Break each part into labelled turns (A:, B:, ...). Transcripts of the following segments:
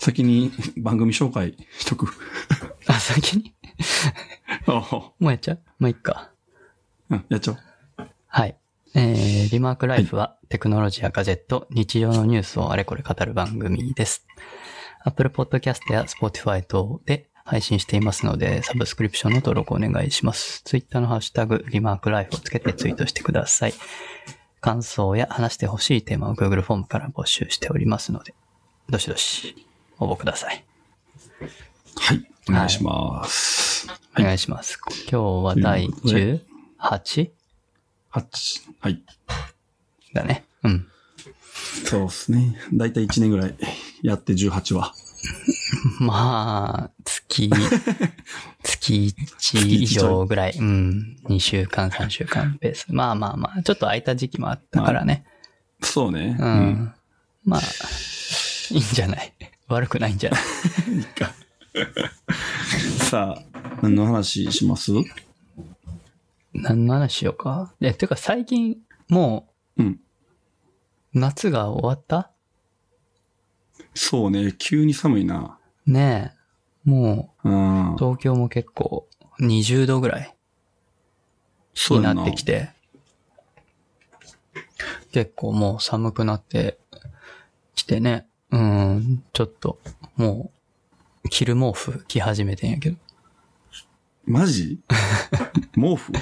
A: 先に番組紹介しとく。
B: あ、先に
A: あ
B: もうやっちゃうまあ、いっか。
A: うん、やっちゃおう。
B: はい。えー、リマークライフはテクノロジーやガジェット、日常のニュースをあれこれ語る番組です。Apple Podcast や Spotify 等で配信していますので、サブスクリプションの登録お願いします。Twitter のハッシュタグ、リマークライフをつけてツイートしてください。感想や話してほしいテーマを Google フォームから募集しておりますので、どしどし応募ください。
A: はい。お願いします。
B: お願いします。今日は第 18?
A: 八はい。
B: だね。うん。
A: そうですね。だいたい1年ぐらいやって18話。
B: まあ、 月、月1以上ぐらい。うん。2週間、3週間ペース。まあまあまあ、ちょっと空いた時期もあったからね。
A: そうね。
B: う。ん。まあ、いいんじゃない。 悪くないんじゃない。
A: さあ、何の話しますう
B: 何の話しようか。え、てか最近、も
A: ん。
B: う、夏が終わった
A: そうね。急に寒いな。
B: ねえ。も
A: うん
B: う、。東京も結構、20度ぐらい。
A: そう
B: に
A: や
B: なってきて、結構もう寒くなってきてね、うん、ちょっと、もう、着る毛布着始めてんやけど、
A: マ ジ毛布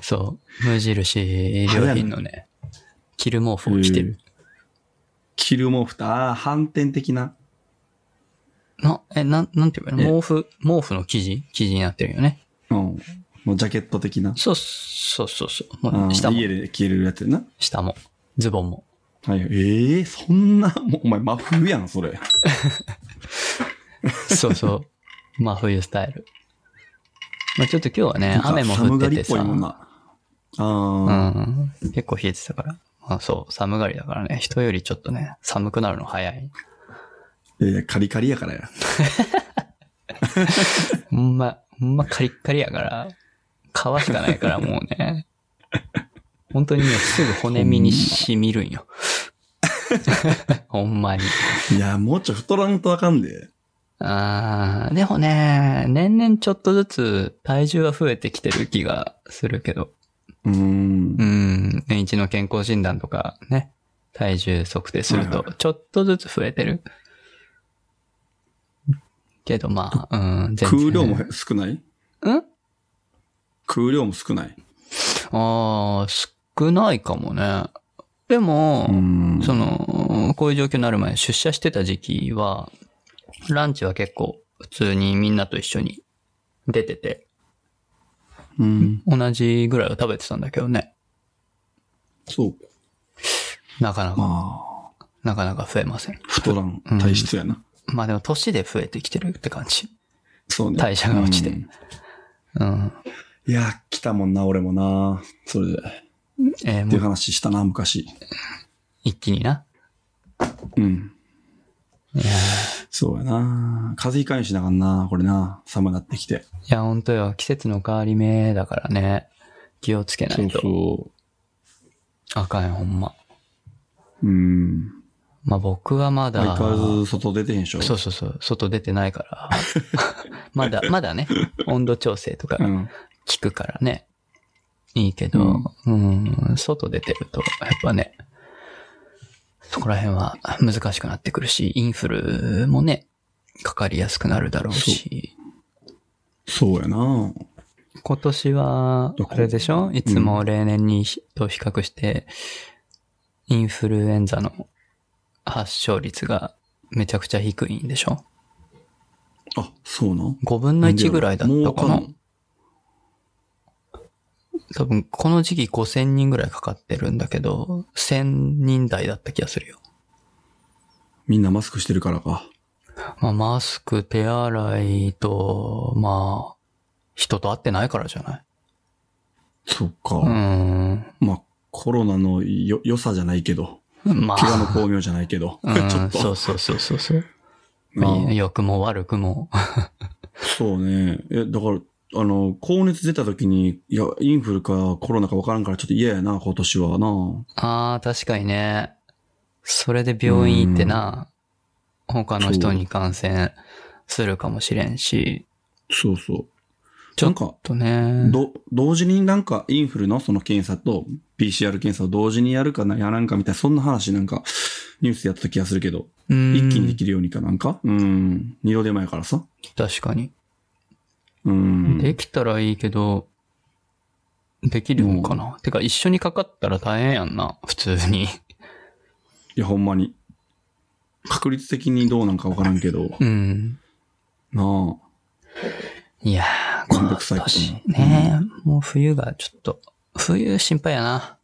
B: そう、無印良品のね、着る毛布を着てる。。
A: えー着る毛布って、ああ、反転的な。
B: な、え、なん、なんていうかな、
A: え
B: 毛布、毛布の生地生地になってるよね。
A: うん。もうジャケット的な。
B: そう、そうそうそう。
A: う
B: も
A: ん
B: う、下も、
A: 家で着れるやつやな。
B: 下も、ズボンも。
A: はい。ええそんな、もうお前真冬やん、それ。
B: そ うそう。真冬スタイル。まあちょっと今日はね、雨も降
A: 寒
B: っ
A: がり
B: てて
A: っぽい
B: さ、
A: もんな。ああ、
B: うん。結構冷えてたから。まあそう、寒がりだからね。人よりちょっとね、寒くなるの早い。
A: いやいや、カリカリやからや。
B: ほんま、ほんまカリッカリやから、皮しかない からもうね。本当にね、すぐ骨身に染みるん よ。ほんまに。
A: いや、もうちょい太らんとあかんで。
B: あーでもね、年々ちょっとずつ体重は増えてきてる気がするけど。
A: うーん。
B: うん、年一の健康診断とかね、体重測定する
A: は
B: と
A: いは、
B: ちょっとずつ増えてる。けどまあ、うん、全然。
A: 空量も少ない
B: うん
A: 空量も少ない。
B: ああ、少ないかもね。で
A: うー
B: も、
A: ん。
B: その、こういう状況になる前、出社してた時期は、ランチは結構普通にみんなと一緒に出てて、
A: うん。
B: 同じぐらいは食べてたんだけどね。
A: そうか。
B: なかなか、
A: まあ、
B: なかなか増えません。
A: 太らん体質やな。
B: まあでも、年で増えてきてるって感じ。
A: そうね。
B: 代謝が落ちて
A: うん
B: うん。
A: いや、来たもんな、俺もな。それで。っ
B: えー
A: て
B: も
A: いう
B: う
A: 話したな、昔。
B: 一気にな。
A: うん。
B: いやー
A: そうやな。風邪ひかんようにしなあかんな、これな。寒くなってきて。
B: いや、ほんとよ。季節の変わり目だからね。気をつけな
A: そ
B: いうと。
A: そ
B: あかんよ、ほんま。
A: う。うん。
B: まあ、僕はまだ
A: 相、変わらず外出てへんでしょ。
B: そうそうそう、外出てないから。 まだ、まだね、温度調整とか
A: うん。
B: 効くからね。いいけど、うん、外出てると、やっぱね、そこら辺は難しくなってくるし、インフルもね、かかりやすくなるだろうし。
A: そうやな。
B: 今年は
A: ど、こ
B: あれでしょいつも例年にひと比較して、インフルエンザの発症率がめちゃくちゃ低いんでしょ
A: あ、そうな。
B: ?5 分の1ぐらいだったか
A: もう
B: な
A: かん
B: 多分この時期5000人ぐらいかかってるんだけど、1000人台だった気がするよ。
A: みんなマスクしてるからか。
B: まあ、マスク、手洗いと、まあ、人と会ってないからじゃない
A: そっか。
B: うーん。
A: まあ、コロナのよ、良さじゃないけど、
B: ま
A: 怪我の
B: あ、
A: 巧妙じゃないけど、
B: う
A: ちょ
B: ん、
A: っ
B: そ
A: と
B: う、そうそうそうそう。
A: ああ
B: 良くも悪くも。
A: そうね。え、だから、あの、高熱出た時に、いや、インフルかコロナか分からんからちょっと嫌やな、今年はな。
B: ああ、確かにね。それで病院行ってな、他の人に感染するかもしれんし、
A: そうそう。
B: ちょ
A: なんか、
B: とね。
A: ど、同時になんかインフルのその検査と PCR 検査を同時にやるかな、やらんかみたいな、そんな話なんか、ニュースでやってた気がするけど、
B: うん
A: 一気にできるようにかなんか、うん、二度手前からさ、
B: 確かに。
A: うん。
B: できたらいいけど、できるのかな、てか一緒にかかったら大変やんな、普通に。
A: いや、ほんまに。確率的にどうなんかわからんけど、
B: うん。
A: なあ、
B: いやー、こ
A: めんど
B: の
A: くさいこと
B: 年
A: も
B: ね、もう冬がちょっと、冬心配やな。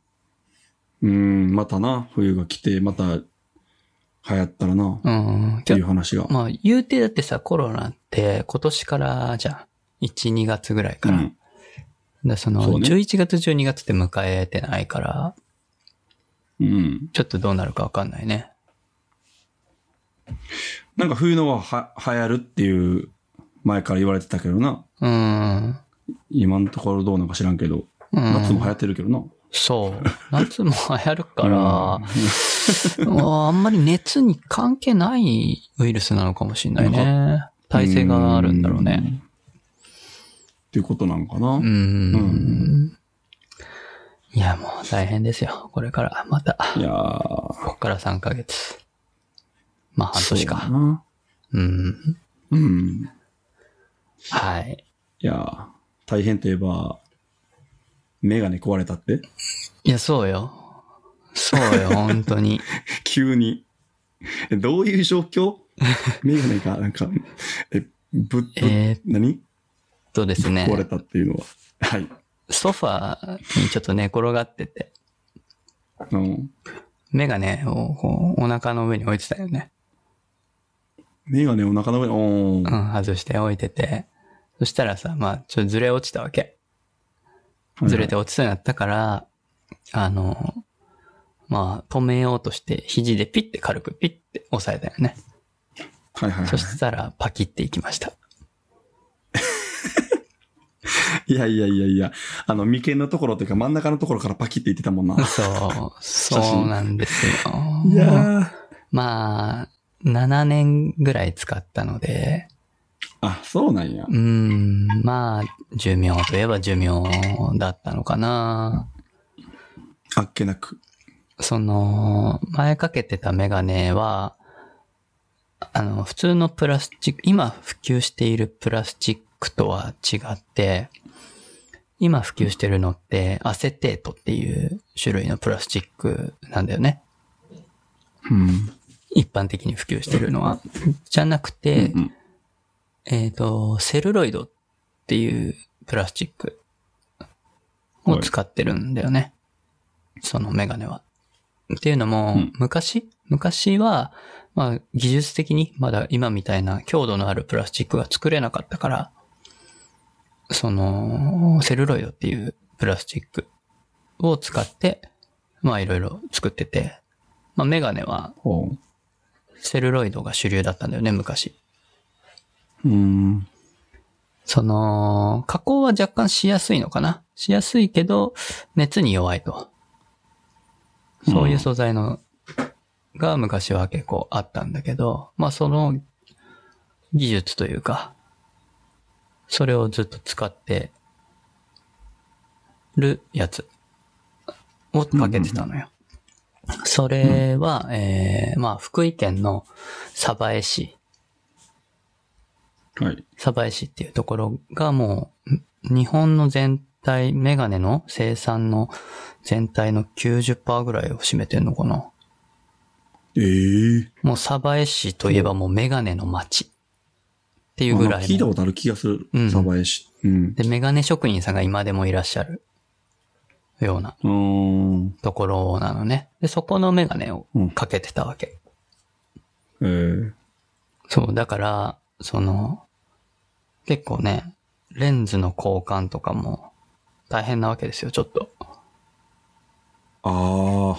A: うん、またな、冬が来て、また、流行ったらな、っ
B: うん。
A: ていう話が。
B: まあ、言うてだってさ、コロナって今年からじゃん。1、2月ぐらいから。
A: うん
B: でその、
A: そうね
B: 11月、12月って迎えてないから、
A: うん。
B: ちょっとどうなるかわかんないね。
A: なんか冬のはは、流行るっていう、前から言われてたけどな、
B: うん。
A: 今のところどうなんか知らんけど、
B: うん
A: 夏も流行ってるけどな。
B: そう。夏も流行るか
A: う
B: ら、 あんまり熱に関係ないウイルスなのかもしれないね。耐性があるんだろうね。
A: ん。っていうことなのかな。
B: う。
A: うん
B: いや、もう大変ですよ。これから、また。
A: いやー、
B: こっから3ヶ月。まあ、半年
A: そう
B: か。
A: だな。
B: うん。
A: うん。
B: はい。
A: いやー、大変といえば、メガネ壊れたって
B: いや、そうよ。そうよ、本当に。
A: 急に。えどういう状況 メガネが、なんか、え、ぶっ、ぶ
B: えーっ
A: 何
B: とですね
A: 壊、れたっていうのは。はい。
B: ソファにちょっと寝転がってて、
A: うん。
B: メガネをこうお腹の上に置いてたよね。
A: メガネお腹の上に、お
B: う
A: ー。
B: ん、外して置いてて。そしたらさ、まあ、ちょっとずれ落ちたわけ。
A: はい
B: ずれて落ちそうになったから、あの、まあ、止めようとして、肘でピッて軽くピッて押さえたよね。
A: はいはいは
B: そしたら、パキっていきました。
A: い。いやいやいやいや、あの、眉間のところというか真ん中のところからパキって言ってたもんな。
B: そう、そうなんですよ。
A: いやー。
B: まあ、7年ぐらい使ったので、
A: あ、そうなんや
B: う。ーん、まあ、寿命といえば寿命だったのかな。
A: あっけなく。
B: その、前かけてたメガネは、あの、普通のプラスチック、今普及しているプラスチックとは違って、今普及してるのって、アセテートっていう種類のプラスチックなんだよね。
A: うん。
B: 一般的に普及してるのは。じゃなくて、
A: うん
B: えっ、と、セルロイドっていうプラスチックを使ってるんだよね。そのメガネは。っていうのも、
A: うん
B: 昔昔は、まあ、技術的にまだ今みたいな強度のあるプラスチックが作れなかったから、その、セルロイドっていうプラスチックを使って、まあいろいろ作ってて、まあメガネは
A: ほう。
B: セルロイドが主流だったんだよね、昔。
A: うん。
B: その、加工は若干しやすいのかなしやすいけど、熱に弱いと。そういう素材の、が昔は結構あったんだけど、まあその技術というか、それをずっと使ってるやつをかけてたのよ。それは、えー、まあ福井県の鯖江市
A: はい。
B: 鯖江市っていうところがもう、ん日本の全体、メガネの生産の全体の90%ぐらいを占めてんのかな。
A: ええ
B: もう鯖江市といえばもうメガネの街っていうぐら
A: 聞
B: い
A: いた
B: の。
A: ことある気がする。
B: うん
A: 鯖江市。うん。
B: で、メガネ職人さんが今でもいらっしゃるような
A: うーん。
B: ところなのね。で、そこのメガネをかけてたわけ。
A: えー
B: そう、だから、その、結構ね、レンズの交換とかも大変なわけですよ、ちょっと。
A: ああ。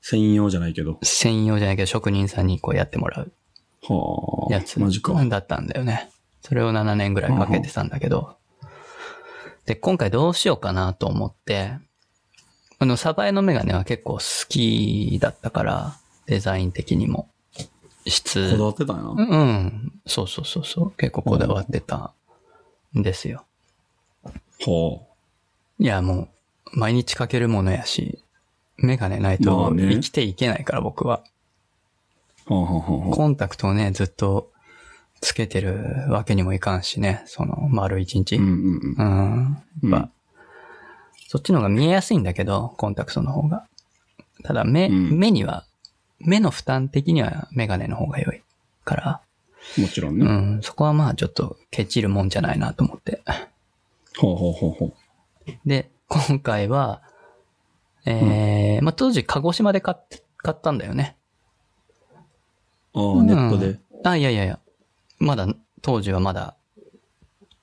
A: 専用じゃないけど。
B: 専用じゃないけど職人さんにこうやってもらう
A: はあ。
B: やつ
A: マジか。う
B: だったんだよね。それを7年ぐらいかけてたんだけど。で、今回どうしようかなと思って、あの、サバエのメガネは結構好きだったから、デザイン的にも。質
A: こだわってたんやな。
B: うんうん。そうそうそうそう。結構こだわってたんですよ。
A: はい
B: や、もう、毎日かけるものやし、メガネない
A: まあ
B: と
A: ね
B: 生きていけないから、僕は。
A: あ。はあ、はあはあはあ、
B: コンタクトをね、ずっとつけてるわけにもいかんしね、その、丸一日。
A: う
B: うんん。
A: うんうん。
B: まあそっちの方が見えやすいんだけど、コンタクトの方が。ただ、目、
A: うん
B: 目には、目の負担的にはメガネの方が良いから、
A: もちろん
B: う
A: ね。は
B: ん、そこはまあちょっとケチるもんじゃないなと思って。
A: あ、はあはあはあ。
B: で、今回は、えー、まあ当時鹿児島で買っ買ったんだよね。
A: ああ、ネットで。
B: うん。あ、いやいやいや。まだ、当時はまだ、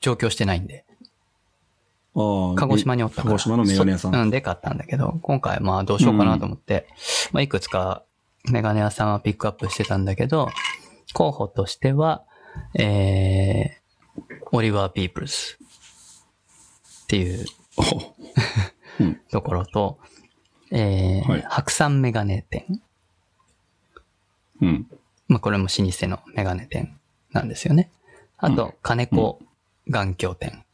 B: 上京してないんで。
A: ああ。
B: 鹿児島におったから。
A: 鹿児島のメガネ屋さん。
B: そ
A: は
B: うん、で買ったんだけど、今回まあどうしようかなと思って、まあいくつかメガネ屋さんはピックアップしてたんだけど、候補としては、えー、オリバー・ピープルスっていうところと、えー
A: はい
B: 白山メガネ店。
A: うん。
B: まあ、これも老舗のメガネ店なんですよね。あと、金子眼鏡店。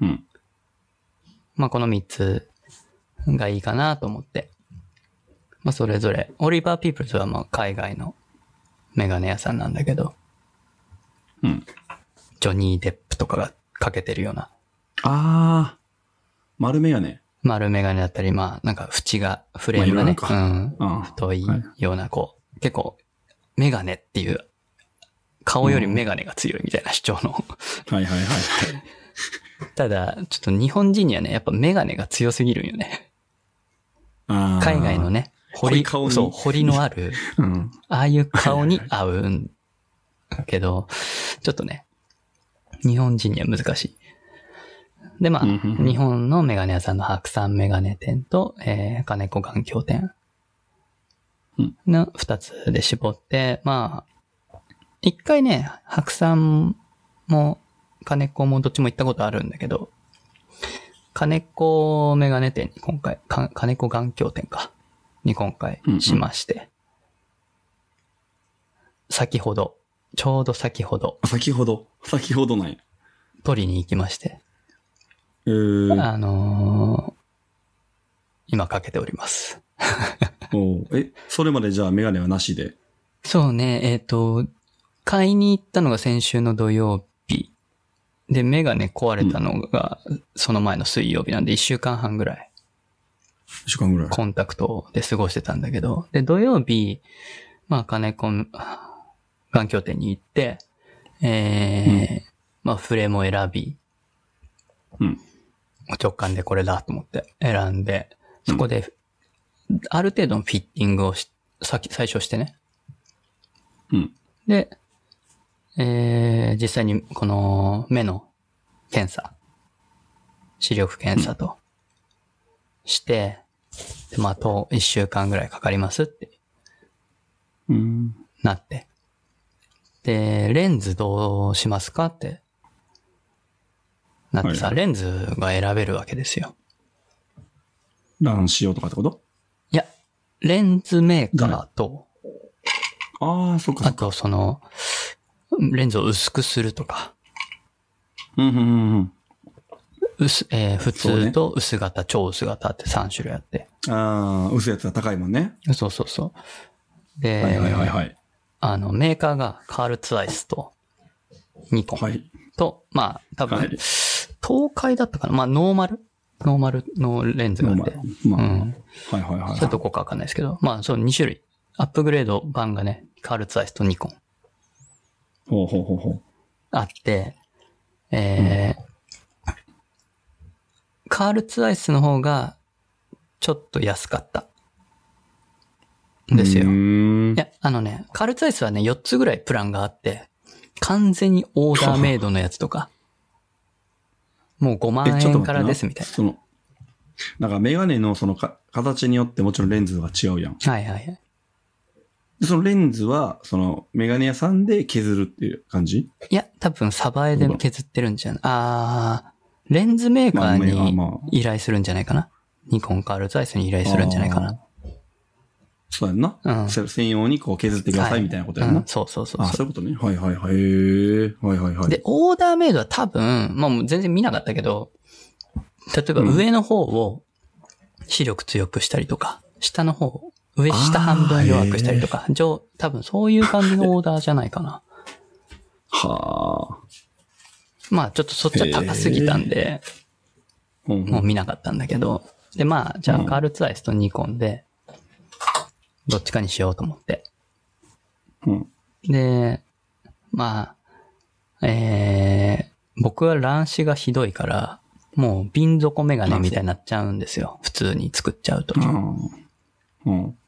A: うん。
B: まあ、この3つがいいかなと思って。まあ、それぞれ、オリバー・ピープルズはまあ海外のメガネ屋さんなんだけど、
A: うん。
B: ジョニー・デップとかがかけてるような
A: ああ。丸メガネ。
B: 丸メガネだったり、まあ、なんか縁が、フレームが
A: まあ
B: ね
A: い、ろいろ
B: うん、
A: ああ
B: 太い
A: はい
B: ような、こう、結構、メガネっていう、顔よりメガネが強いみたいな主張の。
A: はいはいはいはい。
B: ただ、ちょっと日本人にはね、やっぱメガネが強すぎるんよね。
A: ああ。
B: 海外の。ね、
A: こ
B: 彫
A: ういう
B: り、
A: 顔に
B: そう、彫りのある、
A: うん。
B: ああいう顔に合うんけど、ちょっとね、日本人には難しい。で、まあ、
A: うんうんうん
B: 日本のメガネ屋さんの白山メガネ店と、えー、金子眼鏡店
A: うん
B: の二つで絞って、まあ、一回ね、白山も金子もどっちも行ったことあるんだけど、金子メガネ店に今回、か金子眼鏡店か、に今回
A: うんうん
B: しまして、先ほど、ちょうど先ほど
A: 先ほど。先ほどなんや。
B: 取りに行きまして、
A: えー、
B: あのー今かけております。
A: おうえ、それまでじゃあメガネはなしで。
B: そうね、えっ、と、買いに行ったのが先週の土曜日。で、メガネ壊れたのが、その前の水曜日なんで、1週間半ぐらい、
A: 1週間ぐらい。
B: コンタクトで過ごしてたんだけど、で、土曜日、まあ、金子の、眼鏡店に行って、えーまあ、フレームを選び、
A: うん。
B: 直感でこれだと思って選んで、そこで、ある程度のフィッティングをし、先、最初してね。
A: うん。
B: で、えー、実際にこの目の検査、視力検査として、で、まあ、あと1週間ぐらいかかりますって
A: うん。
B: なって。で、レンズどうしますかってなってさ、
A: は
B: レンズが選べるわけですよ。
A: 乱しようとかってこと
B: いや、レンズメーカーと、
A: ああ、そっかそ
B: あ
A: っか。
B: とその、レンズを薄くするとか、
A: うんうんうんうん。
B: 薄、えー普
A: そう
B: 通
A: ね
B: と薄型、超薄型って3種類あって。
A: ああ、薄いやつは高いもんね。
B: そうそうそう。で、
A: はいはいはいはい。
B: あの、メーカーがカールツアイスと、ニコ
A: は
B: ン
A: い。
B: と、まあ、多分、
A: はい
B: 東海だったかな。まあ、ノーマルノーマルのレンズがあ
A: ま
B: っ
A: あ
B: て。、
A: まあ、
B: うん
A: はいはいはい。
B: それどこかわかんないですけど、まあ、その2種類。アップグレード版がね、カールツアイスとニコン
A: ほうほうほうほう。
B: あって、えーカールツアイスの方が、ちょっと安かった。ですよ
A: う。ーん
B: いや、あのね、カールツアイスはね、4つぐらいプランがあって、完全にオーダーメイドのやつとか、もう5万
A: えちょっと待って
B: 円
A: な
B: からですみたい
A: その、なんかメガネのそのか形によってもちろんレンズが違うやん。
B: な。はいはいはい。
A: でそのレンズは、そのメガネ屋さんで削るっていう感じ
B: いや、多分サバエで削ってるんじゃないあー、レンズメーカー
A: まあまあ
B: に
A: まあ
B: 依頼するんじゃないかな。ニコンカールツアイスに依頼するんじゃないかな。
A: そうやんな。
B: うん。
A: せ専用にこう削ってくださ
B: はいい
A: みたいなことやん
B: う
A: な。
B: ん、そうそうそう
A: あ、
B: そ
A: そういうことね。はいはいはい。へーはいはいは
B: う。
A: い。
B: で、オーダーメイドは多分、まあもう全然見なかったけど、例えば
A: うん
B: 上の方を視力強くしたりとか、下の方を、上
A: あー
B: 下半分弱くしたりとか、上、多分そういう感じのオーダーじゃないかな。
A: はあ。
B: まあちょっとそっちは高すぎたんで、
A: うんう
B: もうん見なかったんだけど、でまあじゃ
A: う
B: あ
A: ん
B: カールツアイスとニコンで、どっちかにしようと思って。
A: うん。
B: で、まあ、えー、僕は乱視がひどいから、もう瓶底メガネみたいになっちゃうんですよ。普通に作っちゃうと
A: う。ん。うん。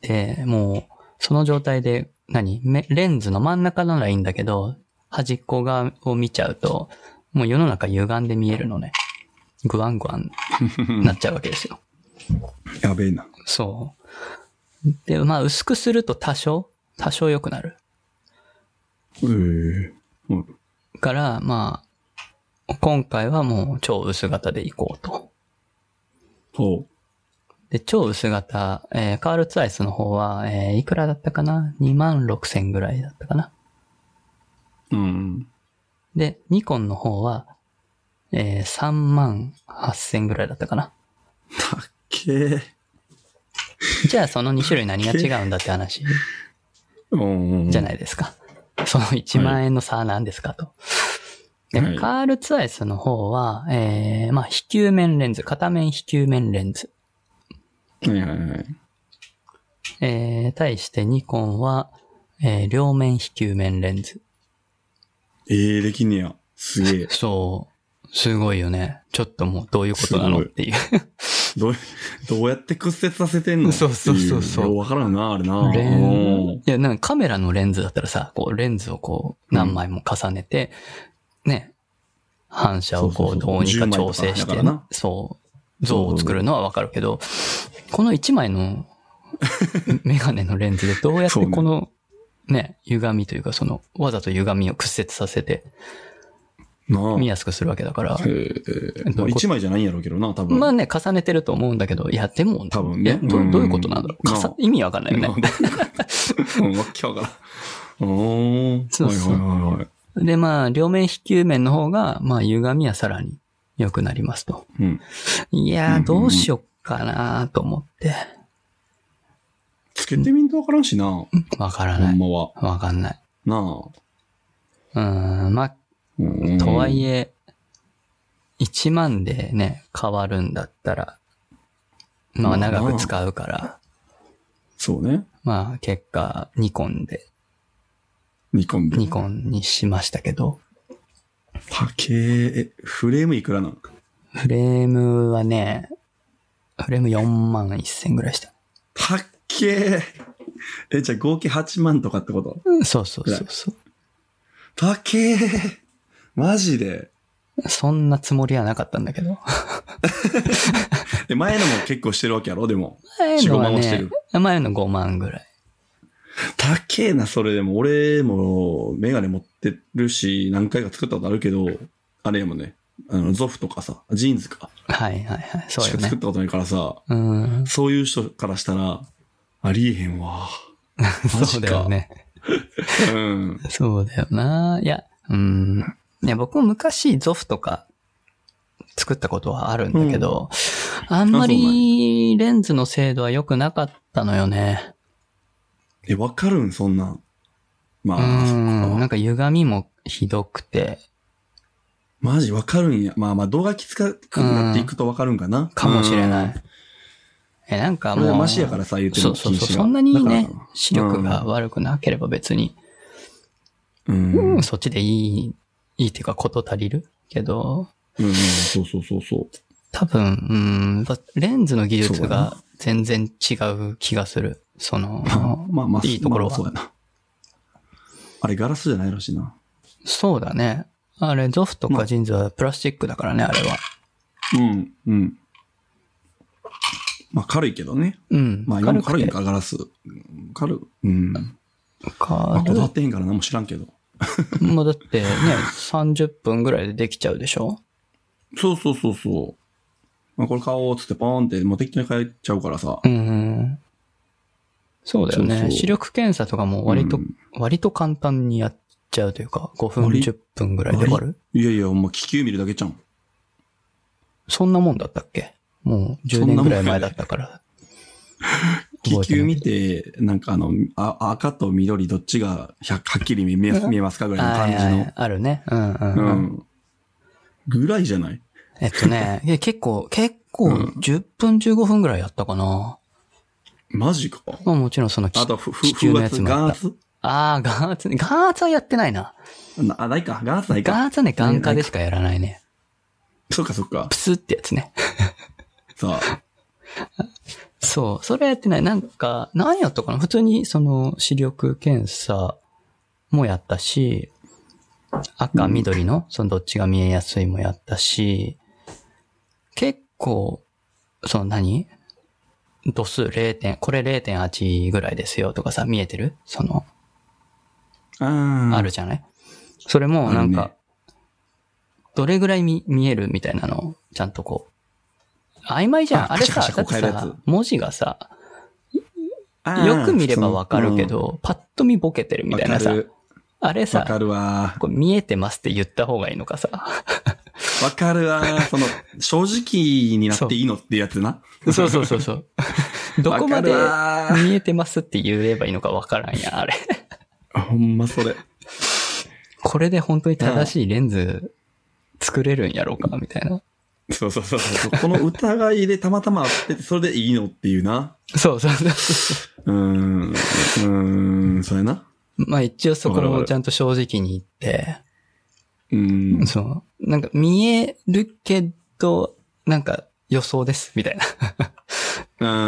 B: で、もう、その状態で、何めレンズの真ん中ならいいんだけど、端っこ側を見ちゃうと、もう世の中歪んで見えるのね。グワングワンなっちゃうわけですよ。
A: やべえな。
B: そう。で、まあ、薄くすると多少、多少良くなる。
A: ええ。うん
B: から、まあ、今回はもう超薄型で行こうと。
A: ほ
B: で、超薄型、えーカールツアイスの方は、えーいくらだったかな ?2 万6千ぐらいだったかな。
A: う。うん。
B: で、ニコンの方は、えー3万8千ぐらいだったかな。
A: たっけー。
B: じゃあその2種類何が違うんだって話
A: うんうんうん。
B: じゃ
A: い。
B: ないですか。その1万円の差は何ですかと。で
A: はい
B: カールツアイスの方は、えーまあ、非球面レンズ、片面非球面レンズ。
A: はいはいはい。
B: えー、対してニコンは、えー両面非球面レンズ。
A: ええ、できんねや。すげ え。
B: そう。すごいよね。ちょっともうどういうことなのっていう。
A: どう、どうやって屈折させてんの
B: そうそうそうそう
A: っていわからんな、あれな。
B: レ
A: う
B: ン
A: ん
B: いや、なんかカメラのレンズだったらさ、こうレンズをこう何枚も重ねて、ね、反射をこ
A: そううそう
B: ど
A: そう
B: うにか
A: 10枚
B: 調
A: とか
B: 整し
A: だか
B: て
A: らな、
B: そう、像を作るのはわかるけど、この1 枚のメガネのレンズでどうやっ
A: そう
B: て
A: ね
B: この、ね、歪みというかその、わざと歪みを屈折させて
A: なあ。
B: 見やすくするわけだから、
A: ええま
B: ど
A: あ
B: ういうこと
A: 一枚じゃないんやろうけどな、多分。
B: まあね、重ねてると思うんだけど、いや、でも、
A: 多分ね
B: いやど
A: うん
B: どういうことなんだろう。
A: まあ
B: 重意味わかんないよ
A: な
B: ね
A: ん。でうんわけわからん。おー。
B: そうそう
A: はいはいはいはい。
B: で、まあ、両面非球面の方が、まあ、歪みはさらに良くなりますと。
A: うん。
B: いや
A: うんうんう
B: ー、
A: ん
B: どうしよっかなと思って。
A: つけてみんとわからんしな、ほ
B: わからなんい。
A: まは。
B: わかんない。
A: なあ。
B: うーん、まあ、
A: うん
B: とはい
A: え。
B: え、1万でね、変わるんだったら、まあ、
A: まあな
B: 長く使うから、
A: そうね。
B: まあ、結果、ニコンで、
A: ニコンで。
B: ニコンにしましたけど、
A: パケえ、フレームいくらなん
B: フレームはね、フレーム4万1000ぐらいした。
A: パッケーえ、じゃあ合計8万とかってこと
B: そうそうそうそう。
A: パッケーマジで。
B: そんなつもりはなかったんだけど。
A: で、前のも結構してるわけやろでも。
B: 前の
A: 4-5
B: は
A: 万はして
B: ね
A: る、
B: 前の5万ぐらい。
A: 高えな、それでも。俺も、メガネ持ってるし、何回か作ったことあるけど、あれやもんね。あの、ゾフとかさ、ジーンズか。
B: はいはいはい。そう
A: し
B: よ
A: か作っ
B: ね。
A: たことないからさ、
B: うん。
A: そういう人からしたら、ありえへんわ。マ
B: そう
A: ジ
B: だ
A: か
B: よね。
A: うん。
B: そうだよな。いや、うん。いや、僕も昔、ゾフとか、作ったことはあるんだけど、あんまり、レンズの精度は良くなかったのよね。
A: え、わかるんそんなん。ま
B: う
A: あ、そっ
B: ん。なん
A: か
B: か歪みもひどくて、
A: マジわかるんや。まあまあ、動画きつくなっていくとわかるんかな。
B: かもしれ
A: う。
B: なんい。え、なんか
A: これ
B: も
A: は
B: う、
A: マシやからさ、言って
B: そ
A: も
B: うそうそ
A: 禁
B: う。
A: 止が
B: そんなに
A: だ
B: ね
A: からかな、
B: 視力が悪くなければ別に、
A: うん。うん。
B: そっちでいい、いいっていうか、こと足りるけど、
A: うんそうそうそうそう。
B: 多分、うん、やっぱレンズの技術
A: そうだ
B: が全然違う気がする。その、
A: まあまあ、
B: いいところは
A: まあそうやな。あれ、ガラスじゃないらしいな。
B: そうだね。あれ、ゾフと
A: ま
B: か
A: あ
B: ジンズはプラスチックだからね、あれは。
A: うん、うん。まあ、軽いけどね。
B: うん。
A: まあ、今も軽いん
B: 軽く
A: か、ガラス。うん軽い。うん。
B: て
A: まあ、こだわ
B: 軽
A: ってへんから何も知らんけど。
B: いもうだってね、30分ぐらいでできちゃうでしょ
A: そうそうそうそう。まあ、これ買おうっつってポーンって、もう適当に買えちゃうからさ
B: う。ん。そうだよね
A: そうそう
B: 視力検査とかも割と、
A: うん
B: 割と簡単にやっちゃうというか、5分、
A: 割
B: 10分ぐらいで終わる
A: いやいや、ほんま気球見るだけじゃん。
B: そんなもんだったっけもう10
A: そんなもん
B: 年ぐらい前だったから。
A: 気球見
B: 覚
A: て、なんかあの、あ赤と緑どっちがはっはっきり見えます見えますかぐ
B: え
A: ら
B: て
A: いの
B: ない
A: 感
B: はいは
A: じ
B: いあるね。うんうん、う。
A: の。うんん。ぐらいじゃない
B: えっと ね、いや結構、結構
A: うん
B: 10分15分ぐらいやったかな。
A: マジか。
B: まあもちろんそのき、
A: あと、ふ、ふ
B: 気球の
A: 風
B: やつ
A: 圧、眼
B: もあった。
A: 圧
B: ああ、眼圧ね。眼圧はやってないな。
A: なあ、ないか。眼圧ないか。
B: 眼圧はね、眼科でしかやらないね。
A: そっかそっか
B: プ。スってやつね。
A: さあ、
B: そう、それやってない。なんか、何やったかな普通に、その、視力検査もやったし、赤、
A: うん
B: 緑の、その、どっちが見えやすいもやったし、結構、その何、度数0点、これ0.8ぐらいですよとかさ、見えてるその、
A: あー
B: ある。じゃない、それも、なん
A: ある
B: か
A: ね、
B: どれぐらい見見えるみたいなのを、ちゃんとこう、曖昧じゃん。
A: あ
B: あれ
A: カ
B: さ
A: シャ、
B: だ
A: カ
B: っ
A: シ
B: て
A: ャこう変えるやつ
B: さ、文字がさ、
A: あー
B: よく見ればわかるけ、ど、パッと見ボケてる
A: そのうん
B: みたいなさ
A: わか、る
B: あれ
A: わ
B: さ、
A: かるわ。
B: こう見えてますって言った方がいいのかさ。
A: わかるわ。その、正直になっていいのってやつな。
B: そうそうそうそう。 どこまで
A: わかるわ
B: 見えてますって言えばいいのかわからんやん、あれ。
A: ほんまそれ。
B: これで本当に正しいレンズ作れるんやろうか、みたいな。
A: そうそうそうそう。この疑いでたまたまあってて、それでいいのっていうな。
B: そうそうそ
A: うー
B: う。
A: ん。うーん、それな。
B: まあ一応そこ
A: わかるわか
B: も
A: る
B: ちゃんと正直に言って、
A: うーん。
B: そう。なんか見えるけど、なんか予想です、みたいな。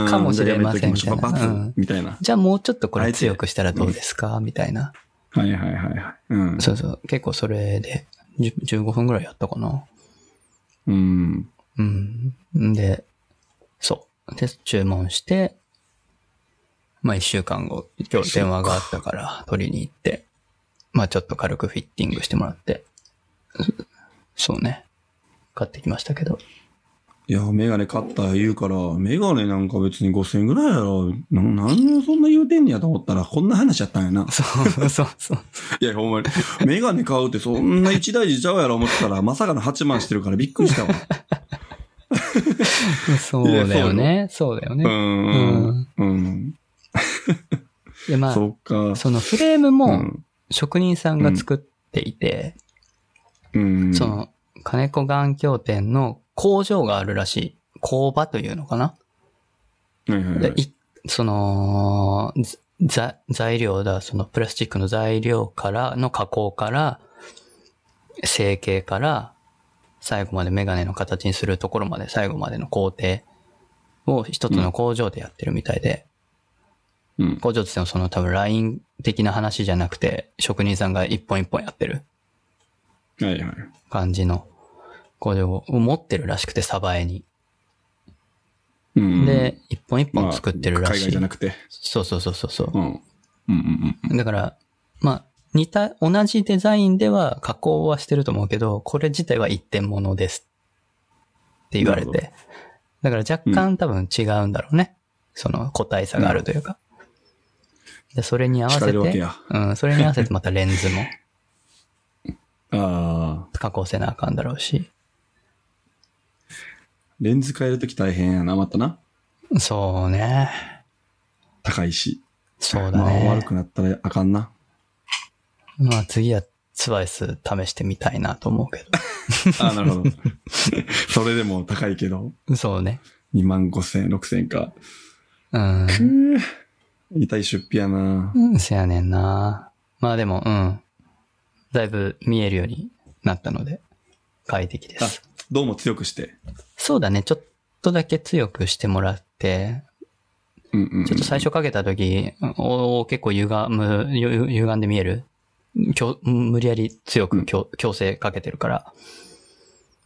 B: か
A: か
B: もしれません
A: みたいな。
B: みたいなうん
A: 罰みたいな。
B: じゃあもうちょっとこれ強くしたらどうですか、みたいな。
A: はいはいはいはい。うん。
B: そうそう。結構それで、10 15分ぐらいやったかな。
A: うん。
B: うん。んで、そう。で、注文して、まあ一週間後、今日電話があったから取りに行って、まあちょっと軽くフィッティングしてもらって、そそうね。買ってきましたけど。
A: いや、メガネ買った言うから、メガネなんか別に5000円ぐらいやろ。ななんでそんな言うてんねやと思ったら、こんな話やったんやな。
B: そうそうそう。
A: いや、ほんまに。メガネ買うってそんな一大事ちゃうやろ思ってたら、まさかの8万してるからびっくりしたわ。
B: そうだよね。 そうだよ
A: う
B: ね。
A: ん。うん。
B: で、まあ、
A: そっか。
B: そのフレーム
A: う
B: も
A: ん。
B: 職人さんが作っていて、
A: うん。
B: その、金子眼鏡店の工場があるらしい。工場というのかな、
A: はいはいはい
B: でいその、ざざ材料だ、そのプラスチックの材料からの加工から、成形から、最後までメガネの形にするところまで、最後までの工程を一つの工場でやってるみたいで、
A: うん。
B: 工場って言ってもその多分ライン的な話じゃなくて、職人さんが一本一本やってる
A: はいはい。
B: 感じの工場を持ってるらしくて、サバエに。
A: うん。
B: で、一本一
A: まあ、
B: 本作ってるら
A: 海
B: し
A: 外
B: い。
A: じゃなくて。
B: そうそうそうそうそう
A: う。ん。うんうん
B: だから、まあ、似た、同じデザインでは加工はしてると思うけど、これ自体は一点物です。って言われ
A: なる
B: て。だから若干多分違うんだろうね。その個体差があるというか。で、それに合わ
A: 惹か
B: せ
A: れるわけ
B: て、
A: や。
B: うん、それに合わせてまたレンズも
A: ああ。
B: 加工せなあかんだろうし。
A: レンズ変えるとき大変やな、またな。
B: そうね。
A: 高いし。
B: そうだ
A: まあ、
B: ね
A: 悪。くなったらあかんな。
B: まあ次はツバイス試してみたいなと思うけ
A: ああ、なるほど。 それでも高いけど、
B: ど。そうね。
A: 2万5千、6千か。
B: うん。
A: 痛い出費やな。
B: うん、せやねんな。まあでも、うん。だいぶ見えるようになったので、快適で
A: あ
B: す。、
A: どうも強くして。
B: そうだね、ちょっとだけ強くしてもらって、
A: うんうんうん。
B: ちょっと最初かけた時、おお結構歪む、ゆ歪んで見える強無理やり強く強強制かけてるから、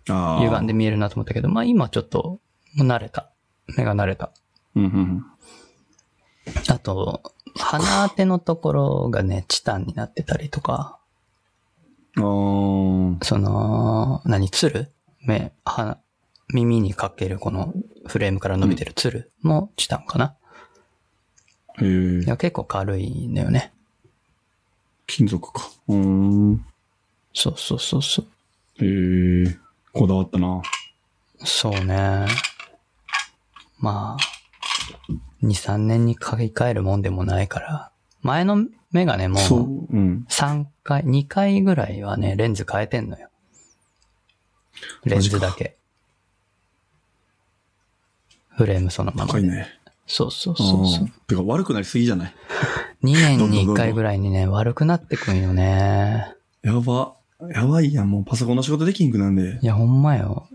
A: あー
B: 歪んで見えるなと思ったけど、まあ今ちょっと、もう慣れた。目が慣れた。
A: うんうん
B: あと、鼻当てのところがね、チタンになってたりとか、
A: うん。あ
B: その、何、つる目、鼻、耳にかけるこのフレームから伸びてるつるもチタンかな。
A: へ
B: い
A: え。
B: や、結構軽いんだよね。
A: 金属か。うーん。
B: そうそうそうそう。
A: へえ。こだわったな。
B: そうね。まあ、2、3年に買い替えるもんでもないから。前のメガネも、
A: そう。うん。
B: 3回、2回ぐらいはね、レンズ変えてんのよ。レンズだけ。フレームそのまま
A: 高
B: で。
A: いね。
B: そうそうそうそう。
A: んてか悪くなりすぎじゃない
B: 2年に1
A: どんどんどん
B: 回
A: どん
B: ぐらい にね、悪くなってくんよね。
A: やば。やばいやん。もうパソコンの仕事できんくなんで
B: い。や、ほんまよ。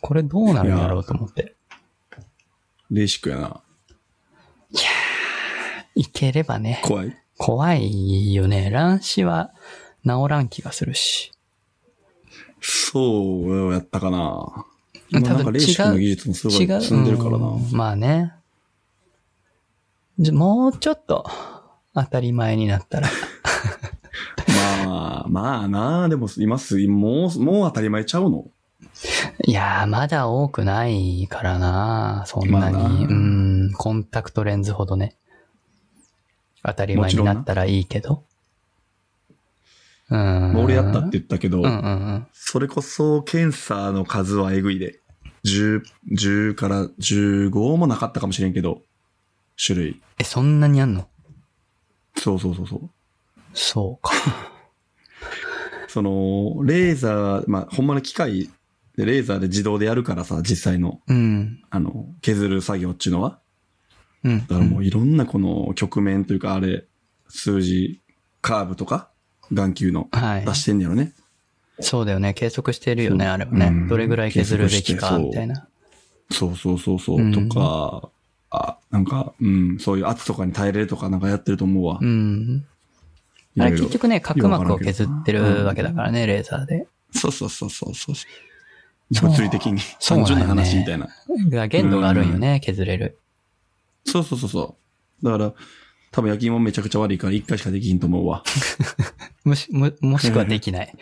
B: これどうなるんだろうと思って。
A: レーシックやな。
B: いければね。
A: 怖い。
B: 怖いよね。乱視は治らん気がするし。
A: そうやったかな。
B: 多分
A: 今なんかレーシックの技術もすごい
B: 違う。
A: 進んでるからな。
B: うんまあね。じゃ、もうちょっと当たり前になったら。
A: まあ、まあなあ、でも今す、もう、もう当たり前ちゃうの
B: いやー、まだ多くないからなそんなに。
A: まあな
B: うん、コンタクトレンズほどね。当たり前になったらいいけど。うん。
A: 俺やったって言ったけど、
B: うんうんうん。
A: それこそ検査の数はえぐいで。10、10から15もなかったかもしれんけど、種類。
B: え、そんなにあんの
A: そうそうそうそう。
B: そう か。
A: その、レーザー、まあ、ほんまの機械で、レーザーで自動でやるからさ、実際の、
B: うん。
A: あの、削る作業っちゅうのは。
B: うん。
A: だからもういろんなこの局面というか、あれ、数字、カーブとか、眼球の、
B: はい
A: 出。してんねやろね。
B: そうだよね。計測してるよね、
A: そう
B: あれはね
A: う。ん
B: どれぐらい削るべ
A: 計
B: き
A: 測し
B: か、
A: てそう
B: みたいな。
A: そうそうそうそう、
B: うん
A: とか、あ、なんか、うん、そういう圧とかに耐えれるとかなんかやってると思うわ。
B: うん。
A: い
B: あ
A: ろ
B: れ
A: いろ
B: 結局ね、角膜を削って
A: よくわからんけど
B: る
A: な
B: わけだからね、レーザーで。
A: そうそうそうそうそう。
B: そう
A: 物理的に。
B: そうな
A: 単純
B: んよね
A: な話みたいな。
B: だから限度があるんよね、削れる。
A: そうそうそうそう。だから、多分焼き芋めちゃくちゃ悪いから一回しかできひんと思うわ。
B: もし、も、もしくはできない。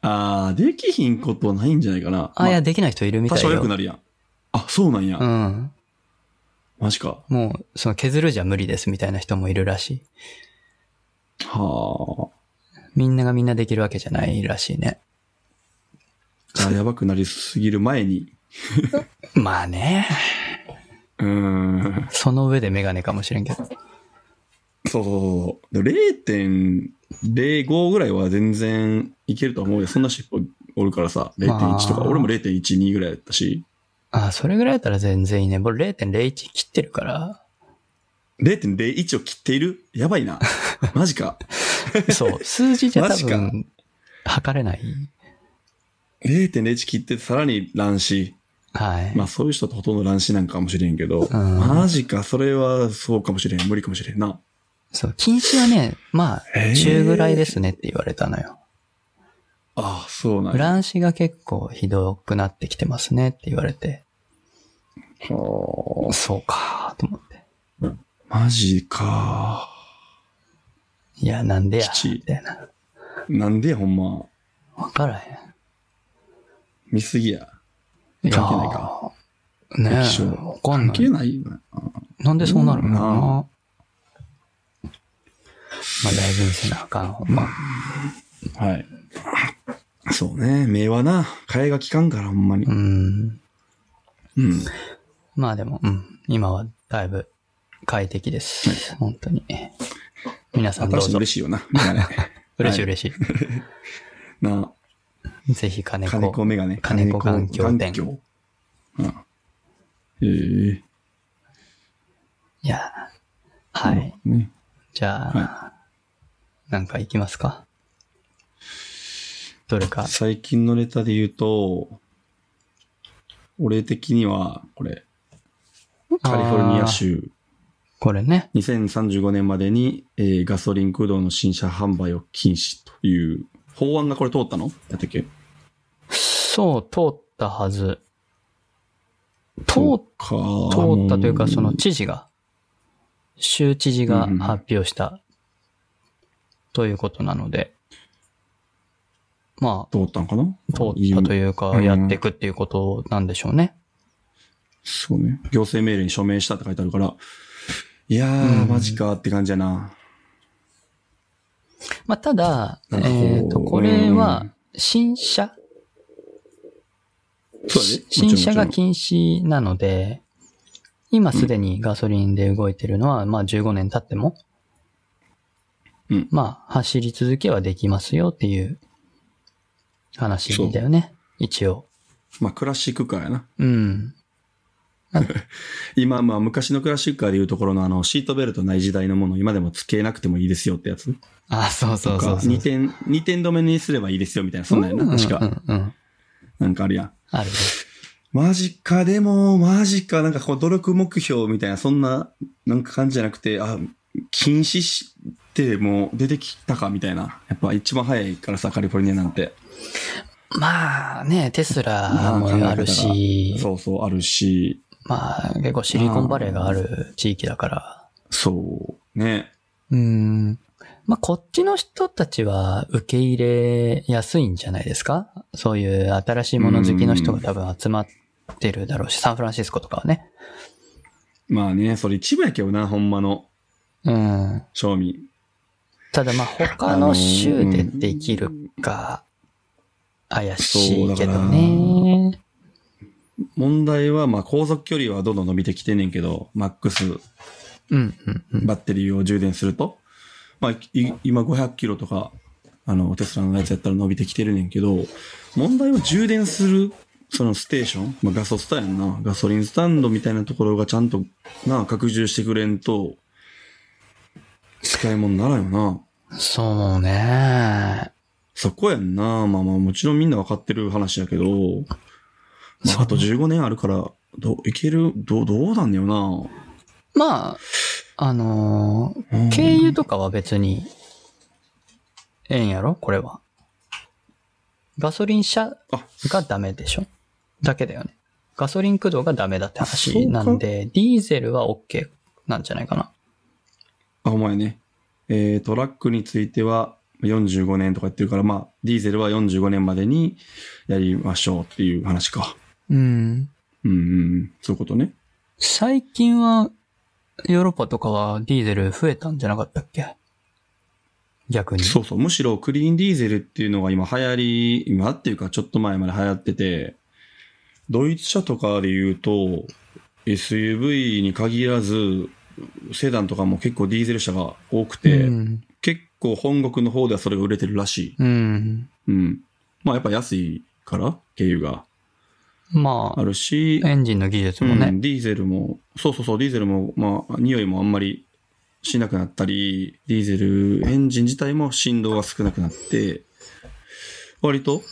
A: あー、できひんことはないんじゃないかな。
B: あ、いや、
A: ま
B: できない人いるみ
A: 多
B: たい
A: 少良
B: よ
A: く。なるやん。あ、そうなんや。
B: うん。
A: マジか。
B: もう、その削るじゃ無理ですみたいな人もいるらしい。
A: は
B: みんながみんなできるわけじゃないらしいね。
A: あ。あーやばくなりすぎる前に。
B: まあね。
A: うーん。
B: その上でメガネかもしれんけど。
A: そうそうそう。でも0.05ぐらいは全然いけると思うよ。そんな尻尾おるからさ、0.1とか。
B: まあ
A: 俺も0.12ぐらいやったし、
B: あ、それぐらいだったら全然いいね。僕0.01切ってるから。
A: 0.01を切っているやばい な。マジか。
B: そう。数字じゃ多
A: マジか
B: 分、測れない。
A: 0.01切ってさらに乱視。
B: はい。
A: まあそういう人ってほとんど乱視なんかもしれんけど、
B: ん
A: マジか。それはそうかもしれん。無理かもしれんな。
B: そう。禁止はね、ま
A: へ
B: あ、
A: ー
B: 中ぐらいですねって言われたのよ。
A: ああ、そうなんや。
B: 乱視が結構ひどくなってきてますねって言われて。
A: は
B: そうか、と思って。
A: あマジか。
B: いや、なんでや、
A: 吉
B: みたいな。
A: なんでや、ほんま。
B: わからへん。
A: 見すぎや。関係ないか。
B: いやー。ね
A: 液晶
B: え。わか
A: 関
B: んな
A: 係
B: い。
A: ないよな。
B: なんでそうなるのかな。
A: うん
B: まあ、大事にせなあかん。ほんま
A: はい。そうね。目はな、替えが効かんから、ほんまに
B: う。ん。
A: うん。
B: まあでも、うん。今はだいぶ快適です。本当に。皆さんどう
A: 新しいの
B: ぞ。
A: 嬉しいよ な。メガネ。
B: 嬉しい
A: は
B: 嬉し
A: な、
B: い。ぜひ金
A: 金
B: 子
A: 子。メガネ。
B: 金子環境店
A: 環境うん。ええ
B: いや、はい。
A: ね。
B: じゃあ、なんか行きますかどれか。
A: 最近のレターで言うと、俺的には、これ、カリフォルニア州、
B: これね。
A: 2035年までに、えーガソリン駆動の新車販売を禁止という、法案がこれ通ったのやったっけ
B: そう、通ったはず。通
A: そう
B: っ、
A: か
B: 通ったという
A: も
B: か、その知事が、州知事が発表した、ということなので、まあ、
A: 通ったんかな
B: 通ったと
A: う。
B: いうか
A: う、ん
B: やっていくっていうことなんでしょうね。
A: そうね。行政命令に署名したって書いてあるから、いやー、
B: うん
A: マジかって感じやな。
B: まあ、ただ、え
A: なんかこう
B: ーと、これ
A: う
B: は
A: ん、
B: 新車、
A: そうだね
B: し。新車が
A: もちろんも
B: 禁止なので、今すでにガソリンで動いてるのは、まあ15年経っても、
A: うん
B: まあ走り続けはできますよっていう話だよね。一応。
A: ちろんまあ、クラシックカーやな。
B: うん。
A: 今、まあ、昔のクラシックカーでいうところの、あの、シートベルトない時代のもの、今でもつけなくてもいいですよってやつ。
B: あ、そうそうそうそう。
A: 2点、二点止めにすればいいですよみたいな、そんなんやな。確
B: う
A: か。
B: んうんうん。
A: なんかあるやん。
B: あるね。
A: マジか、でも、マジか、なんかこう、努力目標みたいな、そんな、なんか感じじゃなくて、あ、禁止して、もう出てきたか、みたいな。やっぱ一番早いからさ、カリフォルニアなんて。
B: まあね、テスラもあるし、
A: そうそう、あるし、
B: まあ結構シリコンバレーがある地域だから、
A: そう、ね。
B: うーん。まあ、こっちの人たちは受け入れやすいんじゃないですかそういう新しいもの好きの人が多分集まってるだろうし、サンフランシスコとかはね。
A: まあね、それ一部やけどな、ほんまの、
B: うん。
A: 賞味。
B: ただまあ、他の州でできるか、怪しいけどね。
A: 問題は、まあ、航続距離はどんどん伸びてきてんねんけど、マックス
B: うん、うん、うん。
A: バッテリーを充電すると、まあ、い今500キロとか、あの、テスラのやつやったら伸びてきてるねんけど、問題は充電する、そのステーション、まあ、ガソスタやんな、ガソリンスタンドみたいなところがちゃんと、な、拡充してくれんと、使い物にならんよな。
B: そうね。
A: そこやんな。まあまあ、もちろんみんなわかってる話やけど、ま
B: そう
A: あ、あと15年あるから、どう、いける、どう、どうなんだよな。
B: まあ、あのー
A: うん
B: 経由とかは別に、ええんやろこれは。ガソリン車
A: あ
B: がダメでしょだけだよね。ガソリン駆動がダメだって話なんで、ディーゼルは OK なんじゃないかな。
A: あ、お前ね。えートラックについては45年とか言ってるから、まあ、ディーゼルは45年までにやりましょうっていう話か。
B: うん。
A: うんうんうん。そういうことね。
B: 最近は、ヨーロッパとかはディーゼル増えたんじゃなかったっけ逆に。
A: そうそう。むしろクリーンディーゼルっていうのが今流行り、今っていうかちょっと前まで流行ってて、ドイツ車とかで言うと、SUV に限らず、セダンとかも結構ディーゼル車が多くて、
B: うん。
A: 結構本国の方ではそれが売れてるらしい。
B: うん。
A: うん。まあやっぱ安いから、経由が
B: ま
A: あるし、
B: あ、エンジンの技術も
A: う
B: ね。
A: ん、ディーゼルも、そうそうそう、ディーゼルも、まあ、匂いもあんまりしなくなったり、ディーゼルエンジン自体も振動が少なくなって、割と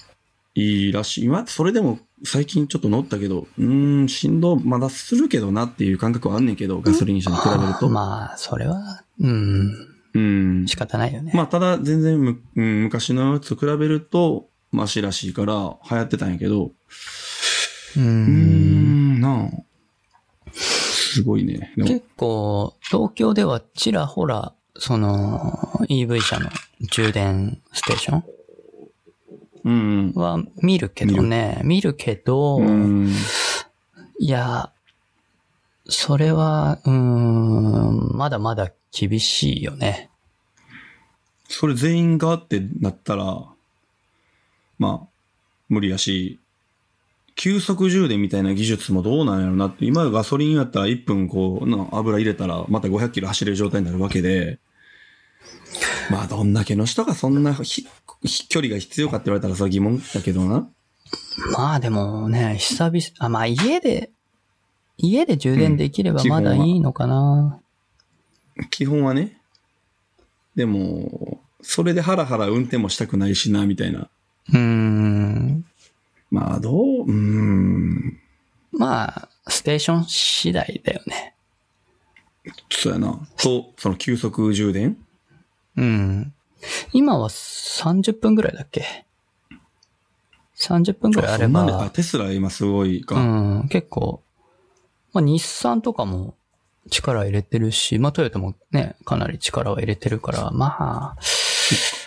A: いいらしい。今、それでも最近ちょっと乗ったけど、うーん、振動まだするけどなっていう感覚はあんねんけど、ガソリン車に比べると。
B: まあ、それは、うん、
A: うん。
B: 仕方ないよね。
A: まあ、ただ、全然む、うん、昔のやつと比べると、マシらしいから、流行ってたんやけど、
B: う
A: うー
B: ん。
A: ん、なあ。すごいね。でも
B: 結構、東京ではちらほら、その、EV 車の充電ステーション
A: うん。
B: は見るけどね、見るけど、
A: うん。
B: いや、それは、うーん、まだまだ厳しいよね。
A: それ全員がってなったら、まあ、無理やし、急速充電みたいな技術もどうなんやろなって、今ガソリンやったら1分こう、な油入れたらまた500キロ走れる状態になるわけで、まあどんだけの人がそんなひひ距離が必要かって言われたらさ疑問だけどな。
B: まあでもね、久々、あ、まあ家で、家で充電できればまだいいのかな。
A: 基本はね。でも、それでハラハラ運転もしたくないしな、みたいな。
B: うん。
A: まあどう、うーん、
B: まあ、ステーション次第だよね。
A: そうやな。と、その急速充電
B: うん。今は30分ぐらいだっけ ?30 分ぐらいあれ
A: そんなんであ
B: ば、
A: テスラ今すごいうか。
B: ん、結構、まあ、日産とかも力入れてるし、まあ、トヨタもね、かなり力を入れてるから、まあ、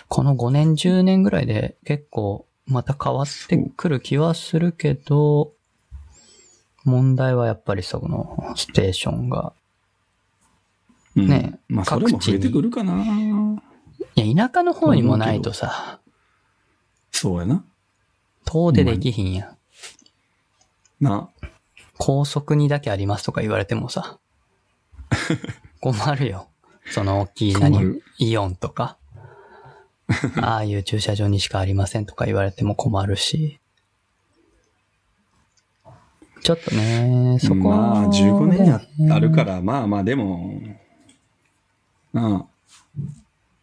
B: この5年、10年ぐらいで結構また変わってくる気はするけど、問題はやっぱりそのステーションが
A: うん
B: ね
A: まあ、それも
B: 各地に
A: 増えてくるかな。
B: いや、田舎の方にもないとさ、
A: そうやな。
B: 遠出できひんやん。
A: な。
B: 高速にだけありますとか言われても さ、困るよ。その大きい
A: 困
B: 何
A: る、
B: イオン とか、ああいう駐車場にしかありませんとか言われても困るし、ちょっとね、そこは、
A: まあ、15年やあるから、まあまあ、でも、なあ、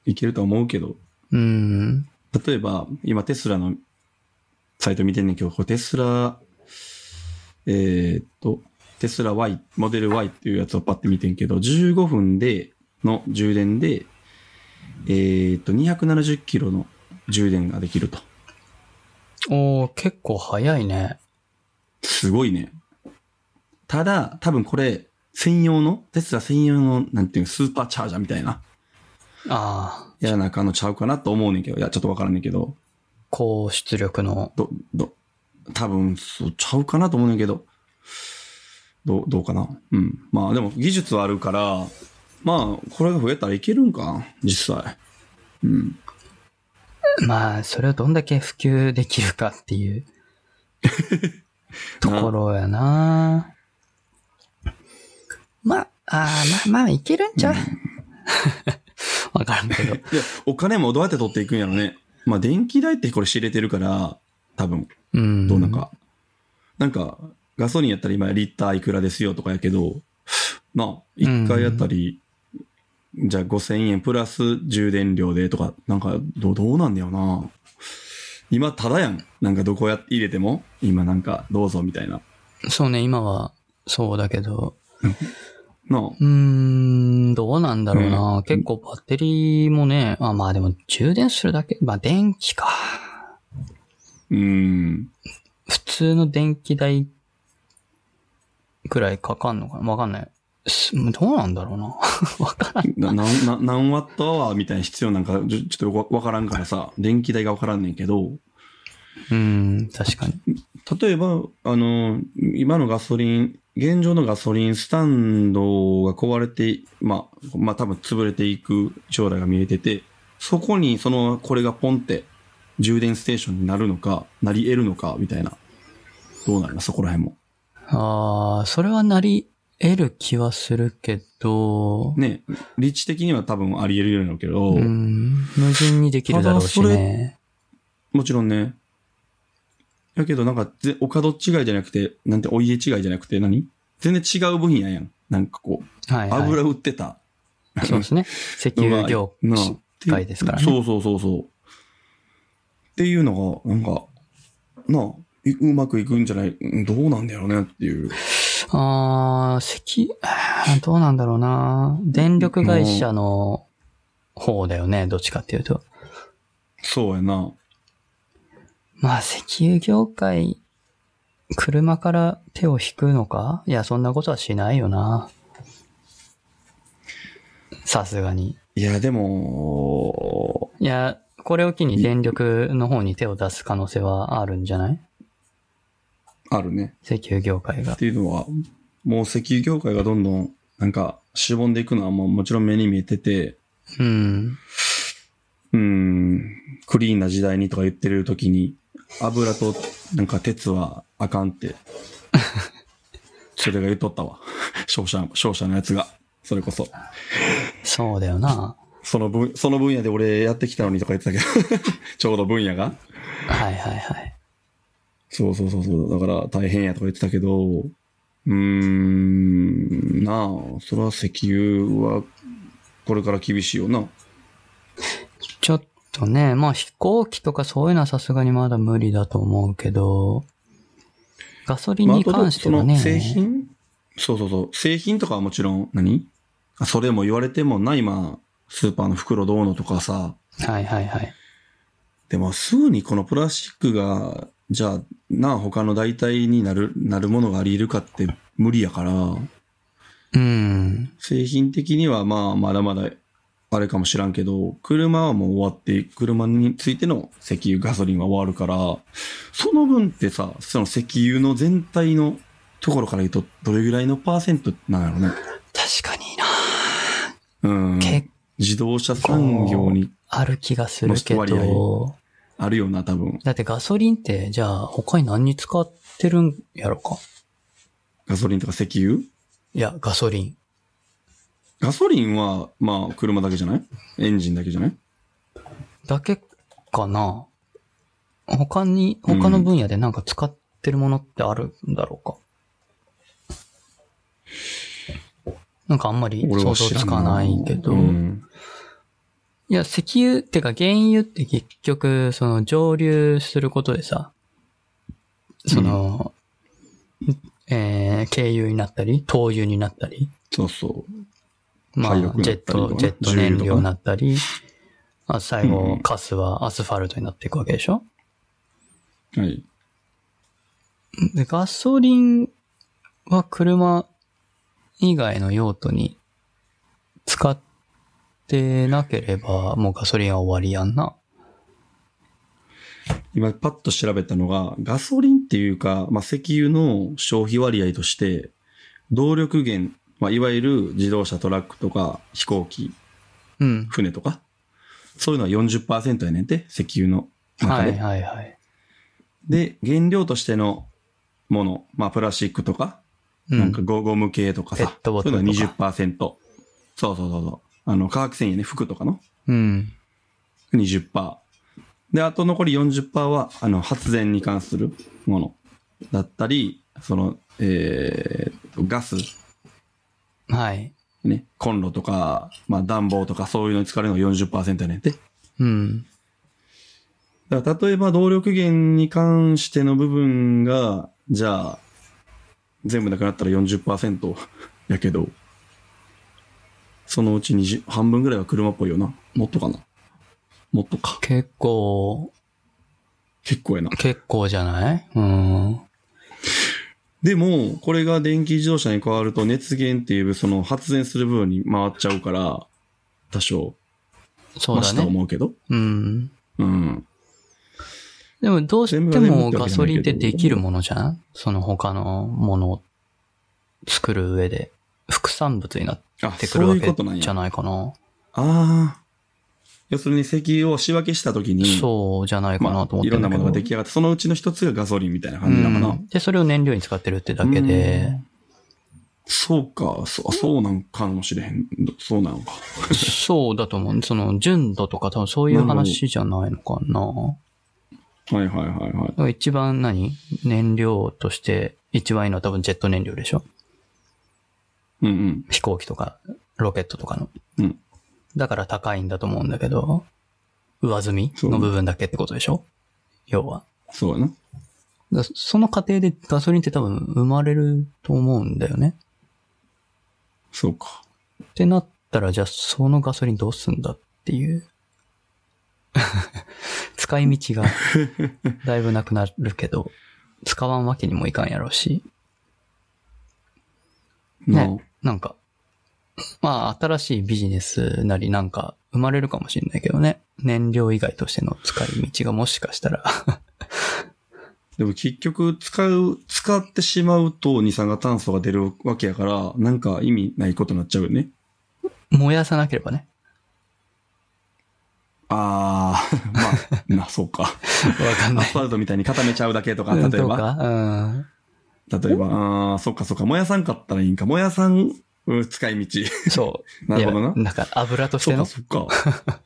A: いけると思うけど、
B: うん。
A: 例えば、今テスラのサイト見てんねんけど、これテスラ、えーっと、テスラ Y、モデル Y っていうやつをパッて見てんけど、15分で、の充電で、えーっと、270キロの充電ができると。
B: おー結構早いね。
A: すごいね。ただ、多分これ、専用の、テスラ専用の、なんていうのスーパーチャージャーみたいな、
B: ああ、
A: やらなあかんのちゃうかなと思うねんけど、いや、ちょっとわからんねんけど、
B: 高出力の、
A: ど、ど、多分、そうちゃうかなと思うねんけど、どう、どうかな。うん。まあでも技術はあるから、まあこれが増えたらいけるんか、実際。うん。
B: まあ、それをどんだけ普及できるかって いうところやな。まあ、あーまあまあ、いけるん ちゃうわからんけど。
A: いや、お金もどうやって取っていくんやろね。まあ電気代ってこれ知れてるから、多分、
B: うん。
A: どうなん。か。なんか、ガソリンやったら今リッターいくらですよとかやけど、なあ、1回あたり、じゃあ5000円プラス充電量でとか、なんかど、どうなんだよな。今、ただやん。なんかどこや入れても、今なんかどうぞみたいな。
B: そうね、今は、そうだけど。
A: な
B: うーん、どうなんだろうな。結構バッテリーもね、あまあでも充電するだけ、まあ電気か。
A: あ、うん。
B: 普通の電気代くらいかかんのかなわかんない。すどうなんだろうな。わからん。
A: ななんな何ワットアワーみたいな必要なんか、ちょちょっとよくわわからんからさ、電気代がわからんねんけど、
B: うん、確かに。
A: 例えば、あの、今のガソリン、現状のガソリンスタンドが壊れて、まあ、まあ多分潰れていく将来が見えてて、そこにその、これがポンって充電ステーションになるのか、なり得るのか、みたいな。どうなるのそこら辺も。
B: ああ、それはなり得る気はするけど、
A: ね、立地的には多分あり得るようになるけど、
B: うん、無人にできるだろうしね。
A: もちろんね。やけどなんかぜ、お門違いじゃなくて、なんてお家違いじゃなくて何全然違う分野やん。なんかこう、
B: はい、はい。
A: 油売ってた。
B: そうですね。石油業
A: なあ
B: 界ですからね。
A: そうそうそうそう。っていうのが、なんか、なあ、いうまくいくんじゃない、うんどうなんだろうねっていう。
B: ああ、石、あーどうなんだろうな。電力会社の方だよね、どっちかっていうと。
A: そうやな。
B: まあ、石油業界、車から手を引くのかいや、そんなことはしないよな。さすがに。
A: いや、でも、
B: いや、これを機に電力の方に手を出す可能性はあるんじゃない
A: あるね。
B: 石油業界が
A: っ。ていうのは、もう石油業界がどんどん、なんか、しぼんでいくのはもうもちろん目に見えてて、
B: うん。
A: うん、クリーンな時代にとか言ってる時に、油となんか鉄はあかんって、それが言っとったわ。 勝者、勝者のやつが。それこそ。
B: そうだよな。
A: その分、その分野で俺やってきたのにとか言ってたけど、 ちょうど分野が。
B: はいはいはい。
A: そうそうそうそう。だから大変やとか言ってたけど、うーん、なあ、それは石油は、これから厳しいよな。
B: ちょっとね、まあ飛行機とかそういうのはさすがにまだ無理だと思うけど、ガソリン
A: まあ
B: に関してはね。
A: あとその製品そうそうそう。製品とかはもちろん何、あそれも言われてもな、今、スーパーの袋どうのとかさ。
B: はいはいはい。
A: でも、すぐにこのプラスチックが、じゃあ、なあ、他の代替になる、なるものがあり得るかって無理やから、
B: うん。
A: 製品的にはまあ、まだまだ、あれかもしらんけど、車はもう終わって、車についての石油、ガソリンは終わるから、その分ってさ、その石油の全体のところから言うと、どれぐらいのパーセントなんやろうね。
B: 確かにな
A: うん。
B: 結
A: 自動車産業に
B: ある気がするけ
A: の人
B: ど、
A: あるよな、多分。
B: だってガソリンって、じゃあ他に何に使ってるんやろか。
A: ガソリンとか石油
B: いや、ガソリン。
A: ガソリンは、まあ、車だけじゃないエンジンだけじゃない
B: だけかな他に、他の分野でなんか使ってるものってあるんだろうか、なんかあんまり
A: 俺
B: 想
A: は
B: 像
A: 知
B: つ
A: ら
B: かないけど、
A: うん
B: いや、石油ってか原油って結局、その蒸留することでさ、その、えー、軽油になったり、灯油になったり、
A: そうそう。
B: まあ、
A: 火力に
B: ジ
A: な
B: ェ
A: っ
B: ッ
A: たりとか
B: ト、
A: ね
B: ジェット
A: 重油とかね
B: 燃料になったり、あ最
A: うんう
B: 後
A: ん、
B: カスはアスファルトになっていくわけでしょ
A: はい。
B: で、ガソリンは車以外の用途に使ってなければ、もうガソリンは終わりやんな。
A: 今、パッと調べたのが、ガソリンっていうか、まあ、石油の消費割合として、動力源、まあ、いわゆる自動車、トラックとか、飛行機、
B: うん。
A: 船とか、そういうのは40%やねんて、石油の中
B: は
A: で。
B: いはいはい。
A: で、原料としてのもの、まあ、プラスチックとか、
B: うん。
A: なんかゴゴム系とかさ、
B: ペットボト
A: そう
B: ル
A: い
B: と
A: う
B: か
A: のは20%。そうそうそうそう。あの、化学繊維ね、服とかの
B: うん。
A: 20%。で、あと残り40%は、あの、発電に関するものだったり、その、えーと、ガス、
B: はい。
A: ね、コンロとか、まあ、暖房とかそういうのに使われるのが40%やねんて。
B: うん。
A: だから例えば動力源に関しての部分が、じゃあ、全部なくなったら40%や けど、そのうち20、半分ぐらいは車っぽいよな。もっとかな。もっとか。
B: 結構、
A: 結構やな。
B: 結構じゃないうん。
A: でも、これが電気自動車に変わると熱源っていう、その発電する部分に回っちゃうから、多少、
B: そう
A: マ
B: だ
A: シとは
B: ね。
A: 思うけど。
B: うん。
A: うん。
B: でもどうして
A: 全部が全部
B: も
A: ってわ
B: ガ
A: けじゃ
B: ソ
A: ない
B: リン
A: けど
B: ってできるものじゃんその他のものを作る上で。副産物になっ
A: あ、
B: てく
A: そ
B: る
A: う
B: わ
A: いう
B: け
A: ことなん
B: じゃ
A: や。あ
B: ないかな。
A: あー。要するに石油を仕分けしたときに、
B: そうじゃないかな
A: まあ、
B: と思っ
A: い
B: て
A: ろん
B: だ
A: な
B: け
A: も
B: ど
A: のが出来上がって、そのうちの一つがガソリンみたいな感じなのか
B: う。
A: なん
B: で、それを燃料に使ってるってだ
A: う
B: けで
A: ん、そうか、そそうなんかもしれへん。そうなのか。
B: そうだと思う。その、純度とか多分そういう話じゃないのかな。
A: はいはいはいはい。
B: 一番何燃料として一番いいのは多分ジェット燃料でしょ
A: うん
B: 飛行機とかロケットとかの。
A: うん。うん。
B: だから高いんだと思うんだけど、上積み
A: そう
B: の部分だけってことでしょ要は。
A: そうやな。
B: だその過程でガソリンって多分生まれると思うんだよね。
A: そうか。
B: ってなったら、じゃあそのガソリンどうすんだっていう。 使い道がだいぶなくなるけど、使わんわけにもいかんやろうし。ね
A: ね、、
B: なんか、まあ、新しいビジネスなりなんか生まれるかもしれないけどね。燃料以外としての使い道がもしかしたら。
A: でも結局、使う、使ってしまうと二酸化炭素が出るわけやから、なんか意味ないことになっちゃうよね。
B: 燃やさなければ ね。
A: ああ、 まあ、な、そう か。
B: わかん
A: ア
B: な
A: ス
B: い。
A: ファルトみたいに固めちゃうだけとか、例え
B: どう
A: ば。
B: かうん。
A: 例えば、ああ、そっかそっか。燃やさんかったらいいんか。燃やさん、うん使い 道。
B: そう。
A: なるほどない
B: やんか油とし
A: そう
B: て
A: か
B: の。
A: そっか。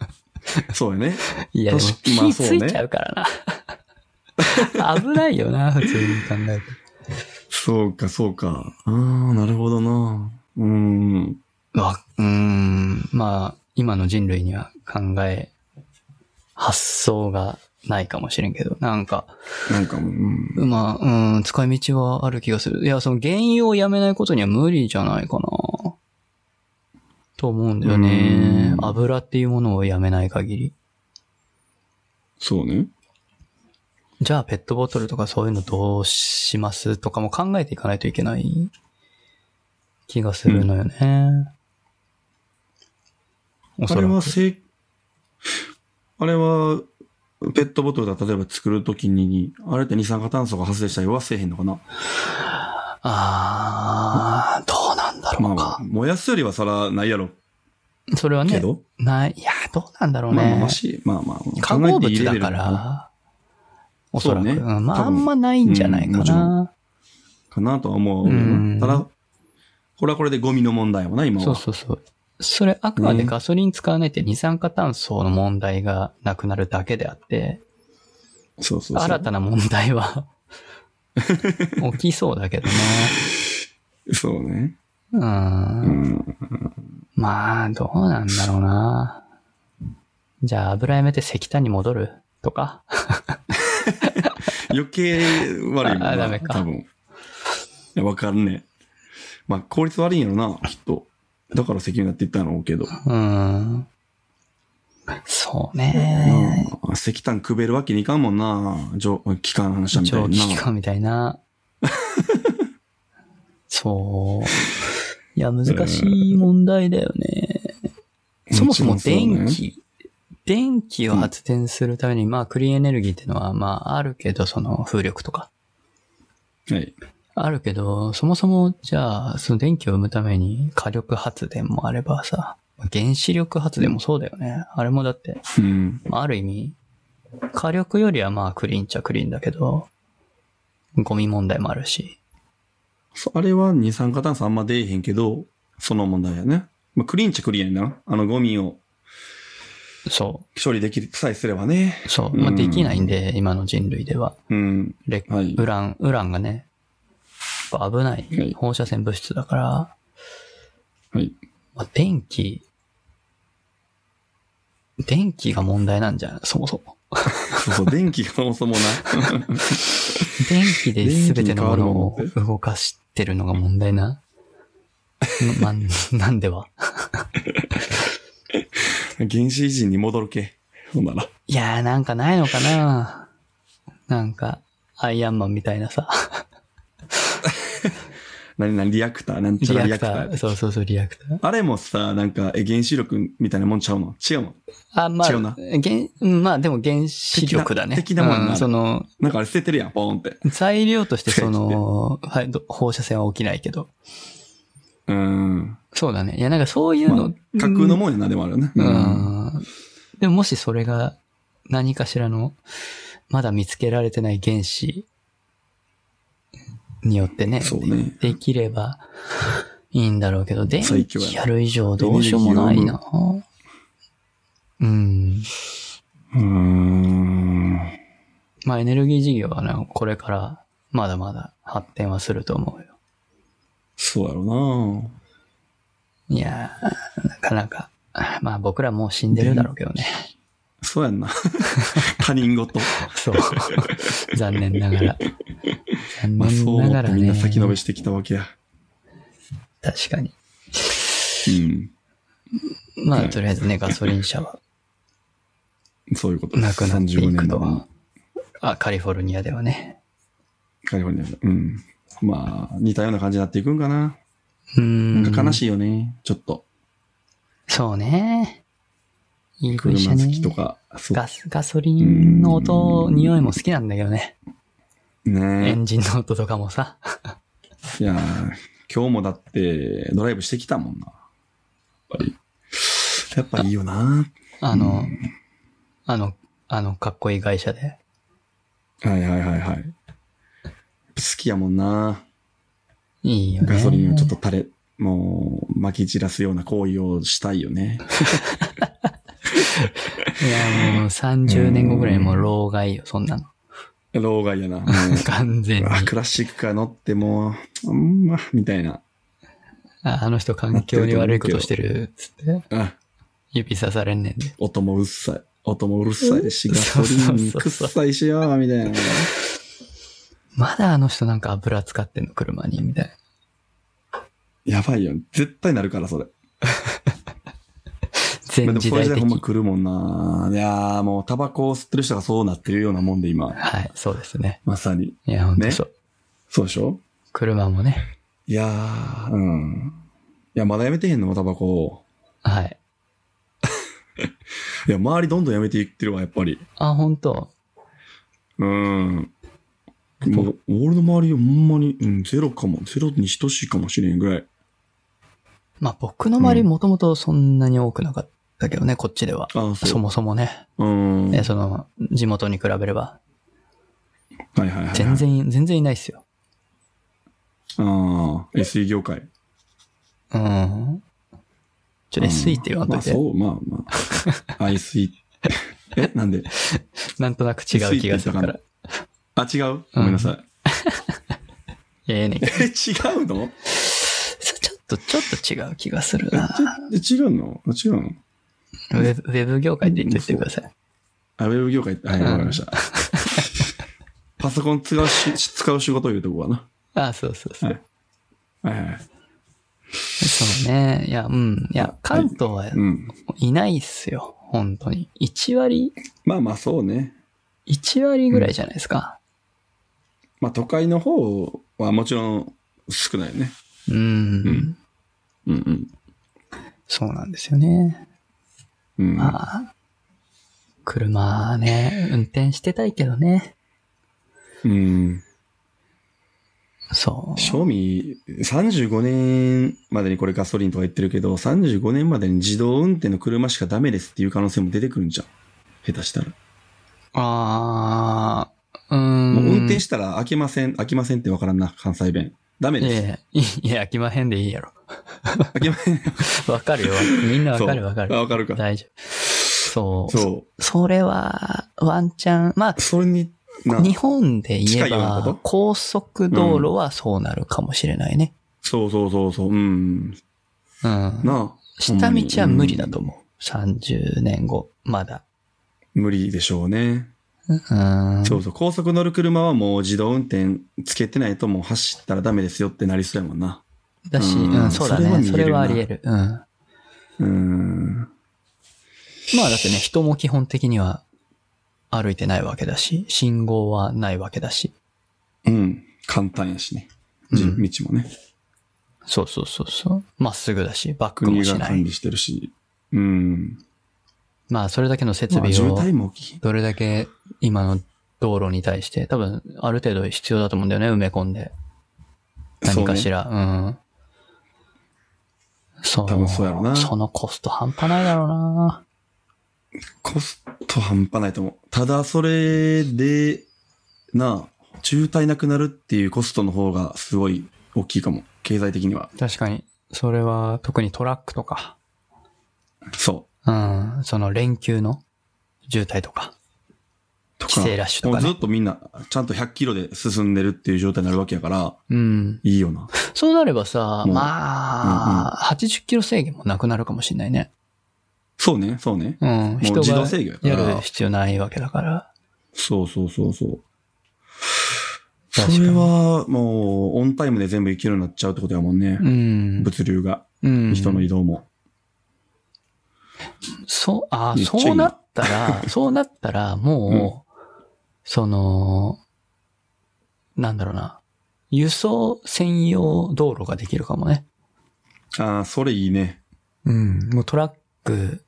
A: そうやね。
B: いや、でも
A: 確かまあ
B: 火つ
A: そうね
B: いちゃうからな。 危ないよな、普通に考えて。
A: そうか、そうか。ああ、なるほどな。うーん。
B: わ、うーん。まあ、今の人類には考え、発想がないかもしれんけど、なんか、
A: なんかもう、うん。
B: まあ、うん、使い道はある気がする。いや、その原油をやめないことには無理じゃないかな。と思うんだよね
A: う。ん
B: 油っていうものをやめない限り。
A: そうね。
B: じゃあ、ペットボトルとかそういうのどうしますとかも考えていかないといけない気がするのよね。お
A: あ
B: そ
A: れ
B: らく
A: はせ、あれは、ペットボトルだ、例えば作るときに、あれって二酸化炭素が発生したら弱せえへんのかな。
B: あー、どうなんだろう
A: ま
B: か
A: あ、。燃やすよりはそらないやろ。
B: それは
A: け
B: ね、
A: ど、
B: ない、いや、どうなんだろう
A: まあまあ
B: ね
A: マ。シ、まあまあ、
B: 化
A: 考
B: 合
A: えていい
B: 物
A: レベ
B: だ
A: ル
B: か
A: なのな
B: ら、おそらく。
A: そうね
B: うんまあ、
A: 多
B: あ
A: 分
B: んまないんじゃない
A: う
B: か
A: んもちろ
B: な。
A: かなとは思うよな
B: うん
A: ただ、これはこれでゴミの問題もな、今は。
B: そうそうそう。それ、あくまで
A: ね
B: ガソリン使わないって二酸化炭素の問題がなくなるだけであって、
A: そうそうそう
B: 新たな問題は起きそうだけどね。
A: そうね。
B: うん。
A: うん。
B: まあ、どうなんだろうな。じゃあ、油やめて石炭に戻るとか。
A: 余計悪いもんな。
B: あダメか
A: 多分。いや、わかんねえ。まあ、効率悪いんやろな、きっと。だから責任になっていったんやろうけど。
B: うん。そう
A: な
B: ね。
A: あ石炭くべるわけにいかんもんな。上機関話したみたい
B: 長
A: にな
B: 期。期間みたいな。そう。いや、難しい問題だよね。そもそも
A: ちろんそうね
B: 電気、電気を発電するために、まあ、クリーンエネルギーっていうのは、まあ、あるけど、その、風力とか。
A: はい。
B: あるけど、そもそも、じゃあ、その電気を生むために火力発電もあればさ、原子力発電もそうだよね。あれもだって、
A: うん。
B: まあある意味、火力よりはまあクリーンっちゃクリーンだけど、ゴミ問題もあるし。
A: そあれは二酸化炭素あんま出えへんけど、その問題やね。まあ、クリーンっちゃクリーンやな。あのゴミを
B: そ
A: 処理できさえすればね。
B: う、そう。まあ
A: うん
B: できないんで、今の人類では。
A: うん。
B: レ
A: はい
B: ウラン、ウランがね、やっぱ危な
A: はいい
B: 放射線物質だから、
A: はい。
B: まあ、電気、電気が問題なんじゃん、そもそも。
A: そうそう、電気がそもそもな。
B: 電気で全てのものを
A: 電気に変
B: 動かしてるのが問題な。 ま、なんでは
A: 原始人に戻るけ。ほんなら。
B: いやーなんかないのかななんか、アイアンマンみたいなさ、
A: 何何リアクターなんちゃ
B: リ
A: ら
B: ア
A: リア
B: ク
A: クタ
B: タ
A: ー
B: ー、。そうそうそう、リアクター。
A: あれもさ、なんか、え原子力みたいなもんちゃうの違うの
B: あ、まあ、
A: 違うな
B: 原うんまあでも原子力だね。
A: 的な的なもんな
B: うその、
A: なんかあれ捨ててるやん、ポーンって。
B: 材料としてそ の、はい、ど放射線は起きないけど。
A: うん。
B: そうだね。いや、なんかそういう
A: ま
B: の。
A: あ、架空のもんやな、でもあるよね。う
B: う
A: ん
B: ん。うんでももしそれが何かしらの、まだ見つけられてない原子によってね、
A: そうね。
B: できればいいんだろうけど、電
A: 最強やな
B: 気やる以上どうしようもないな。うん。
A: うーん。
B: まあエネルギー事業はね、これからまだまだ発展はすると思うよ。
A: そうやろ
B: いやー、なかなか。まあ僕らもう死んでるだろうけどね。
A: なそうや んな。他人事。
B: そう。残念ながら。残
A: まあ、そう
B: 念な
A: 思
B: が
A: っ
B: ら
A: て
B: ね。
A: みんな先延べしてきたわけや。
B: 確かに。
A: うん。
B: ま
A: は
B: あ、
A: い
B: とりあえずね、ガソリン車は
A: そういうことで
B: な
A: す。
B: くなって
A: 35
B: いく
A: 年度
B: とは。あ、カリフォルニアではね。
A: カリフォルニアでうん。まあ、似たような感じになっていくんかな。
B: うーん。
A: なんか悲
B: い。
A: しいよね、ちょっと。
B: そうね。いい
A: 車
B: 車車
A: 好
B: ね
A: き。とか、そ
B: ガス、ガソリンの音、
A: うん
B: 匂いも好きなんだけどね。
A: う。
B: エ
A: ね
B: ンジンの音とかもさ。
A: いやー、今日もだって、ドライブしてきたもんな。やっぱり。やっぱいいよな。
B: あの、あの、あの、かっこいい会社で。
A: はいはいはいはい。好きやもんな。
B: いいよね。
A: ガソリンをちょっと垂れ、もう、撒き散らすような行為をしたいよね。
B: いや、もう30年後ぐらいにもう老害よ、そんなの。
A: 老害や な。もう
B: 完全に。
A: あクラシックカー乗ってもう、あんま、みたいな。
B: ああの人環境に悪いことしてる、つって。
A: あ、
B: 指さされんねんで。
A: 音もうるさい。音もうるさいし、
B: うん
A: ガソリン
B: そうそう
A: く
B: そ
A: っ
B: うそう
A: さいしよう、みたいな。
B: まだあの人なんか油使ってんの、車に、みたいな。
A: やばいよ。絶対なるから、それ。まあで
B: 全
A: も
B: 時
A: これで
B: 代的
A: ほん。ま来るもんな。いやーもうタバコを吸ってる人がそうなってるようなもんで今。
B: はい、そうですね。
A: まさに。
B: いや、ほんと
A: ね
B: そう。
A: そうでしょ
B: 車もね。
A: いやー、うん。いや、まだやめてへんのタバコ。
B: はい。
A: いや、周りどんどんやめていってるわ、やっぱり。
B: あ、本当
A: うん。もう、俺の周りほんまに、うん、ゼロかも、ゼロに等しいかもしれんぐらい。
B: まあ僕の周りもともとそんなに多くなかったけどね、こっちでは。
A: ああ、
B: そもそもね。
A: う。うん。
B: えその、地元に比べれば。
A: はいはいはい。
B: 全。然、全然いないっすよ。
A: ああ、SE 業界。
B: うん。ちょ、SE って言わんと
A: ま
B: い
A: あ
B: て。
A: そう、まあま あ。SE。え、なんで
B: なんとなく違う気がするから。
A: SE ってあ、違うごめんなさい。
B: いやいやねんけど
A: え、違うの
B: そうちょっと、ちょっと違う気がする
A: え
B: な。
A: ち違うのあ違うの
B: ウェブウェブ業界って言っといてください。
A: あ、ウェブ業界って、はい、わかりました。パソコン使うし、使う仕事を言うとこかな。
B: ああ、そうそうそう。
A: はいはいはいはい。
B: そうね。いや、うん。いや、関東は
A: うん。
B: いないっすよ。本当に。1割、
A: まあまあそうね。
B: 1割ぐらいじゃないですか。
A: まあ都会の方はもちろん少ないよね。
B: うん。
A: んうんうん。
B: そうなんですよね。
A: うん、
B: まあ、車ね、運転してたいけどね。
A: うん。
B: そう。
A: 賞味、35年までにこれガソリンとか言ってるけど、35年までに自動運転の車しかダメですっていう可能性も出てくるんじゃん。下手したら。
B: ああ、うーん。
A: もう運転したら開けません、開けませんってわからんな、関西弁。ダメ
B: い
A: で
B: や
A: す。
B: いや、いや、飽きまへんでいいや ろ。
A: 開けません。
B: わかるよ。みんなわ
A: そう
B: かるわかる
A: あ。わかるか。
B: 大丈夫。そう。そ
A: そ
B: れは、ワンチャン、まあ
A: う。、それに、な、
B: 日本で言
A: 近
B: え
A: いようなこ
B: ば
A: と、
B: 高速道路はそうなるかもしれないね。
A: そうそうそうそう、うん。
B: うん。
A: なあ
B: 下道は無理だと思う。30年後、まだ。
A: 無理でしょうね。
B: うん。
A: そうそう。高速乗る車はもう自動運転つけてないともう走ったらダメですよってなりそうやもんな。
B: だし、
A: うん
B: うん、そうだね。そ
A: それは見えるな
B: れはあり得る。うん。ま
A: うーん。
B: あだってね、人も基本的には歩いてないわけだし、信号はないわけだし。
A: うん。簡単やしね。
B: うん
A: じ道もね。
B: そうそうそうそう。まっすぐだし、バックも
A: 国
B: し
A: が
B: な
A: 管
B: い。
A: 理してるし。うん。
B: まあ、それだけの設
A: まあ、
B: 備
A: 渋
B: を、
A: 滞も大きい。
B: どれだけ今の道路に対して、多分、ある程度必要だと思うんだよね、埋め込んで。何かしら。うん。そう。
A: 多分そうやろな
B: そのコスト半端ないだろうな。
A: コスト半端ないと思う。ただ、それで、なあ、渋滞なくなるっていうコストの方がすごい大きいかも。経済的には。
B: 確かに。それは、特にトラックとか、
A: そ
B: うん、その連休の渋滞とか、
A: う。とか
B: 帰省ラッシュとか
A: もう
B: ね
A: ず。っとみんな、ちゃんと100キロで進んでるっていう状態になるわけやから、
B: うん。
A: いいよな。
B: そうなればさ、
A: もう
B: まあ、80キロ制限もなくなるかもしれないね。
A: そうね、そうね。
B: うん。
A: もう
B: 人
A: 自動
B: が
A: 制御やから
B: やる必要ないわけだから。
A: そうそうそうそう。
B: 確
A: そ
B: かに
A: れはもうオンタイムで全部行けるようになっちゃうってことやもんね
B: う。ん。
A: 物流が、
B: うん。
A: 人の移動も。
B: そう、ああ、
A: めっちゃいい
B: そうなった ら、そうなったら、もう、その、なんだろうな。輸送専用道路ができるかもね。
A: ああ、それいいね。
B: うん。もうトラック、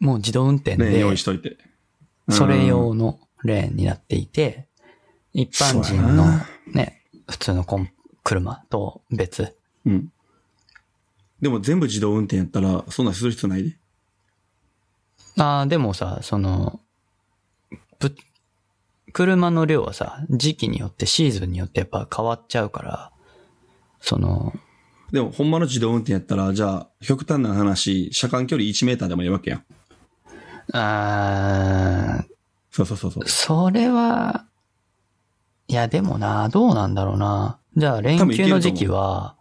B: もう自動運転
A: ね、
B: で、
A: 用意しといて。うん
B: それ用のレーンになっていて、一般人
A: そうや
B: の
A: な
B: ね、普通のコン車と別。
A: うん。でも全部自動運転やったら、そんなんする必要ないで。
B: ああ、でもさ、その、ぶ、車の量はさ、時期によってシーズンによってやっぱ変わっちゃうから、その、
A: でも、ほんまの自動運転やったら、じゃあ、極端な話、車間距離1メーターでもいいわけやん。
B: あ
A: そうそうそうそう
B: ー。それは、いやでもな、どうなんだろうな。じゃあ連
A: 多分いけ
B: 休
A: ると
B: の
A: 思う
B: 時期は、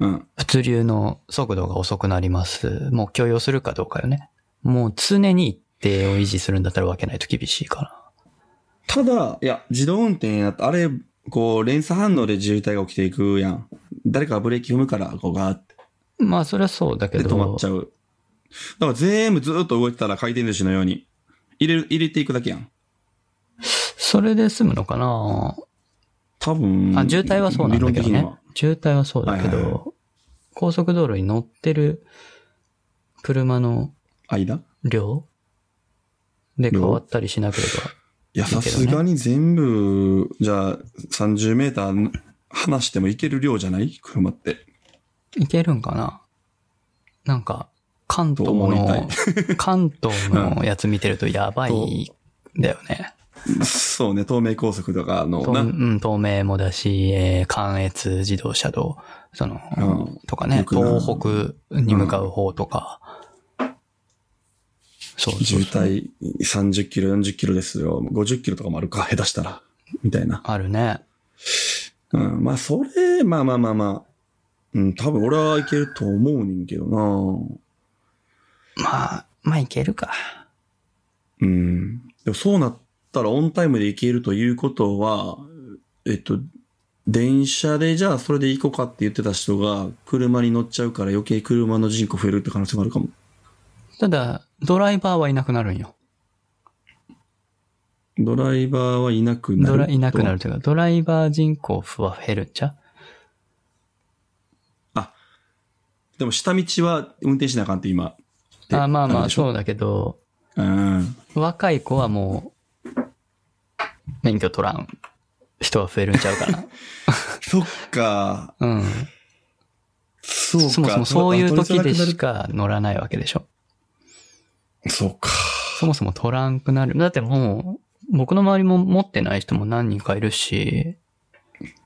A: うん。
B: 物流の速度が遅くなります。もう許容するかどうかよね。もう常に一定を維持するんだったら分けないと厳しいか
A: ただ、いや、自動運転やったあれ、こう、連鎖反応で渋滞が起きていくやん。誰かがブレーキ踏むから、こう、ガーって。
B: ら。まあそれはそうだけ
A: で
B: ど。
A: 止まっちゃう。だから全部ずっと動いてたら回転寿司のように、入れる、入れていくだけやん。
B: それで済むのかな
A: 多分。
B: あ、渋滞はそうなんだけど
A: 理論的に
B: ね
A: は。
B: 渋滞はそうだけど、
A: はいはいは
B: 高速道路に乗ってる車の
A: 間
B: 量で
A: 量
B: 変わったりしなければ。
A: いや、
B: いいけど
A: さ
B: ね
A: すがに全部、じゃあ、30メーター離してもいける量じゃない車って。
B: いけるんかななんか、関東
A: と思いた
B: の
A: い、
B: 関東のやつ見てるとやばいんだよね。
A: そうね、東名高速とかの
B: とう
A: な。
B: ん、東名もだし、えー関越自動車道、その、
A: うん
B: とかね
A: よ、くな
B: 東北に向かう方とか。そうそう
A: 渋
B: そう
A: 滞30キロ、40キロですよ。50キロとかもあるか、下手したら。みたいな。
B: あるね。
A: うん。まあ、それ、まあまあまあまあ。うん、多分俺はいけると思うねんけどな
B: まあ、まあいけるか。
A: うん。でもそうなったらオンタイムで行けるということは、えっと、電車でじゃあそれで行こうかって言ってた人が車に乗っちゃうから余計車の人口増えるって可能性もあるかも。
B: ただ、ドライバーはいなくなるんよ。
A: ドライバーはいなくな
B: ド
A: る。
B: ラ、いなくなるというか、ドライバー人口は減るんちゃう
A: でも下道は運転しなあかんって今。で
B: あまあ
A: な
B: ま
A: る
B: あ、
A: でしょ
B: そうだけど、
A: うん。
B: 若い子はもう、免許取らん人は増えるんちゃう か
A: そっか。
B: な。うん。
A: そうか。
B: そもそもそういう時で
A: あ
B: し。か乗らないわけでしょ。
A: そうか。
B: そもそも取らんくなる。だってもう、僕の周りも持ってない人も何人かいるし、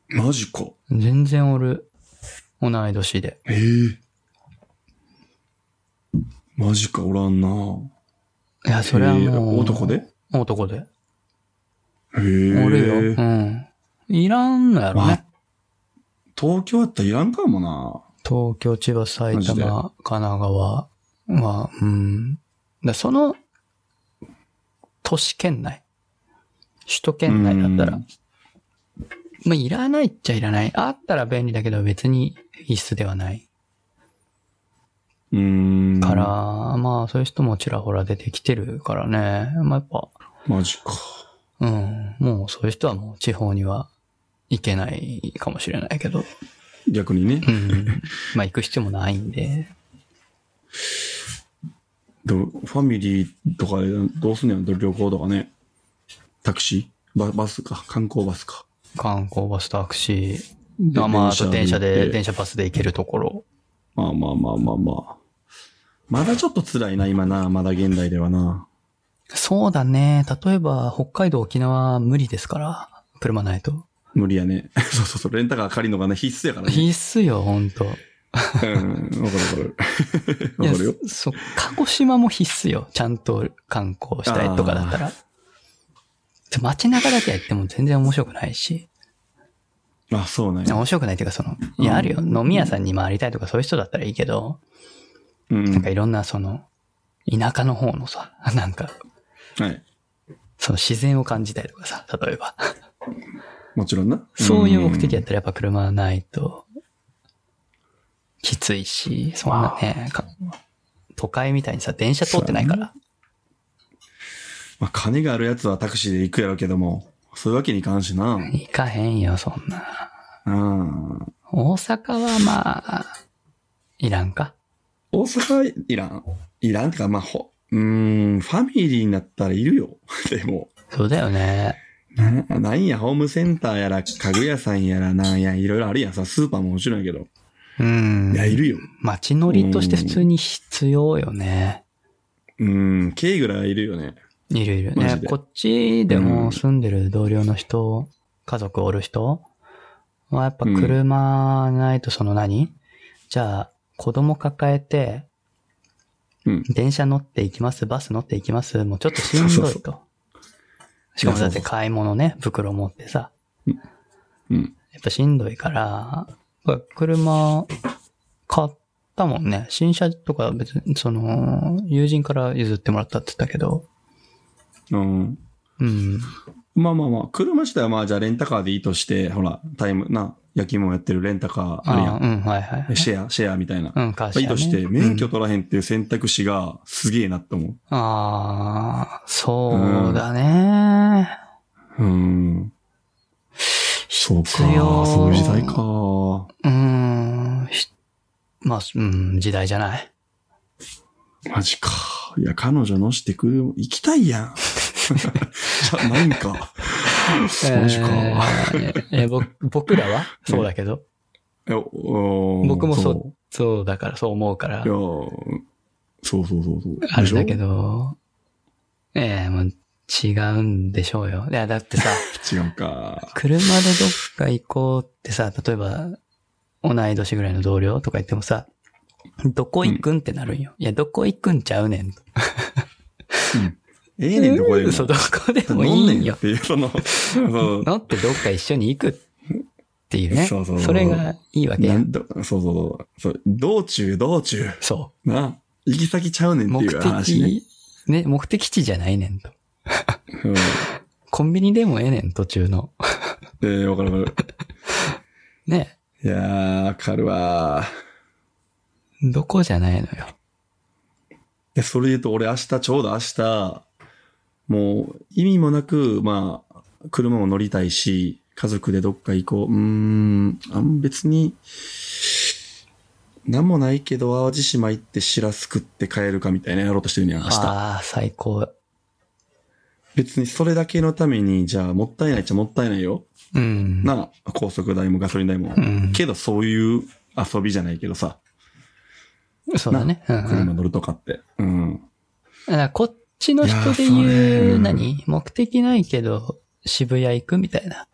A: マジか。
B: 全然おる。同い年で。
A: ええマジか、おらんな。
B: いや、それはも
A: え
B: う。
A: ー男で
B: 男で。
A: へえ
B: おるよ。うん。いらんのやろ
A: まあ
B: ね。
A: 東京やったらいらんかもな。
B: 東京、千葉、埼
A: マジで
B: 玉、神奈川は、うん。だその、都市圏内。首都圏内だったら
A: うん。
B: まあ、いらないっちゃいらない。あったら便利だけど、別に必須ではない。
A: うーん。
B: から、。まあ、そういう人もちらほら出てきてるからね。まあ、やっぱ、
A: マジか。
B: うん。もう、そういう人はもう地方には行けないかもしれないけど。
A: 逆にね。
B: うん。まあ、行く必要もないんで。
A: でもファミリーとかでどうすんねやろ旅行とかね。タクシーババスか。観光バスか。
B: 観光バスタクシ
A: で
B: ー。あまあ、あと電
A: 行
B: 車
A: っ
B: で、
A: て
B: 電車バスで行けるところ。
A: まあまあまあまあまあ。まだちょっと辛いな、今な。まだ現代ではな。
B: そうだね。例えば、北海道、沖縄無理ですから。車ないと。
A: 無理やね。 そうそうそう。レンタカー借りるのがね、必須やからね。
B: 必須よ、ほんと。
A: うん。わか るわかる。
B: い
A: わ
B: や
A: かるよ。
B: そ、鹿児島も必須よ。ちゃんと観光したいとかだったら。で街中だけやっても全然面白くないし。
A: あ、そうなんや。
B: 面白くないっていうか、その、いや、あるよ。飲み屋さんに回りたいとかそういう人だったらいいけど、
A: うん。
B: なんかいろんなその、田舎の方のさ、なんか、
A: はい。
B: その自然を感じたいとかさ、例えば。
A: もちろんな。
B: そういう目的や
A: ん
B: ったらやっぱ車はないと、きついし、そんなね、か都会みたいにさ、電車通ってないから。
A: まあ、金があるやつはタクシーで行くやろうけども、そういうわけにいかんしな。
B: 行かへんよ、そんな。
A: うん。
B: 大阪はまあ、いらんか。
A: 大阪いらん。いらんってか、まあ、ほ、うーん、ファミリーになったらいるよ。 でも、
B: そうだよね。
A: ななんや、ホームセンターやら、家具屋さんやら、なんや、いろいろあるやんさ、スーパーももちろんやけど。
B: うん
A: い。や、いるよ。
B: 街乗りとして普通に必要よね。
A: うん、軽ぐらいはいるよね。
B: いるいる。
A: マ
B: ね
A: ジ、で
B: こっちでも住んでる同僚の人、家族おる人はやっぱ車ないとその何、じゃあ、子供抱えて、
A: うん
B: 電車乗って行きます、バス乗って行きます、もうちょっとしんどいと。
A: そうそう
B: しかもだ
A: いやそう
B: って
A: そう
B: 買い物ね、袋持ってさ、
A: うん。
B: やっぱしんどいから、やっぱ車買ったもんね。新車とか別に、その、友人から譲ってもらったって言ったけど、
A: うん。
B: うん。
A: まあまあまあ、車自体はまあ、じゃあレンタカーでいいとして、ほら、タイム、な、焼き芋やってるレンタカーあるや
B: あーうん、はいはいはい
A: ん。。シェア、シェアみたいな。
B: うん、会
A: まあ
B: 社、
A: い
B: ね。
A: いとして、免許
B: うん
A: 取らへんっていう選択肢がすげえなって思
B: ああ、そうだね。
A: う。うん。そうか。
B: 必要
A: そういう時代か。
B: うーん。ひまあ、うん、時代じゃない。
A: マジか。いや、彼女乗してくる、行きたい やん。じゃないんか。マジか。
B: えーえ僕僕らはそうだけど。
A: いやお
B: 僕もそう、そうだから、そう思うから
A: いや、、そうそうそうそう。
B: あれだけ
A: ど。
B: ど、ええもう違うんでしょうよ。いや、だってさ、
A: 違うか。
B: 車でどっか行こうってさ、例えば、同い年ぐらいの同僚とか言ってもさ、どこ行くんってなるんよ。いや、どこ行くんちゃうねんと。
A: うんええねん、どこでも。
B: そう、どこでもい
A: 飲ん
B: い
A: ね
B: ん
A: ん
B: よ
A: っ。ていう、その、そう。
B: 乗ってどっか一緒に行くっていうね。
A: そうそうそう
B: それがいいわけ
A: な
B: やん。
A: んどそうそうそうそう。道中、道中。
B: そ
A: な、行き先ちゃうね
B: う。
A: んっ
B: 目
A: ていう話ね。
B: 的、ね、目的地じゃないねんと。
A: うん
B: コンビニでもええねん、途中の。
A: えー、わかるわか
B: ね。
A: る。いやー、わかるわー。
B: どこじゃないのよ。
A: で、それで言うと、俺明日、ちょうど明日、もう、意味もなく、まあ、車も乗りたいし、家族でどっか行こう。うーん、あん別に、なんもないけど、淡路島行って、しらす食って帰るかみたいなやろうとしてるんや、明日。
B: ああ、最高。
A: 別にそれだけのために、じゃあ、もったいないっちゃもったいないよ。
B: うん。
A: なあ、高速代もガソリン代も。
B: うん
A: けど、そういう遊びじゃないけどさ、
B: そうだね。うんうん
A: 車乗るとかって。うん。
B: だからこっちの人で
A: いやーそ
B: 言
A: れ
B: う、何目的ないけど、渋谷行くみたいな。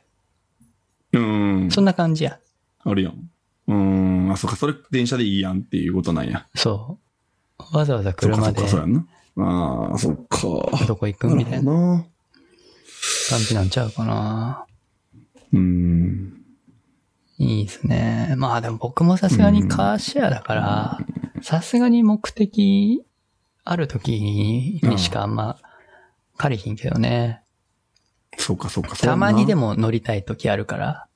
A: うん。
B: そんな感じや。
A: あるやん。うん。あ、そうか、それ電車でいいやんっていうことなんや。
B: そう。わざわざ車で
A: そうか、そうか、そうやんな。ああ、そっか。
B: どこ行く
A: な
B: み
A: る
B: た
A: ほ
B: い
A: ど
B: な
A: な。
B: 感じなんちゃうかな。
A: うん。
B: いいですね。まあでも僕もさすがにカーシェアだから、さすがに目的ある時にしかあんま借りひんけどね。
A: そうか、そうか、そうや
B: た
A: んな
B: まにで。も乗りたい時あるから、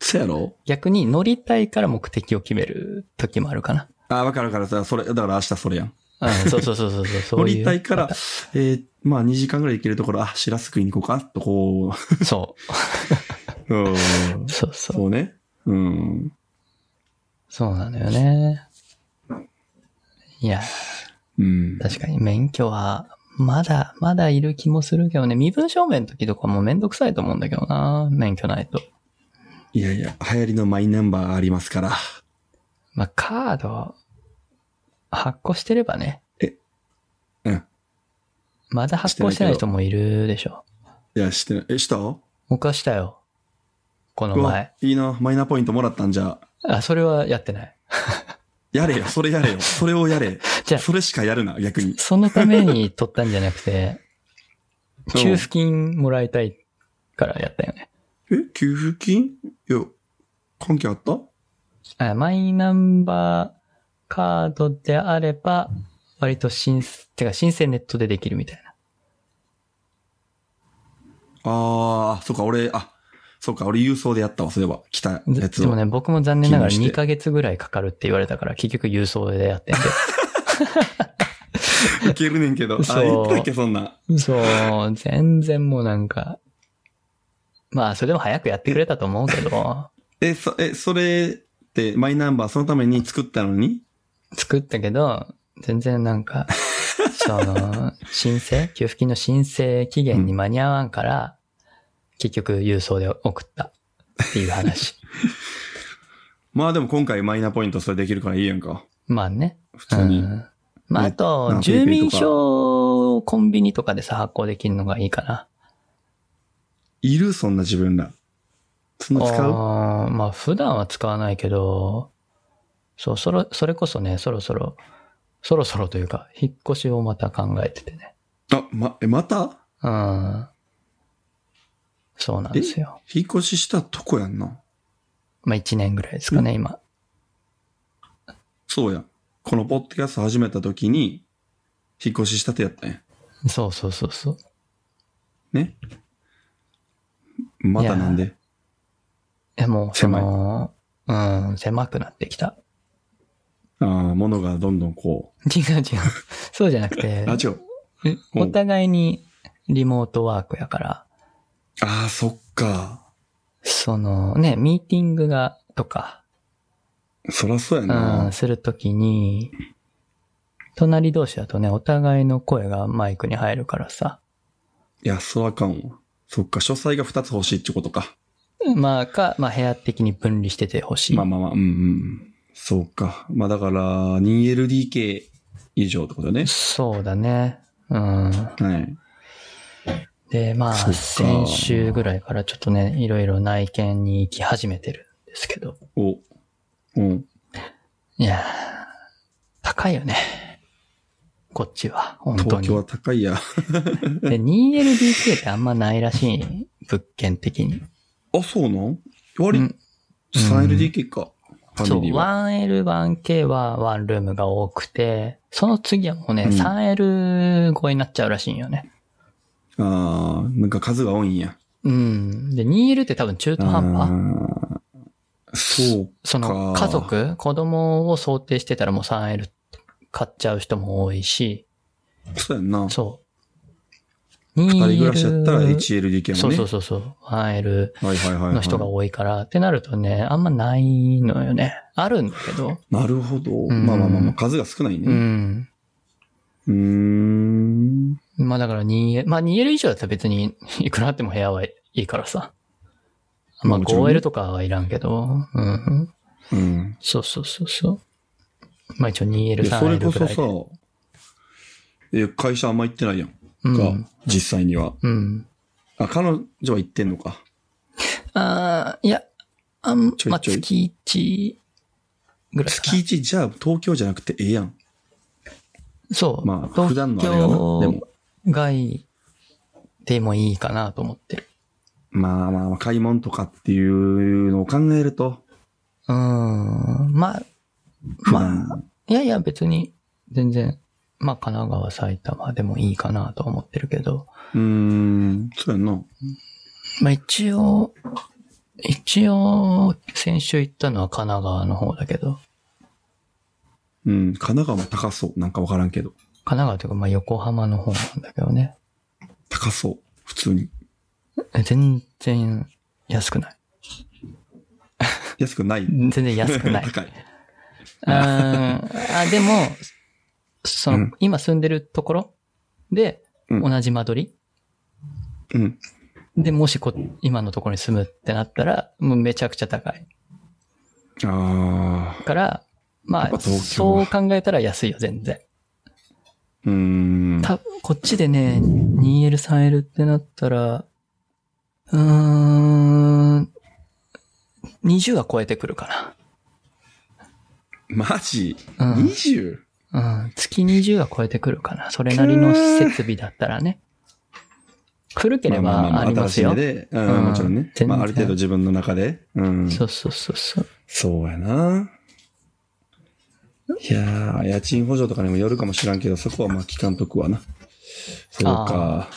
A: そうやろ
B: 逆に乗りたいから目的を決める時もあるかな。
A: ああ、わかるわかる。それ、だから明日それやん。
B: うん、そうそうそうそうそう。 そ
A: 乗
B: ういう
A: りたいから、えー、まあ2時間ぐらい行けるところ、あ、しらす食いに行こうか、とこ。
B: そう
A: うん。
B: う。そうそう。
A: そうね。うん。
B: そうなのよね。いや、
A: うん。
B: 確かに免許は、まだ、まだいる気もするけどね。身分証明の時とかもめんどくさいと思うんだけどな。免許ないと。
A: いやいや、流行りのマイナンバーありますから。
B: まあ、カード、発行してればね。
A: うん。
B: まだ発行してない人もいるでしょ。
A: いや、してない。え、したう
B: 僕はしたよ。この
A: わ
B: 前。、
A: いいな。マイナポイントもらったんじゃ。
B: あ、それはやってない。
A: や れよ、それやれよ。それをやれ。
B: じゃあ
A: それしかやるな、逆に。
B: そのために取ったんじゃな くて、
A: うん
B: 給付金もらいたいからやったよね。
A: え、給付金いや、関係あった
B: あマイナンバーカードであれば、割と申請、てか申請ネットでできるみたいな。
A: あー、そうか、俺、あ、そうか、俺郵送でやったわ、そういえば。来た
B: で
A: やつ
B: で
A: を。
B: もね、僕も残念ながら
A: 気にして
B: 2ヶ月ぐらいかかるって言われたから、結局郵送でやってん で。
A: いけるねんけど。あ、
B: そう
A: 言ったっけ、そんな。
B: そう、全然もうなんか、まあ、それでも早くやってくれたと思うけど、
A: え、そ、え、それって、マイナンバーそのために作ったのに
B: 作ったけど、全然なんか、そ の、申請給付金の申請期限に間に合わんから、結局郵送で送ったっていう 話。
A: まあでも今回マイナポイントそれできるからいいやんか。
B: まあね。
A: 普通に。
B: うんまあ、あ
A: な
B: と、
A: んか
B: 住
A: PayPay
B: 民
A: とか
B: 票をコンビニとかでさ、発行できるのがいいかな。
A: いるそんな自分ら。そんな使う
B: あーまあ、普段は使わないけど、そう、そろ、それこそね、そろそろ、そろそろというか、引っ越しをまた考えててね。
A: あ、ま、え、また
B: うん。そうなんですよ。
A: 引っ越ししたとこやんな。
B: まあ、1年ぐらいですかね、今。
A: そうや。このポッドキャスト始めた時に、引っ越ししたてやったんや。
B: そうそうそうそう。
A: ね。またなんで。
B: え、もう、その、うん、狭くなってきた。
A: ああ、物がどんどんこ
B: 違う違う。そうじゃなくて
A: う。あ、、違う。うん
B: お互いにリモートワークやから、
A: ああ、そっか。
B: そのね、ミーティングが、とか、
A: そらそうや
B: う、。
A: なん
B: するときに、隣同士だとね、お互いの声がマイクに入るからさ。
A: いや、そらあかんわ。そっか、書斎が2つ欲しいってことか。
B: まあ、か、まあ、部屋的に分離しててほしい。
A: まあまあまあ、うんうん。そうか。まあだから、2LDK 以上ってことね。
B: そうだね。うん。
A: はい。
B: で、まあ、
A: そっか
B: 先週ぐらいからちょっとね、いろいろ内見に行き始めてるんですけど。
A: お。うん。
B: いやー高いよね。こっちは、本当
A: 東
B: に。
A: 京は高いや。
B: で、2LDK ってあんまないらしい。物件的に。
A: あ、そうなん割、
B: う
A: うん 3LDK か。フ
B: そ
A: ァ
B: う、
A: ミリーは。
B: 1L1K はワンルームが多くて、その次はもうね、
A: うん
B: 3L 超えになっちゃうらしいんよね。
A: ああ、なんか数が多いんや。
B: うん。で、2L って多分中途半
A: あ
B: 端
A: ーそう。
B: その
A: か
B: 家族、子供を想定してたらもう 3L 買っちゃう人も多いし、
A: そうやんな。
B: そう。2L
A: 二人暮らしやったら 1LDK
B: そ
A: も
B: う
A: ね。
B: そうそうそう。1L
A: はいはいはいはい。
B: の人が多いから、ってなるとね、あんまないのよね。あるんだけど。
A: なるほど。
B: ん
A: まあまあまあまあ、数が少ないね。
B: う。
A: うんーん。
B: まあだから 2L、まあ 2L 以上だったら別に いくらあっても部屋はいいからさ。まあ
A: もちろんね
B: 5L とかはいらんけど、うん。
A: うん。
B: そうそうそうそう。まあ一応 2L、
A: で、それ
B: 3L
A: こ
B: ぐ
A: そ
B: らいで。
A: さ、え、会社あんま行ってないやん。
B: うん
A: が。、実際には。
B: うん。
A: あ、彼女は行ってんのか。
B: あーいや、あん、
A: ちょい
B: まあ、
A: ちょい
B: 月1ぐらいかな。
A: 月1、じゃあ東京じゃなくてええやん。
B: そう。
A: まあ
B: 東
A: 普段のあれやなでも
B: 京外でもいいかなと思ってる。
A: まあまあまあ、買い物とかっていうのを考えると、
B: うーん。まあ、
A: 普段
B: まあ、いやいや、別に、全然、まあ、神奈川、埼玉でもいいかなと思ってるけど、
A: うーん、そうやんな。
B: まあ、一応、一応、先週行ったのは神奈川の方だけど、
A: うん、神奈川も高そう。なんかわからんけど。
B: 神奈川というか、まあ、横浜の方なんだけどね。
A: 高そう。普通に。
B: え全然安くない。
A: 安くない。
B: 全然安くない。
A: 高い。
B: うんあ、でも、その、
A: うん
B: 今住んでるところで、
A: うん
B: 同じ間取
A: うん。
B: りで、もしこ、今のところに住むってなったら、もうめちゃくちゃ高い。
A: ああ、
B: から、ま
A: やっ
B: あ、
A: ぱ東京
B: そう
A: は
B: 考えたら安いよ、全然。
A: うーん。
B: た、こっちでね、2L、3L ってなったら、うーん、20は超えてくるか
A: マジ
B: な。うん。
A: ?20?
B: うん、月20は超えてくるかな。それなりの設備だったらね。古ければありますよ。
A: 新しい目で、う
B: うん
A: ん、もちろんね。
B: 全然
A: まあ、ある程度自分の中で。うん。
B: そうそうそうそう。
A: そうやな。いやー、家賃補助とかにもよるかもしらんけど、そこはまあ、期間とくわな。そうか。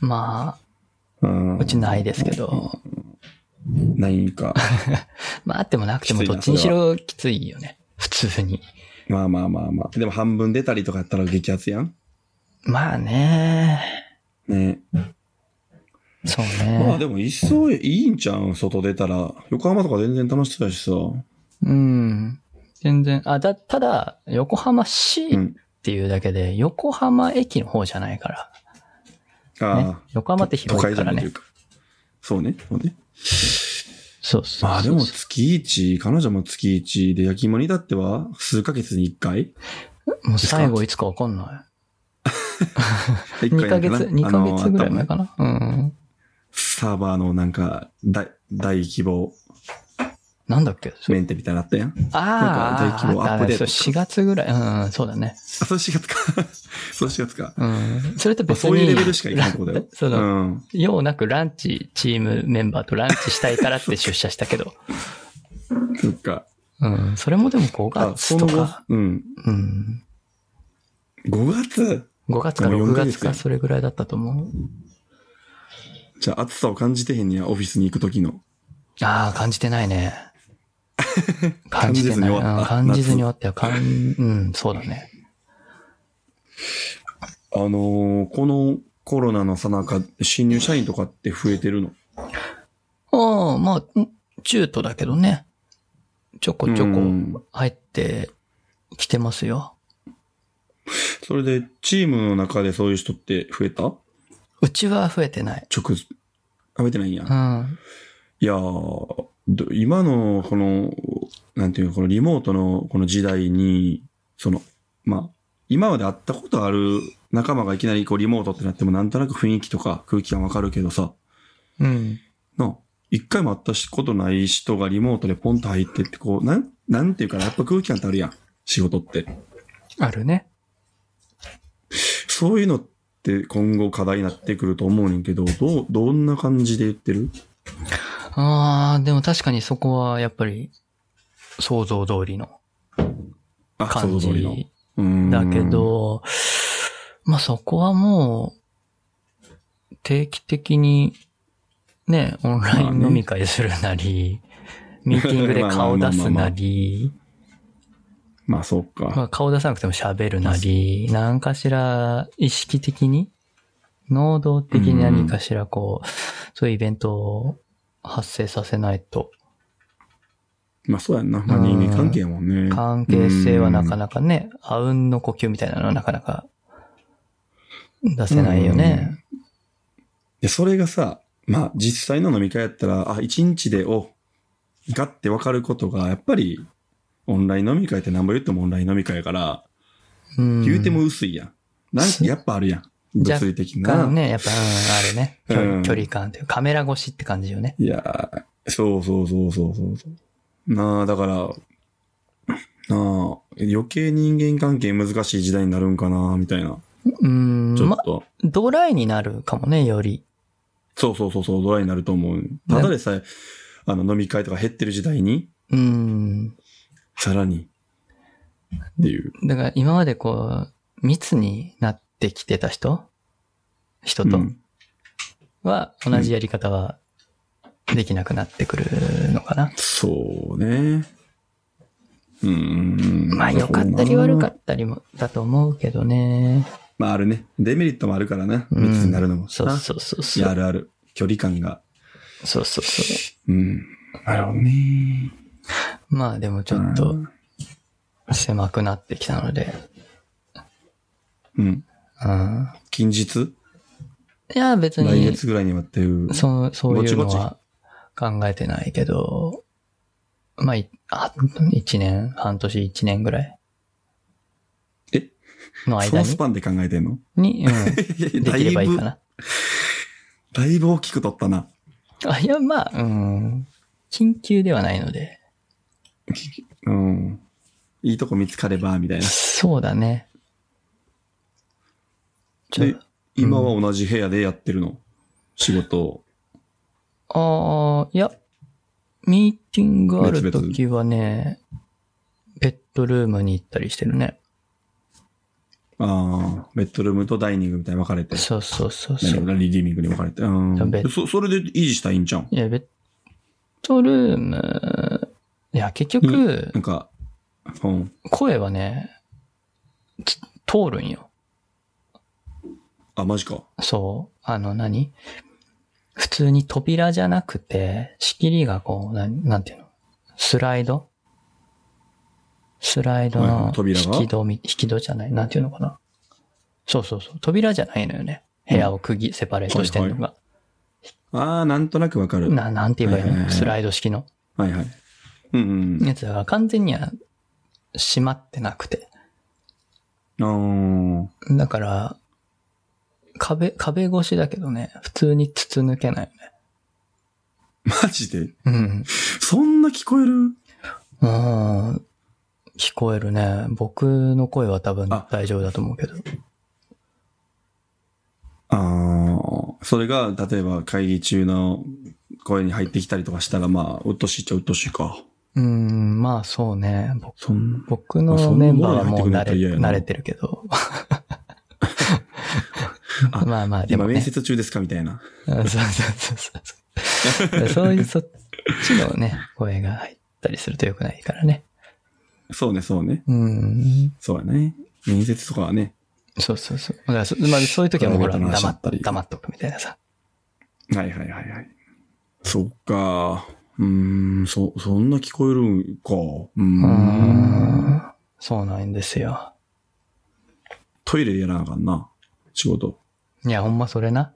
B: ま
A: うん
B: あ、う。ちないですけど。
A: ないんか。
B: まあ、あってもなくても
A: きつい
B: ど
A: な
B: っちにしろきついよね。普通に。
A: まあまあまあまあ。でも半分出たりとかやったら激アツやん。
B: まあね。
A: ね。
B: そう
A: まあ
B: ね。
A: でも、いっそいいんちゃうん外出たら。横浜とか全然楽しそうやしさ。う
B: うん。全然。あ、だ、ただ、横浜市っ
A: ん。
B: ていうだけで、横浜駅の方じゃないか
A: あ
B: ら。ね
A: あ。、
B: 横浜って広いから
A: とい
B: ね。
A: うか。そうね。そうね。
B: そうそうそう。
A: まあでも月一、彼女も月一で焼き芋に至っては数ヶ月に一回
B: もう最後いつかわかんない。
A: 一
B: 2
A: 回
B: ヶ
A: なんかな
B: 月、二ヶ
A: あ
B: 月
A: の
B: ぐら
A: あったもん
B: い前
A: ね
B: かな。うん。
A: サーバーのなんか大、大規模
B: なんだっけそれ
A: メンテみたいなのあったやん。なん
B: あ
A: か
B: あ、
A: 大規模アップデート
B: あったあったそう4月ぐらい。うん、そうだね。
A: あ、それ4月か。 それ4月か。
B: うん。それと
A: まあ、
B: 別に。。
A: そういうレベルしかいかないってことだよ
B: その、
A: うん。
B: ようなくランチチームメンバーとランチしたいからって出社したけど。
A: そっか。
B: うん。それもでも5
A: あ、そ
B: 月と
A: の後
B: か、、
A: うん。
B: うん。
A: 5月
B: 5月か
A: もう
B: 6
A: 4ヶ
B: 月
A: 月
B: か
A: や
B: それぐらいだったと思う。
A: じゃあ暑さを感じてへんねや、オフィスに行く時の。
B: ああ、感じてない ね。感じてな
A: 感じず
B: い。
A: に終わった
B: うん感じずに終わったよ。かん、うん、そうだね。
A: あのーこのコロナのさなか、新入社員とかって増えてるの
B: ああ、まあ、ん中途だけどね。ちょこちょこ
A: うん
B: 入ってきてますよ。
A: それで、チームの中でそういう人って増えた
B: うちは増えてない。
A: 直、食べてないんや。
B: うん。
A: いやーど今の、この、なんていうのこのリモートのこの時代に、その、まあ、今まで会ったことある仲間がいきなりこうリモートってなってもなんとなく雰囲気とか空気感わかるけどさ、
B: うん。
A: なあ、一回も会ったことない人がリモートでポンと入ってってこう、なん、なんていうかな、やっぱ空気感ってあるやん。仕事って。
B: あるね。
A: そういうのって今後課題になってくると思うねんけど、どう、どんな感じで言ってる
B: ああ、でも確かにそこはやっぱり想像通りの
A: あ、
B: 感
A: 想像通りの
B: じ
A: うーん
B: だけ。ど、まあそこはもう定期的にね、オンライン飲み会するなり、ミーティングで顔出すな り、
A: まあ、そうか。
B: まあ顔出さなくても喋るなり、何かしら意識的に、能動的に何かしらこう、そういうイベントを発生させないと、
A: まあそうやんな。まあ
B: うん
A: 人間関係やもんね。
B: 関係性はなか
A: か。
B: なかね、あうんの呼吸みたいなのはなかなか出せないよね。
A: で、それがさ、まあ実際の飲み会やったら、あ、一日で、お、ガッてわかることが、やっぱり、オンライン飲み会って何ぼ言ってもオンライン飲み会やから、
B: うん。
A: 言うても薄いやん。なん
B: す
A: やっぱあるやん。物理的
B: が
A: な。
B: ね、やっぱ、うん、あれね。距
A: う
B: 離
A: ん
B: 距離感というかカメラ越しって感じよね。
A: いやー、そうそうそうそうそうそう。なあ、だから、なあ、余計人間関係難しい時代になるんかな、みたいな。
B: うん、
A: ちょっ
B: ま、
A: と。
B: ドライになるかもね、より。
A: そうそうそうそう、ドライになると思う。ただでさえ、あの、飲み会とか減ってる時代に、
B: うん。
A: さらに、っていう。
B: だから今までこう、密になってきてた人人と
A: うん
B: は同じやり方はできなくなってくるのかな。
A: そうね。うん。
B: まあ良かったり悪かったりもだと思うけどね。
A: まああるね。デメリットもあるからな。
B: うん
A: 密になるのも。
B: そうそうそう
A: い
B: そ
A: や、あ
B: う。
A: るある。距離感が。
B: そうそうそ
A: うん。なるほどね。
B: う。まあでもちょっと狭くなってきたので。
A: うん。
B: うん。
A: 近日
B: いや別
A: 来
B: に、
A: 月ぐらいにはっていう。
B: そう、そういうの
A: ぼちぼ
B: は考えてないけど、まあ、いあ一年、半年、一年ぐらい
A: え
B: の
A: そ
B: 間
A: の
B: に
A: スパンで考えてんの
B: に、うん、 で き
A: だ
B: ればい
A: い
B: い
A: ぶ
B: か、な。
A: だいぶ大きく取ったな。
B: あ、いや、まあ、うん、緊急ではないので、
A: うん。いいとこ見つかれば、みたいな。
B: そうだね。ちょ
A: え、今は同じ部屋でやってるの、仕事を。
B: ああ、いや、ミーティングある
A: 別々
B: 時はね、ベッドルームに行ったりしてるね。
A: ああ、ベッドルームとダイニングみたいに分かれて。
B: そうそうそう
A: な
B: そ
A: る
B: う
A: ほ。どリリビングに分かれて。うん
B: ベッ。
A: そ、それで維持したらいいんじゃん。
B: いや、ベッドルーム、いや、結局
A: な、んか、うん。
B: 声はね、つ通るんよ。
A: あ、マジか。
B: そう。あの何、普通に扉じゃなくて、仕切りがこう、なんなんていうのスライドスライド
A: はいは
B: の
A: い扉
B: 引
A: が
B: き戸み、引き戸じゃないなんていうのかなそうそうそう。扉じゃないのよね。部屋を区切、セパレートしてるのが。
A: ああ、なんとなく分かる。
B: な、なんて言えばいいの、
A: はいはいはい
B: スライド式の
A: はいはい。うん
B: やつだから完全には閉まってなくて。
A: うん。ああ。
B: だから、壁、壁越しだけどね、普通に筒抜けないよね。
A: マジで
B: うん。
A: そんな聞こえる
B: うん。聞こえるね。僕の声は多分
A: あ
B: 大丈夫だと思うけど。
A: ああ。それが、例えば会議中の声に入ってきたりとかしたら、まあ、うっとうしいっちゃうっとうしいか。
B: うん、まあそうね。ぼ
A: そん
B: 僕
A: あそ
B: の
A: んな
B: メンバーはも
A: も
B: う
A: のに入
B: 慣
A: ってく
B: れ
A: るのやったら嫌やな
B: 慣れてるけど。
A: あ
B: まあまあ、で
A: 今
B: も
A: 面
B: ね。
A: 接中ですかみたいな。
B: そうそうそう そう。そういう、そっちのね、声が入ったりすると良くないからね。
A: そうね、そうね。
B: うん。
A: そうやね。面接とかはね。
B: そうそうそう。だからそ、まあ、そういう時はもうほら、
A: プライベートの話
B: 黙
A: だっ
B: った
A: り
B: 黙っとくみたいなさ。
A: はいはいはいはい。そっか。うーん、そ、そんな聞こえるんか。うー
B: うー
A: ん。
B: ん。そうなんですよ。
A: トイレでやらなあかんな。仕事。
B: いや、ほんまそれな。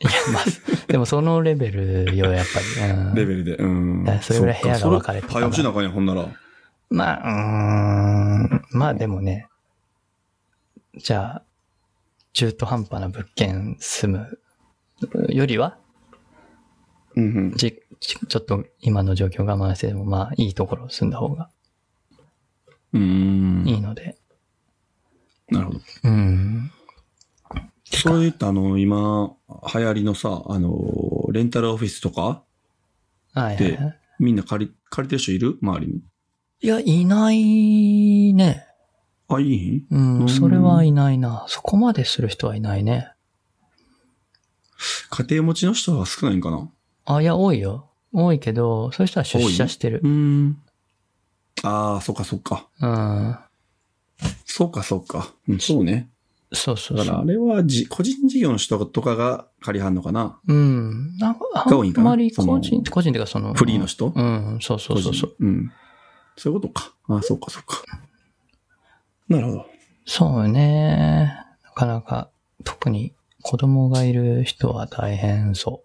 B: いや、 まあ、でもそのレベルよ、やっぱり。うん
A: レベルで。うん
B: だから。それぐらい部屋が分かれてた
A: た。
B: な
A: 早押し中にほんなら。
B: まあ、うーん。まあでもね、じゃあ、中途半端な物件住むよりは、
A: うんうん。
B: じちちょっと今の状況我慢してでも、まあいいところ住んだ方が
A: うーん。
B: いいので。
A: なるほど。
B: うん。
A: それで言ったらあの、今、流行りのさ、あの、レンタルオフィスとか、
B: はいはいはい。
A: みんな借り、借りてる人いる周りに。
B: いや、いないね。
A: あ、いいひん
B: う、
A: うんん
B: それはいないな。そこまでする人はいないね。
A: 家庭持ちの人は少ないんかな
B: あ、いや、多いよ。多いけど、そういう人は出社してる
A: う。ーん。ああ、そっかそっか。
B: うん。
A: そうかそうか。うん、そうね。
B: そうそう
A: だ
B: そう
A: からあれはじ、個人事業の人とかが借りはんのかな
B: うん。なんか、あ
A: が多いんか
B: ん
A: な
B: まり個
A: そ
B: 人、個人っていうかその、
A: フリーの人
B: うん、そうそうそうそう。。
A: 個人うん。そういうことか。ああ、そうかそうか。なるほど。
B: そうね。なかなか、特に子供がいる人は大変そ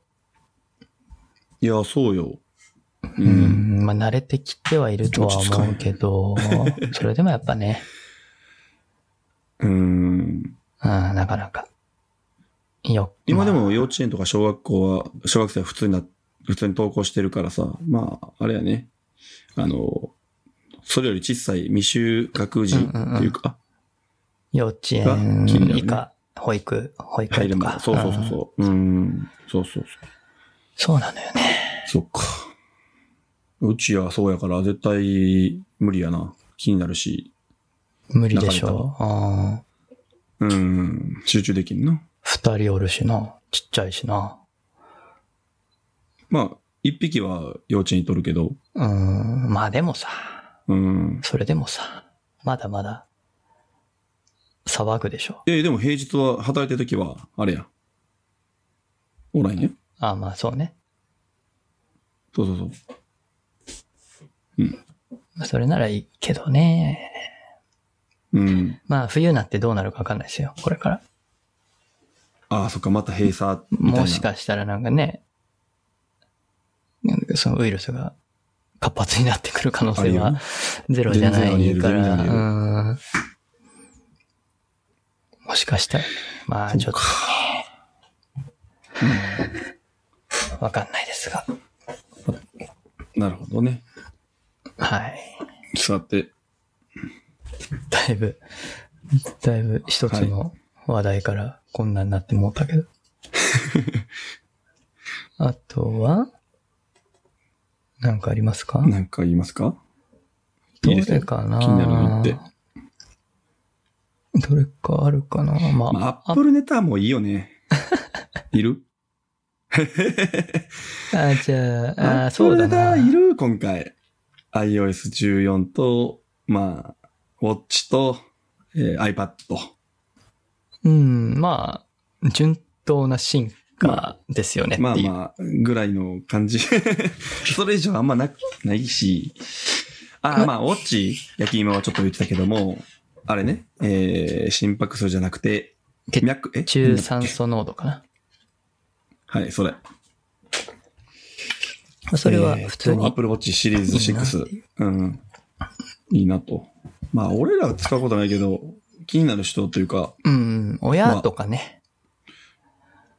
A: いや、そうよ。うん。
B: う。うん、まあ慣れてきてはいるとは思うけ ど、それでもやっぱね、
A: うん。
B: うん、なかなか。よ
A: 今で
B: ま
A: も
B: あ
A: 幼稚園とか小学校は、小学生は普通にな、普通に登校してるからさ、まあ、あれやね。あの、それより小さい未就学児っていうか、
B: 幼稚園
A: が気になるね
B: 以下、保育、保育
A: 入
B: と
A: るま
B: か。。
A: で。そうそうそうんそう。うん。そうそうそう。
B: そうなのよね。
A: そっか。うちはそうやから、絶対無理やな。気になるし。
B: 無理でしょう。
A: う
B: うん
A: ん。集中できんな。
B: 二人おるしな。ちっちゃいしな。
A: まあ、一匹は幼稚園にとるけど、
B: うん、まあでもさ、
A: うん。
B: それでもさ、まだまだ、騒ぐでしょ。
A: いやでも平日は働いてるときは、あれや。オンラインね。
B: ああ、まあそうね。
A: そうそうそう。
B: それならいいけどね。
A: うん。
B: まあ冬になってどうなるかわかんないですよ。これから。
A: ああ、そっか、また閉鎖みたいな。
B: もしかしたらなんかね、なんかそのウイルスが活発になってくる可能性
A: ある
B: は
A: よ
B: ゼロじゃな
A: 全然ありえ
B: い
A: る
B: から
A: 全然ありえる
B: うん。もしかしたら、まあちょっとね、わかんないですが。
A: なるほどね。
B: はい。
A: さて、
B: だいぶ、だいぶ一つの話題からこんなになってもう たけど。あとはなんかありますか
A: なんか言いますか
B: ど
A: いいです
B: れ
A: よ。
B: かな
A: 気になるの言って。
B: どれかあるかなまあ、
A: まあ、アップルネタもいいよ ね。いる
B: あ、じゃあ、
A: ア
B: あ
A: ップ
B: そう
A: ル
B: だ
A: ネタ
B: な。
A: いる今回。iOS14 と、まあ、Watch と、えー iPad
B: うん、まあ、順当な進化ですよねっていう。
A: まあまあ、ぐらいの感じ。 それ以上あんまなく、ないし。あ、まあ、ウォッチ、焼き芋はちょっと言ってたけども、あれね、えー心拍数じゃなくて、
B: 血
A: 脈、え
B: 中酸素濃度かな。
A: はい、それ。
B: まあそれは
A: えーと
B: 普通に。
A: Apple Watch シリーズ
B: いいなって
A: 6。
B: いう
A: うん。いいなと。まあ、俺らは使うことないけど、気になる人というか、
B: うん、親とかね。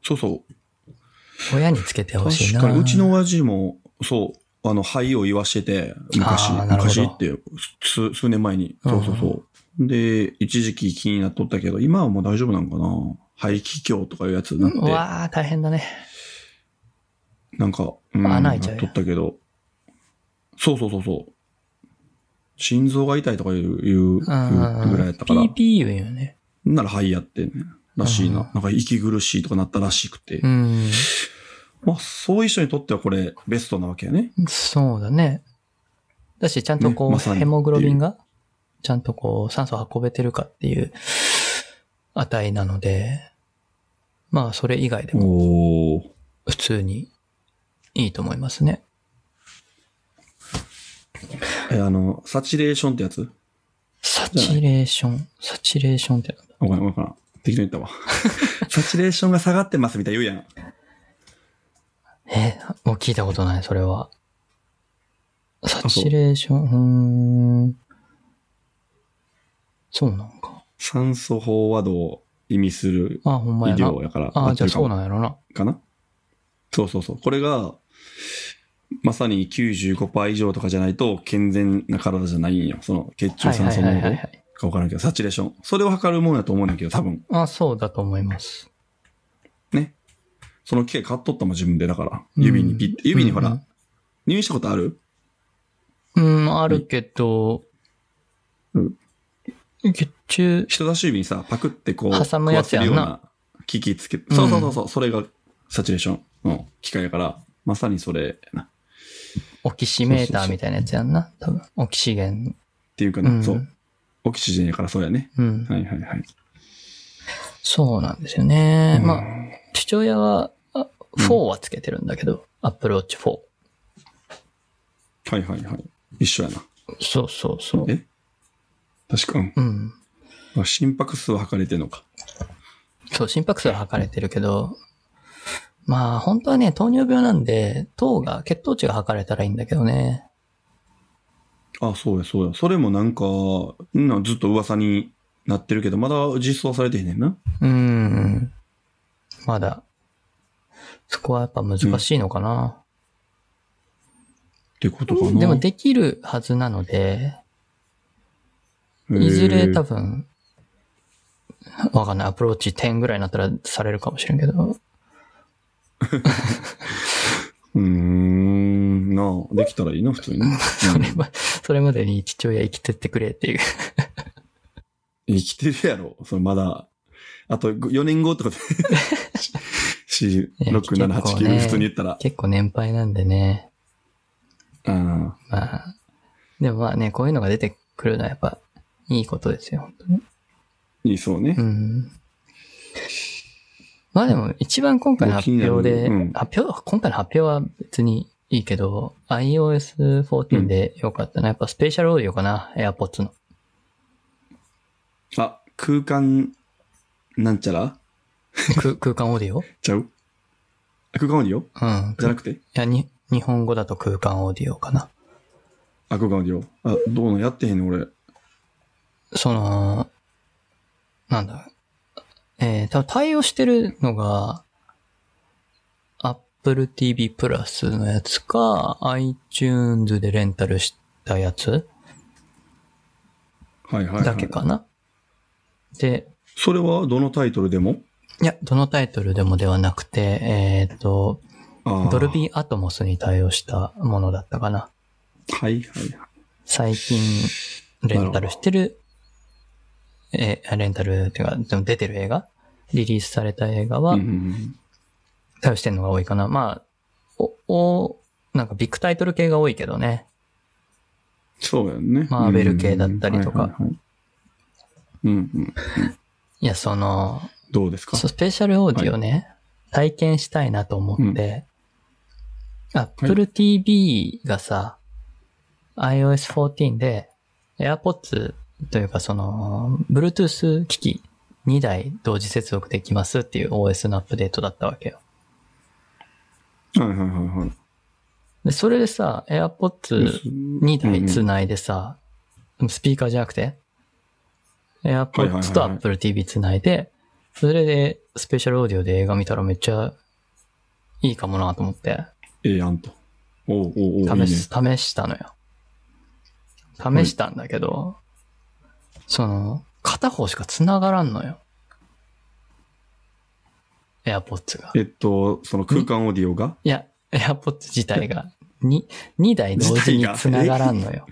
A: そうそう、
B: 親につけてほし
A: 確
B: いな。
A: かに、うちの親父も、そう、あの、肺を言わしてて、昔、
B: あーなるほど
A: 昔って、数、数年前に。
B: うん
A: そうそうそう。で、一時期気になっとったけど、今はもう大丈夫なんかな肺気胸とかいうやつになって
B: う、わあ、大変だね。
A: なんか、うん、
B: 穴
A: な
B: 開
A: っ
B: いちゃうよ
A: とったけど、そうそうそうそう。心臓が痛いとかいう、いういうぐらいやったから、
B: PPU よね。
A: なら肺やってね、らしい
B: うん
A: な。なんか息苦しいとかなったらしくて。
B: うん。
A: まあ、そういう人にとってはこれ、ベストなわけやね。
B: そうだね。だし、ちゃんとこう、
A: ねまさにってい
B: ヘ
A: う
B: モグロビンが、ちゃんとこう、酸素を運べてるかっていう値なので、まあ、それ以外でも
A: おー。
B: 普通にいいと思いますね。
A: え、あの、サチュレーションってやつ
B: サチュレーション。サチュレーションってなんだ
A: わからん、わからん。適当に言ったわ。サチュレーションが下がってますみたいな言うやん。
B: え、もう聞いたことない、それは。サ
A: う
B: チュレーション、うーん。そうなんか。
A: 酸素飽和度を意味する
B: あ、ほんま
A: 医
B: やな。
A: 療やから。
B: あ、じゃあそう
A: の
B: なんやろな。
A: かなそうそうそう。これが、まさに95%以上とかじゃないと健全な体じゃないんよ。その血中
B: はい
A: 酸
B: はい
A: 素
B: はい
A: 濃
B: は
A: 度
B: いはい。
A: かわからんけど、サチュレーション。それを測るもんやと思うんだけど、多分。
B: あ、そうだと思います。
A: その機械買っとったもん自分で、だから。
B: うん
A: 指にピッて、指にほら、
B: うん
A: 入院したことある
B: うん、あるけど、
A: うん
B: 血中、
A: 人差し指にさ、パクってこう、
B: 挟むやつやんな
A: こうやってるような機器つけ
B: ん
A: そうそうそうそう、それがサチュレーションの機械やから、まさにそれやな。っ
B: オキシメーターみたいなやつやんな。多分。オキシゲン。
A: ていうか
B: う
A: な、
B: ん。
A: そう。オキシジェンやからそうやね。
B: うん。
A: はいはいはい。
B: そうなんですよね。まあ、
A: あ、
B: 父親は、あ
A: うん
B: 4はつけてるんだけど、Apple Watch 4。
A: はいはいはい。一緒やな。
B: そうそうそう。
A: え確か、うん
B: うん。
A: あ心拍数は測れてんのか。
B: そう、心拍数は測れてるけど、まあ、本当はね、糖尿病なんで、糖が、血糖値が測れたらいいんだけどね。
A: あ、そうやそうや。それもなんか、なんずっと噂になってるけど、まだ実装されてへんねんな。
B: うん。まだ、そこはやっぱ難しいのかな。
A: ってことかな。
B: でも、できるはずなので、
A: へー
B: いずれ多分、わかんない。アプローチ10ぐらいになったらされるかもしれんけど。
A: うーん、なあ、できたらいいな、普通にね。
B: それま、それまでに父親生きてってくれっていう。
A: 生きてるやろ。それまだ、あと4年後って ことで。4、6、7、8、
B: 結構ね
A: 9、普通に言ったら。
B: 結構年配なんでね。
A: あ
B: まあ。でもまあね、こういうのが出てくるのはやっぱ、いいことですよ、本当に。
A: ーいいそうね
B: う。ん。まあでも、一番今回の発表
A: もう気に
B: で、
A: なるうん
B: 発表、今回の発表は別にいいけど、iOS14 でよかったな。やっぱスペシャルオーディオかな、AirPods の。
A: あ、空間、なんちゃら
B: 空空間オーディオうん。
A: ちゃうあ空間オーディオじゃ
B: い
A: なくて
B: や、に、日本語だと空間オーディオかな。
A: あ、空間オーディオ。あ、どうなんやってへんの俺。
B: その、なんだ、えー、多分対応してるのが、Apple TV プラスのやつか、iTunes でレンタルしたやつ
A: はいはい、はい。
B: だけかな。で、
A: それはどのタイトルでも
B: いや、どのタイトルでもではなくて、えっ、と、
A: あ
B: ドル
A: ー。
B: ビーアトモスに対応したものだったかな。
A: はいはいはい。
B: 最近、レンタルしてる、えーレンタルっていうか、でも出てる映画リリースされた映画は、
A: うんうんうん
B: 対応してるのが多いかな。まあ、お、お、なんかビッグタイトル系が多いけどね。
A: そうやんね。
B: マーベル系だったりとか
A: うんうんはいはいはいうんうん。
B: いや、その、
A: どうですか
B: そうスペシャルオーディオね、体験したいなと思って、Apple TV がさ、iOS 14で AirPods というかその、Bluetooth 機器2台同時接続できますっていう OS のアップデートだったわけよ。
A: はいはいはいはい。
B: で、それでさ、AirPods 2台つないでさ、スピーカーじゃなくて、
A: はいはいはい
B: AirPods と Apple TV つないで、それでスペシャルオーディオで映画見たらめっちゃいいかもなと思って、
A: ええやんと。おうおうおういいね
B: 試し、試したのよ。試したんだけど、その、片方しか繋がらんのよ。AirPods が。
A: えっと、その空間オーディオが
B: いや、AirPods 自体 が、に、2台同時に繋がらんのよ。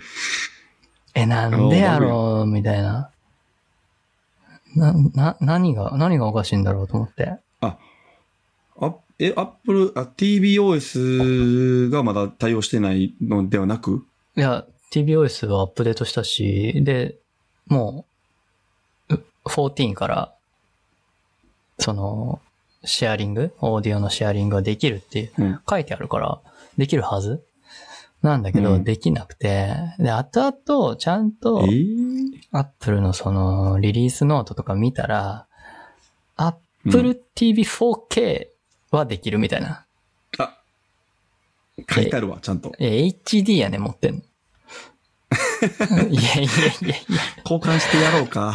B: え、なんでやろう、みたいな。な、な、何が、何がおかしいんだろうと思って。
A: あ、え、アップル、あ、TBOS がまだ対応してないのではなく
B: いや、TBOS はアップデートしたし、で、もう、う14から、その、シェアリング、オーディオのシェアリングができるっていう
A: うん。
B: 書いてあるから、できるはずなんだけど、
A: うん
B: できなくて、で、後々、ちゃんと、
A: ええ
B: アップルのそのリリースノートとか見たら、アップル TV 4K はできるみたいな。
A: あ、書いてあるわ、ちゃんと。
B: え、HD やね、持ってん の。いやいやいや
A: 交換してやろうか。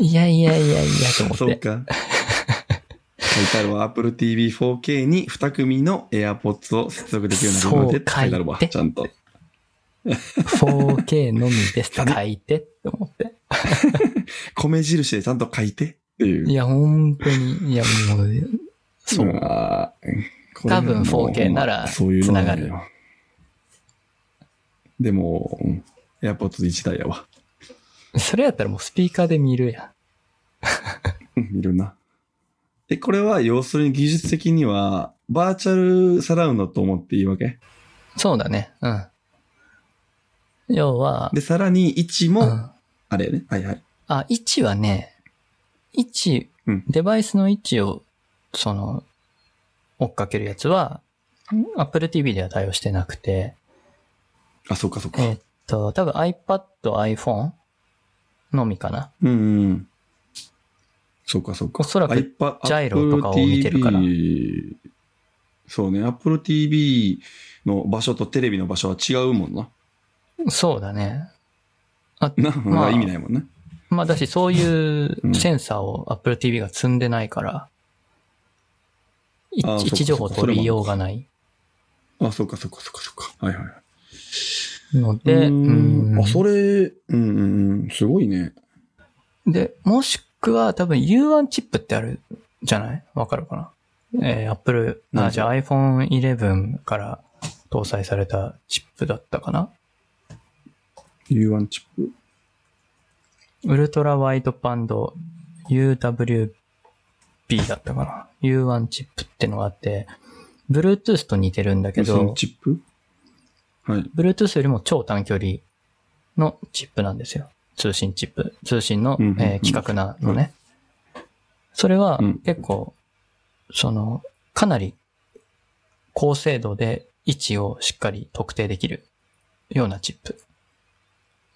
B: いや、いやいやいやいや、 と思
A: そう
B: って。
A: か。書いてあるわ。Apple TV 4K に2組の AirPods を接続できるようになるまでって書いてあるわ。
B: そう書いて
A: ちゃんと。
B: 4K のみですって書いて、と思って。
A: 米印でちゃんと書いてっていう。
B: いや、本当に、いや、もう、そうう。
A: わー。これ
B: 多分
A: もう
B: 4K なら
A: ほんまそういうのなんだよ
B: 繋が
A: でも、うん AirPods 一台やわ。
B: それやったらもうスピーカーで見るや
A: うんいるな。え、これは要するに技術的には、バーチャルサラウンドと思っていいわけ
B: ん。そうだね、うん。要は、
A: で、さらに1
B: う
A: も、
B: ん。
A: あれやね。はいはい。
B: あ、位置はね、位置、
A: うん
B: デバイスの位置を、その、追っかけるやつは、Apple TV では対応してなくて、
A: あ、そうかそうか。
B: えっと、多分 iPad、iPhone のみかな。
A: うんうん。そうか、そうか。
B: おそらく
A: iPad
B: ジャイロとかを見てるから
A: Apple TV そうね、Apple TV の場所とテレビの場所は違うもんな。
B: そうだね。
A: な、
B: まあ
A: 意味ないもんね。
B: まあだし、そういううんセンサーを Apple TV が積んでないから、い
A: あー
B: 位
A: そうか
B: 置情報
A: そうかそれ
B: 取
A: も
B: りようがない
A: あ、そうか、そうか、そうか、そうか。はいはいはい。
B: ので、
A: うーん
B: うん
A: あ、それ、うんうんうん、すごいね。
B: で、もしくは多分 U1 チップってあるじゃないわかるかなえー、Apple、
A: な
B: あ、
A: んで
B: じゃあ iPhone 11から搭載されたチップだったかな
A: U1 チップ。
B: ウルトラワイドバンド UWB だったかな ?U1 チップってのがあって、Bluetooth と似てるんだけ
A: その
B: ど、
A: チップはい。
B: Bluetooth よりも超短距離のチップなんですよ。通信チップ。通信の、
A: うんうんうん
B: えー規格なのね。それは
A: うん
B: 結構、その、かなり高精度で位置をしっかり特定できるようなチップ。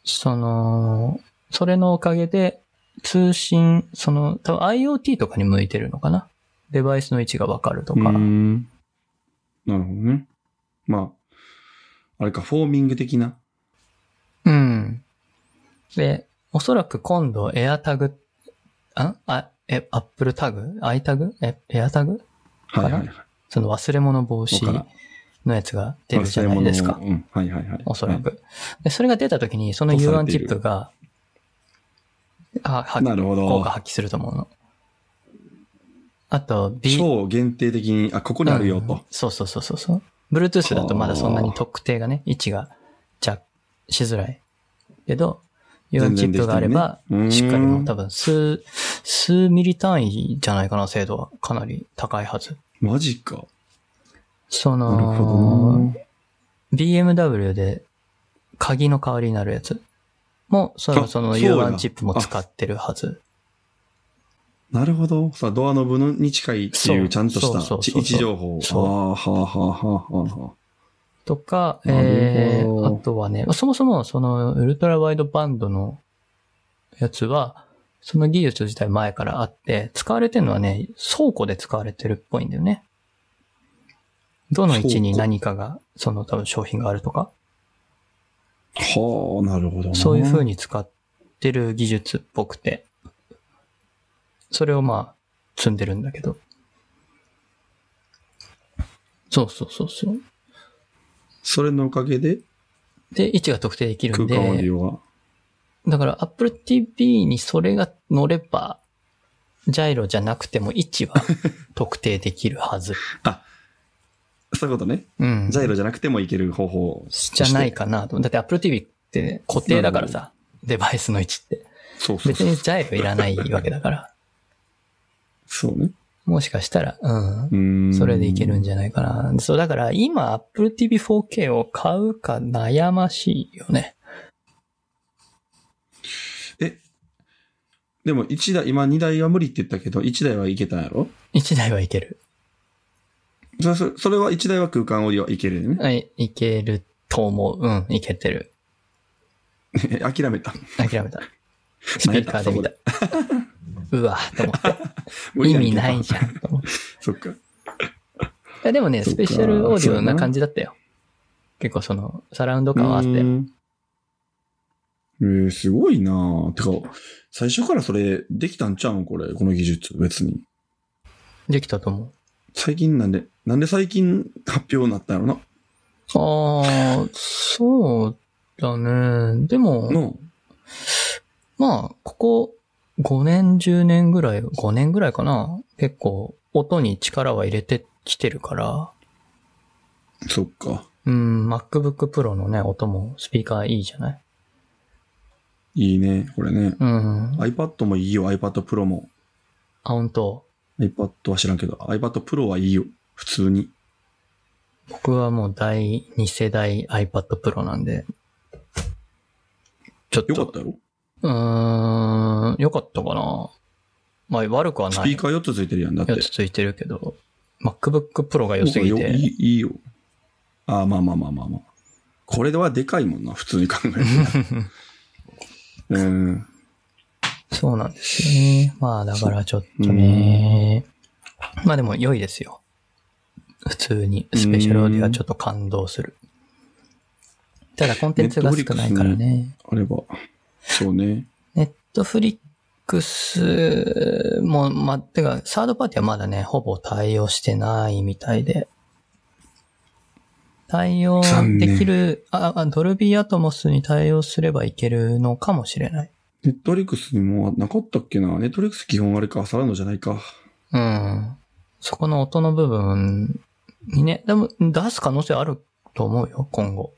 B: その、それのおかげで通信、その、多分 IoT とかに向いてるのかなデバイスの位置がわかると
A: うー
B: か。
A: ん。なるほどね。まあ、あれか、フォーミング的な。
B: うん。で、おそらく今度 AirTag、ああ、え、Apple Tag? iTag? え、AirTag?
A: はいはいはい。
B: その忘れ物防止
A: わからん
B: のやつが出るじゃないですか
A: 忘。れ物をうん、はいはいはい。
B: おそら
A: はい。
B: く。で、それが出た時に、その
A: とさ
B: U1
A: れて
B: チ
A: いる
B: ップが、は、は、
A: なるほ
B: 効
A: ど
B: 果。発揮すると思うの。あと、B、
A: 超限定的に、あ、ここにあるよ
B: うん
A: と。
B: そうそうそうそうそう。Bluetooth だとまだそんなに特定がね、位置が、じゃ、しづらい。けど、4
A: 全
B: チ
A: 然
B: ッ
A: できて
B: プがあ
A: る
B: れ
A: ね
B: ば、
A: うん
B: しっかりもう多分数、数ミリ単位じゃないかな、精度は。かなり高いはず。
A: マジか。
B: そ
A: なるほど
B: の、
A: な。
B: BMW で鍵の代わりになるやつも、その
A: あ
B: その
A: そうだ
B: U1 チップも使ってるはず。
A: なるほど。さあ、ドアノブのに近いってい
B: そう
A: うちゃんと
B: そうそうそう
A: したち位置情報。
B: そう
A: はあはあはあはあはあ。
B: とか、
A: な
B: え
A: るほど
B: ー、あとはね、そもそもそのウルトラワイドバンドのやつは、その技術自体前からあって、使われてるのはね、倉庫で使われてるっぽいんだよね。どの位置
A: 倉
B: に
A: 庫
B: 何かが、その多分商品があるとか、
A: はあ、なるほどな。
B: そういう風
A: に。
B: に使ってる技術っぽくて、それをまあ、積んでるんだけど。そうそうそうそう。
A: それのおかげで
B: で、位置が特定できるん
A: 空
B: で、
A: 間オーディオが。
B: だから Apple TV にそれが乗れば、ジャイロじゃなくても位 置は特定できるはず。
A: そういうことね。
B: うん。
A: ジャイロじゃなくてもいける方法。
B: じゃないかなと。だって Apple TV って固定だからさ、デバイスの位置って。
A: そうそう
B: 別
A: そう
B: に。ジャイロいらないわけだから。
A: そうね。
B: もしかしたら、うん
A: う。ーん。
B: それでいけるん
A: じ
B: じゃないかな。そう、だから今 Apple TV 4K を買うか悩ましいよね。
A: ゃ。え、でも1台、今2台は無理って言ったけど、1台はいけたんやろ
B: 1台はいける。
A: それそれそれは1台は空間オーディオはいけるよね。
B: はい、いけると思う。うん、いけてる。
A: え諦めた。
B: 諦めた。スピーカーで見た。うわ、と思って。
A: 無理
B: 意
A: やんけ
B: 味ないじゃん、と思って。
A: そっか。
B: いやでもね、
A: そっか
B: スペシャルオーディオな
A: そうだな
B: 感じだったよ。結構その、サラウンド感はあって。
A: うんえー、すごいなあてか、最初からそれできたんちゃうんこれ、この技術、別に。
B: できたと思う。
A: 最近なんで、なんで最近発表になったんやろ
B: ああ、そうだね。でも、
A: な。の、
B: まあ、ここ5年、10年ぐらい、5年ぐらいかな。結構、音に力は入れてきてるから、
A: そっか。
B: うん、MacBook Pro のね、音もスピーカーいいじゃない
A: いいね、これね。
B: うん。
A: iPad もいいよ、iPad Pro も。
B: あ、本当
A: iPad は知らんけど、iPad Pro はいいよ、普通に。
B: 僕はもう第2世代 iPad Pro なんで、ちょっと、
A: よかったやろ
B: うーん、よかったかな。まあ、悪くは
A: ス
B: な
A: ピ
B: い。
A: ーカー4つついてるやん、だって
B: 4。つついてるけど、MacBook Pro が良すぎ
A: よい
B: て。
A: いいいよ。ああ、まあまあまあまあまあ。これではでかいもんな、普通に考え て。うん。
B: そうなんですよね。まあ、だからちょっとね。まあでも良いですよ。普通に。スペシャルオーディオはちょっと感動する。ただコンテンツが少ないからね。
A: あれば。そうね。
B: ネットフリックスも、まあ、てか、サードパーティーはまだね、ほぼ対応してないみたいで。対応
A: 残念
B: できる、あ、あドルビーアトモスに対応すればいけるのかもしれない。
A: ネットリックスにもなかったっけな。ネットリックス基本あれか、サランドじゃないか。
B: うん。そこの音の部分にね、でも出す可能性あると思うよ、今後。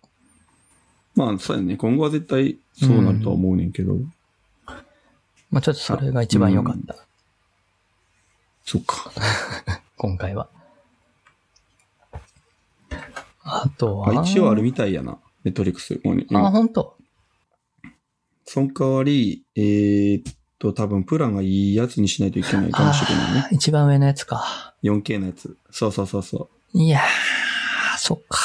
A: まあ、そうやね。今後は絶対そうなるとは思うねんけど。
B: まあちょっとそれが一番良かった、
A: そっか。
B: 今回は。あと
A: あ
B: は。
A: 一応あるみたいやな。ネットリックス。もうね
B: あ、本当
A: その代わり、えー、っと、多分プランがいいやつにしないといけないかもしれないね
B: あ。ー一番上のやつか。
A: 4K のやつ。そうそうそうそう。
B: いやー、そっか。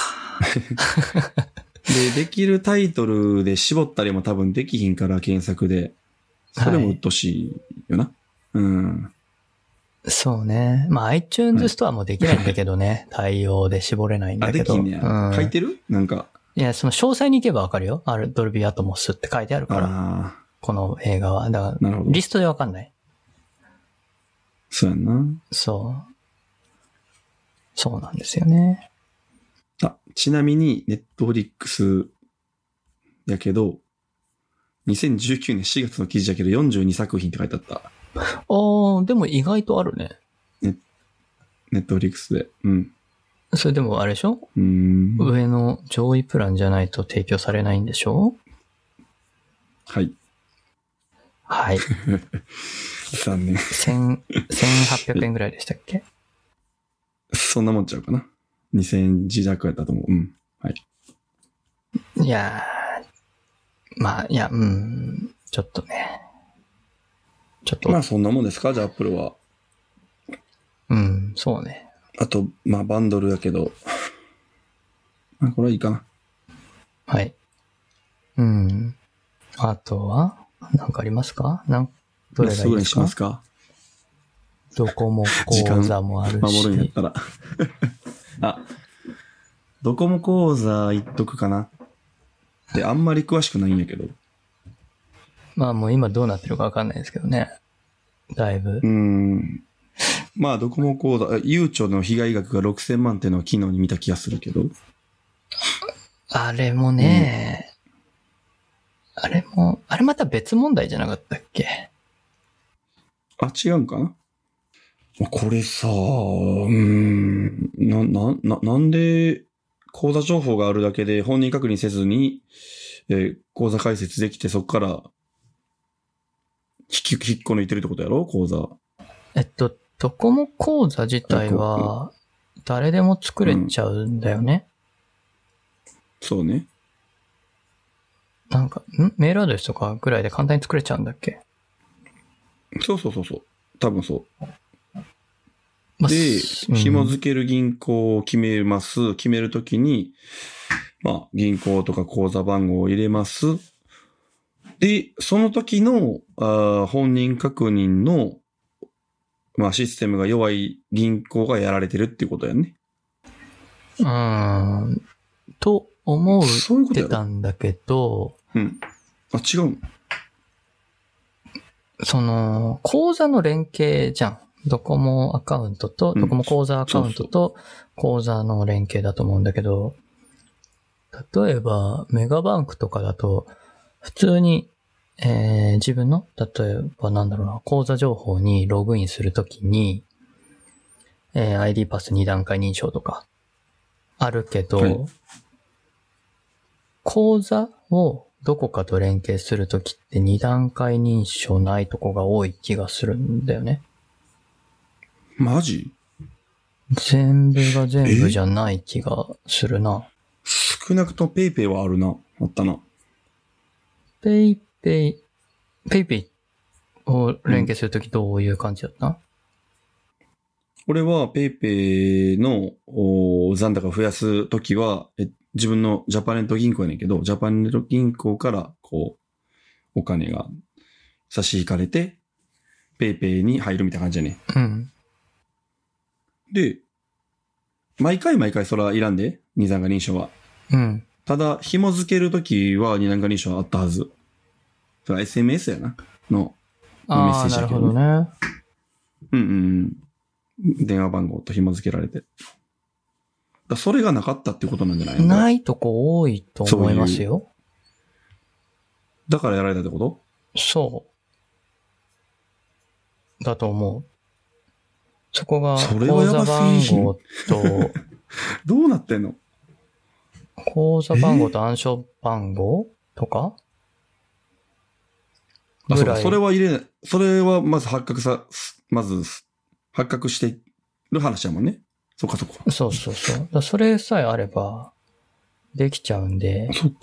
A: で、できるタイトルで絞ったりも多分できひんから検索で。それもうっとしいよな。うん。
B: そうね。まあ iTunes ストアもできないんだけ どね。対応で絞れないん
A: あ、
B: だけ
A: で
B: ど。
A: きんねや。
B: うん
A: 書いてるなんか。
B: いや、その詳細に行けばわかるよ。ある、ドルビーアトモスって書いてあるから、
A: あ
B: この映画は。だから
A: あ、、なるほど
B: リ。ストでわかんない。
A: そうやんな。
B: そう。そうなんですよね。
A: あ、ちなみに、ネットフリックスやけど、2019年4月の記事やけど42作品って書いてあった。
B: ああ、でも意外とあるね。
A: ネットフリックスで。うん。
B: それでもあれでしょ、
A: うーん。
B: 上の上位プランじゃないと提供されないんでしょ
A: はい。
B: はい。
A: 残念。
B: 千、1800円ぐらいでしたっけ
A: そんなもんちゃうかな。2000字弱やったと思う。うん。
B: いやー、まあ、いや、うん、ちょっとね。ちょっと、
A: まあそんなもんですかじゃあ Apple は。
B: うん、そうね。
A: あと、まあバンドルやけど。 まあこれはいいかな。
B: はい。うん。あとは、なんかありますかなん、どれがい
A: ぐ
B: い
A: らい
B: で
A: に
B: す
A: し
B: か
A: ますか
B: どこも講座もある
A: 守るんやっ
B: し。
A: たら。 あ、ドコモ講座言っとくかな。で、あんまり詳しくないんやけど。
B: まあもう今どうなってるかわかんないですけどね。だいぶ
A: う。ん。まあ、ドコモ講座、あゆうちょの被害額が6000万っていうのは昨日に見た気がするけど。
B: あれもね、あれも、あれまた別問題じゃなかったっけ
A: あ、違うんかなまあこれさ、うーん、な、な、な、なんで、口座情報があるだけで本人確認せずに、えー口座開設できてそこから、引き、引っこ抜いてるってことやろ口座。
B: えっと、ドコモ講座自体は、誰でも作れちゃうんだよね。
A: そうね。
B: なんか、んメールアドレスとかぐらいで簡単に作れちゃうんだっけ
A: そうそうそうそう。多分そう。
B: まあ
A: で、
B: すうん
A: 紐付ける銀行を決めます。決めるときに、まあ、銀行とか口座番号を入れます。で、その時の、あー本人確認の、まあ、システムが弱い銀行がやられてるっていうことやね。
B: うん。と思っ
A: そういうこと
B: て
A: やろ
B: たんだけど、
A: うん。あ、違うの
B: その、口座の連携じゃん。ドコモアカウントと、
A: うん
B: ドコモ口座アカウントと、口座の連携だと思うんだけど、例えば、メガバンクとかだと、普通に、えー自分の、例えばなんだろうな、口座情報にログインするときに、えー ID パス2段階認証とか、あるけど、
A: はい
B: 口座をどこかと連携するときって2段階認証ないとこが多い気がするんだよね。
A: マジ
B: 全部が全部じゃない気がするな。
A: 少なくともペイペイはあるな。あったな。
B: ペイペイ、ペイペイを連携するときどういう感じだった、
A: 俺はペイペイのおー残高を増やすときはえ、自分のジャパネット銀行やねんけど、ジャパネット銀行からこう、お金が差し引かれて、ペイペイに入るみたいな感じやね
B: うん。
A: ん。で、毎回毎回それはいらんで、二段階認証は。
B: うん。
A: ただ、紐付けるときは二段階認証あったはず。それは SMS やな。の、メッ
B: あ
A: セー
B: あ、
A: ジだ
B: なる
A: け
B: ほ
A: ど
B: ど
A: ね
B: ね。
A: うんうんうん。電話番号と紐付けられて。だそれがなかったってことなんじゃないの
B: ないとこ多いと思いますよ。
A: だからやられたってこと
B: そう。だと思う。そこが、
A: それはや
B: 口座
A: ば
B: 番
A: すぎん
B: 号と、
A: どうなってんの
B: 口座番号と暗証番号とか
A: あ、
B: ぐ
A: そう
B: ら
A: か。
B: い。
A: それは入れない。それはまず発覚さ、すまずす、発覚してる話やもんね。そっかそっか。
B: そうそうそう。だからそれさえあれば、できちゃうんで、
A: そっか。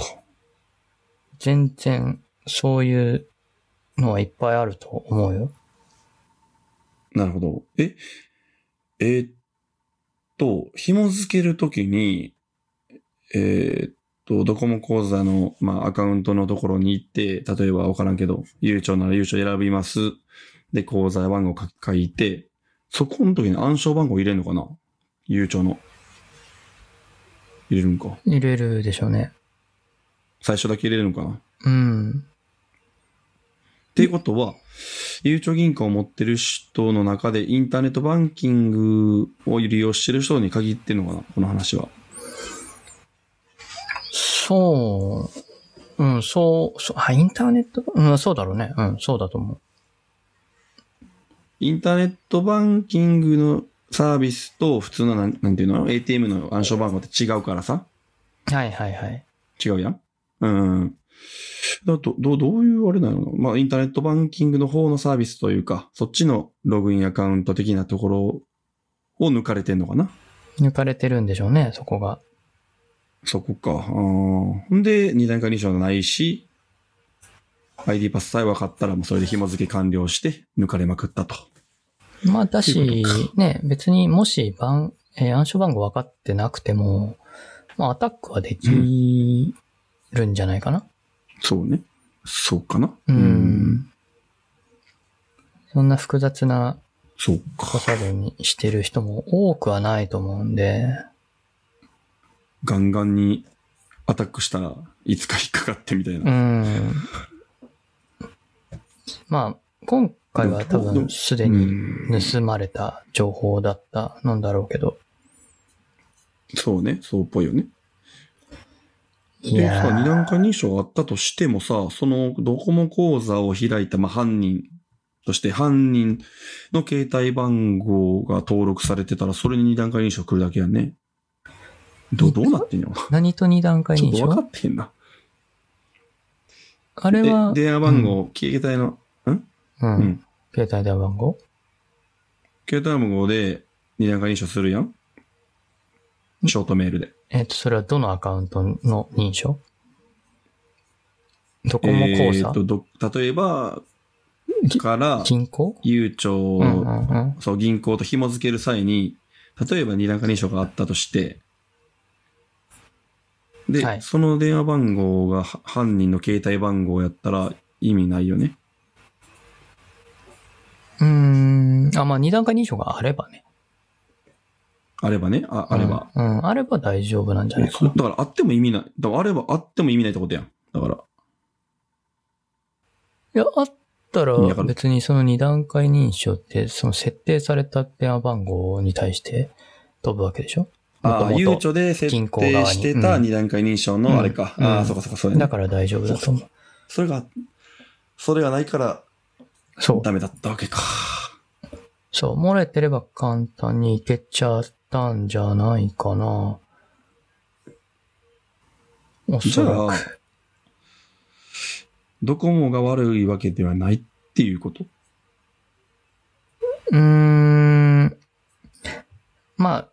B: 全然、そういうのはいっぱいあると思うよ。
A: なるほど。え、えーっと、紐付けるときに、えーっと、ドコモ口座の、まあ、アカウントのところに行って、例えばわからんけど、優勝なら優勝選びます。で、口座番号書き書いて、そこの時に暗証番号入れるのかな優勝の。入れるんか。
B: 入れるでしょうね。
A: 最初だけ入れるのかなっ
B: うん。
A: ていうことは、ゆうちょ銀行を持ってる人の中でインターネットバンキングを利用してる人に限ってるのかなこの話は。
B: そう。うん、そう、そう、あ、インターネットうん、そうだろうね。うん、そうだと思う。
A: インターネットバンキングのサービスと普通のなんなんていうの ?ATM の暗証番号って違うからさ。
B: はいはいはい。
A: 違うやん。うん。だと、どう、どういうあれなのまあ、インターネットバンキングの方のサービスというか、そっちのログインアカウント的なところを抜かれてんのかな
B: 抜かれてるんでしょうね、そこが。
A: そこか。あーほんで、二段階認証がないし、ID パスさえ分かったら、もうそれで紐付け完了して、抜かれまくったと。
B: まあ、だ
A: とい
B: し
A: うこ、
B: ね、別にもし番、えー暗証番号分かってなくても、まあ、アタックはできるんじゃないかな。
A: そうね。そうかな。
B: うん
A: うん
B: そんな複雑な
A: そう
B: 小
A: か。
B: 作業にしてる人も多くはないと思うんで、
A: ガンガンにアタックしたらいつか引っかかってみたいな。
B: うん。まあ、今回は多分すで
A: う
B: に
A: ん
B: 盗まれた情報だったのだろうけど。
A: そうね。そうっぽいよね。
B: い
A: で、
B: や
A: さ、二段階
B: ー
A: 認証があったとしてもさ、そのドコモ口座を開いた、まあ、犯人として、犯人の携帯番号が登録されてたら、それに二段階認証来るだけやね。ど、どうなってんの
B: 何と二段階
A: ちょっ
B: 認
A: と分か
B: 証
A: ってんな。
B: あれ
A: で、
B: は、
A: 電話番号、携帯の、
B: うん、
A: う
B: うんん。携帯電話番号
A: 携帯番号で二段階認証するやんショートメールで。
B: えっ、と、それはどのアカウントの認証ドコモ口
A: えー
B: 座
A: っ、とど、例えば、から、
B: 銀行
A: ゆうち
B: う
A: ょ
B: んうんうん。
A: そう、銀行と紐付ける際に、例えば二段階認証があったとして、で、
B: はい
A: その電話番号がは犯人の携帯番号やったら意味ないよね。
B: うーん。あ、まあ、二段階認証があればね。
A: あればね、ああれば。
B: うん。うんあれば大丈夫なんじゃないか
A: そう
B: な。
A: だからあっても意味ない。だからあればあっても意味ないってことやん。だから、
B: いや、あったら
A: だから
B: 別にその二段階認証って、その設定された電話番号に対して飛ぶわけでしょ
A: ああ、
B: 元々
A: ゆうちょで設
B: 銀行側
A: 定
B: に
A: してた
B: うん
A: 二段階認証のあれか。
B: うん
A: あ
B: う
A: あ、
B: ん
A: そうかそうか、そうや
B: だ
A: ね。
B: から大丈夫だと思う。
A: それが、それがないから
B: そう。
A: ダメだったわけか。
B: そう、漏れてれば簡単にいけちゃったんじゃないかな。お
A: じ
B: そら
A: ゃ
B: く
A: あ、ドコモが悪いわけではないっていうこと
B: うーん。まあ、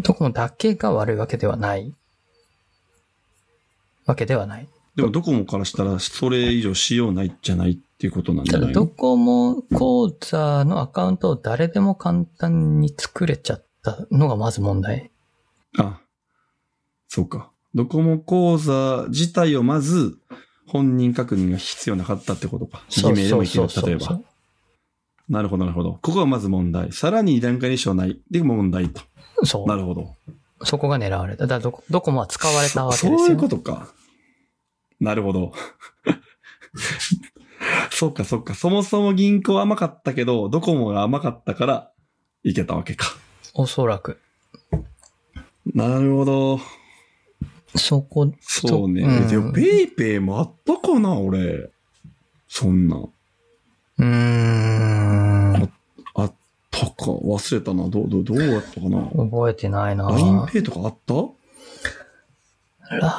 B: ドコモだけが悪いわけではない。わけではない。
A: でもドコモからしたら、それ以上しようないじゃないっていうことなんじ
B: た
A: ゃ
B: だ
A: ない
B: ド
A: の
B: コモ口座のアカウントを誰でも簡単に作れちゃったのがまず問題。
A: あ、そうか。ドコモ口座自体をまず、本人確認が必要なかったってことか。偽名でもいける。例えば。。なるほど、なるほど。ここがまず問題。さらに二段階認証ない。で、問題と。
B: そ
A: なるほど。
B: う。そこが狙われた。だからドコドコモは使われたわけですよ。
A: そそういうことか。なるほ ど。そうか、そうか。そもそも銀行は甘かったけど、ドコモが甘かったから、いけたわけか。
B: おそらく。
A: なるほど。
B: そこ、
A: そうね。
B: うん
A: でも、ペイペイもあったかな、俺。そんな。
B: うーん。
A: あったか。忘れたな。どう、どう、どうやったかな。
B: 覚えてないな
A: LINEPay とかあった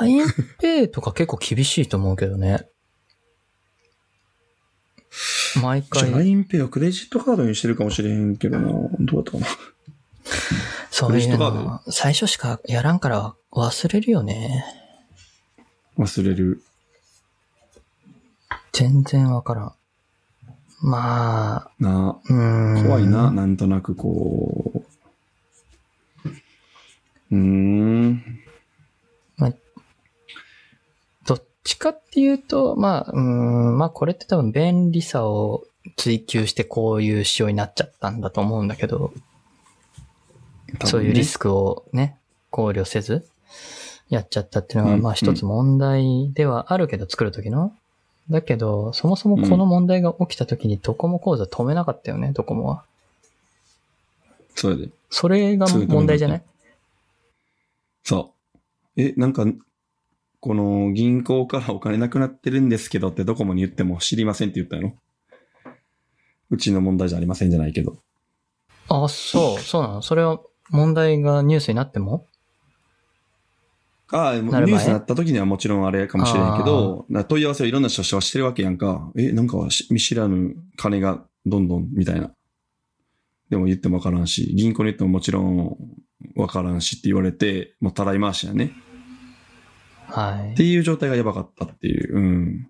B: LINEPay とか結構厳しいと思うけどね。毎
A: じゃあ
B: 回、
A: LINEPay はクレジットカードにしてるかもしれへんけどな。どうやったかな。
B: そういう
A: クレジット
B: の、最初しかやらんから忘れるよね。
A: 忘れる。
B: 全然わからん。まあ、
A: な
B: うーん。
A: 怖いな、。なんとなくこう。うーん。
B: どっちかっていうと、まあ、うーん、まあこれって多分便利さを追求してこういう仕様になっちゃったんだと思うんだけど。そういうリス
A: ク。
B: クをね、考慮せず、やっちゃったっていうのは、
A: うん
B: まあ一つ問題ではあるけど、作るときの。だけど、そもそもこの問題が起きたときにドコモ口座止めなかったよね、ドコモは。
A: そうやで。
B: それが問題じゃない
A: そう。え、なんか、この銀行からお金なくなってるんですけどってドコモに言っても知りませんって言ったやろうちの問題じゃありませんじゃないけど。
B: あ、そう、そうなの。それは問題がニュースになっても
A: ああ、もう
B: なる前
A: ニュースになった時にはもちろんあれかもしれへんけど、な問い合わせをいろんな人はしてるわけやんか。え、なんかし見知らぬ金がどんどんみたいな。でも言ってもわからんし、銀行に言ってももちろんわからんしって言われて、もうたらい回しやね。
B: は
A: っ
B: い。
A: ていう状態がやばかったっていう。うん。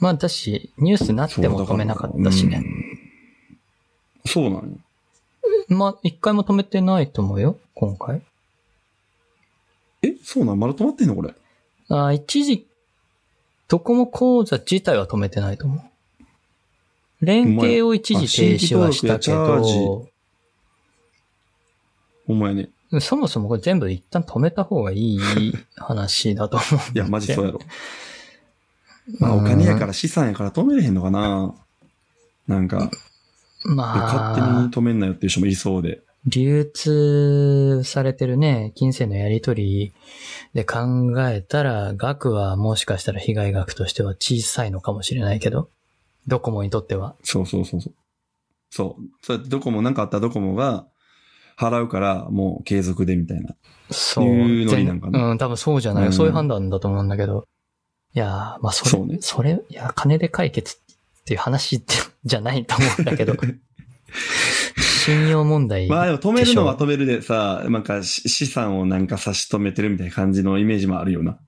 B: まあだし、ニュースになっ
A: そう
B: ても止めなかったしね。。
A: だからうんそうなんよ。
B: まあ一回も止めてないと思うよ、今回。
A: え、そうなんまだ止まってんのこれ。
B: あ一時、ドコモ口座自体は止めてないと思う。連携を一時停止はしたけ
A: あ新規登録やチャ
B: ど、
A: ほんまやね。
B: そもそもこれ全部一旦止めた方がいい話だと思う。
A: い や、マジそうやろ。
B: うん
A: まあ、お金やから資産やから止めれへんのかな。なんか、
B: ま
A: 勝手に
B: あ、
A: 止めんなよっていう人もいそうで。
B: 流通されてるね、金銭のやり取りで考えたら、額はもしかしたら被害額としては小さいのかもしれないけど、ドコモにとっては。
A: そうそうそうそう。そう。そうやってドコモ、なんかあったらドコモが払うから、もう継続でみたいな。
B: そう。
A: いうノリなんかな
B: 全うん、多分そうじゃない、
A: うん
B: そういう判断だと思うんだけど。いやー、まあそれ、
A: そうね
B: それ、いや、金で解決っていう話じゃじゃないと思うんだけど。信用問題。
A: まあでも止めるのは止めるでさ、なんかし資産をなんか差し止めてるみたいな感じのイメージもあるよな。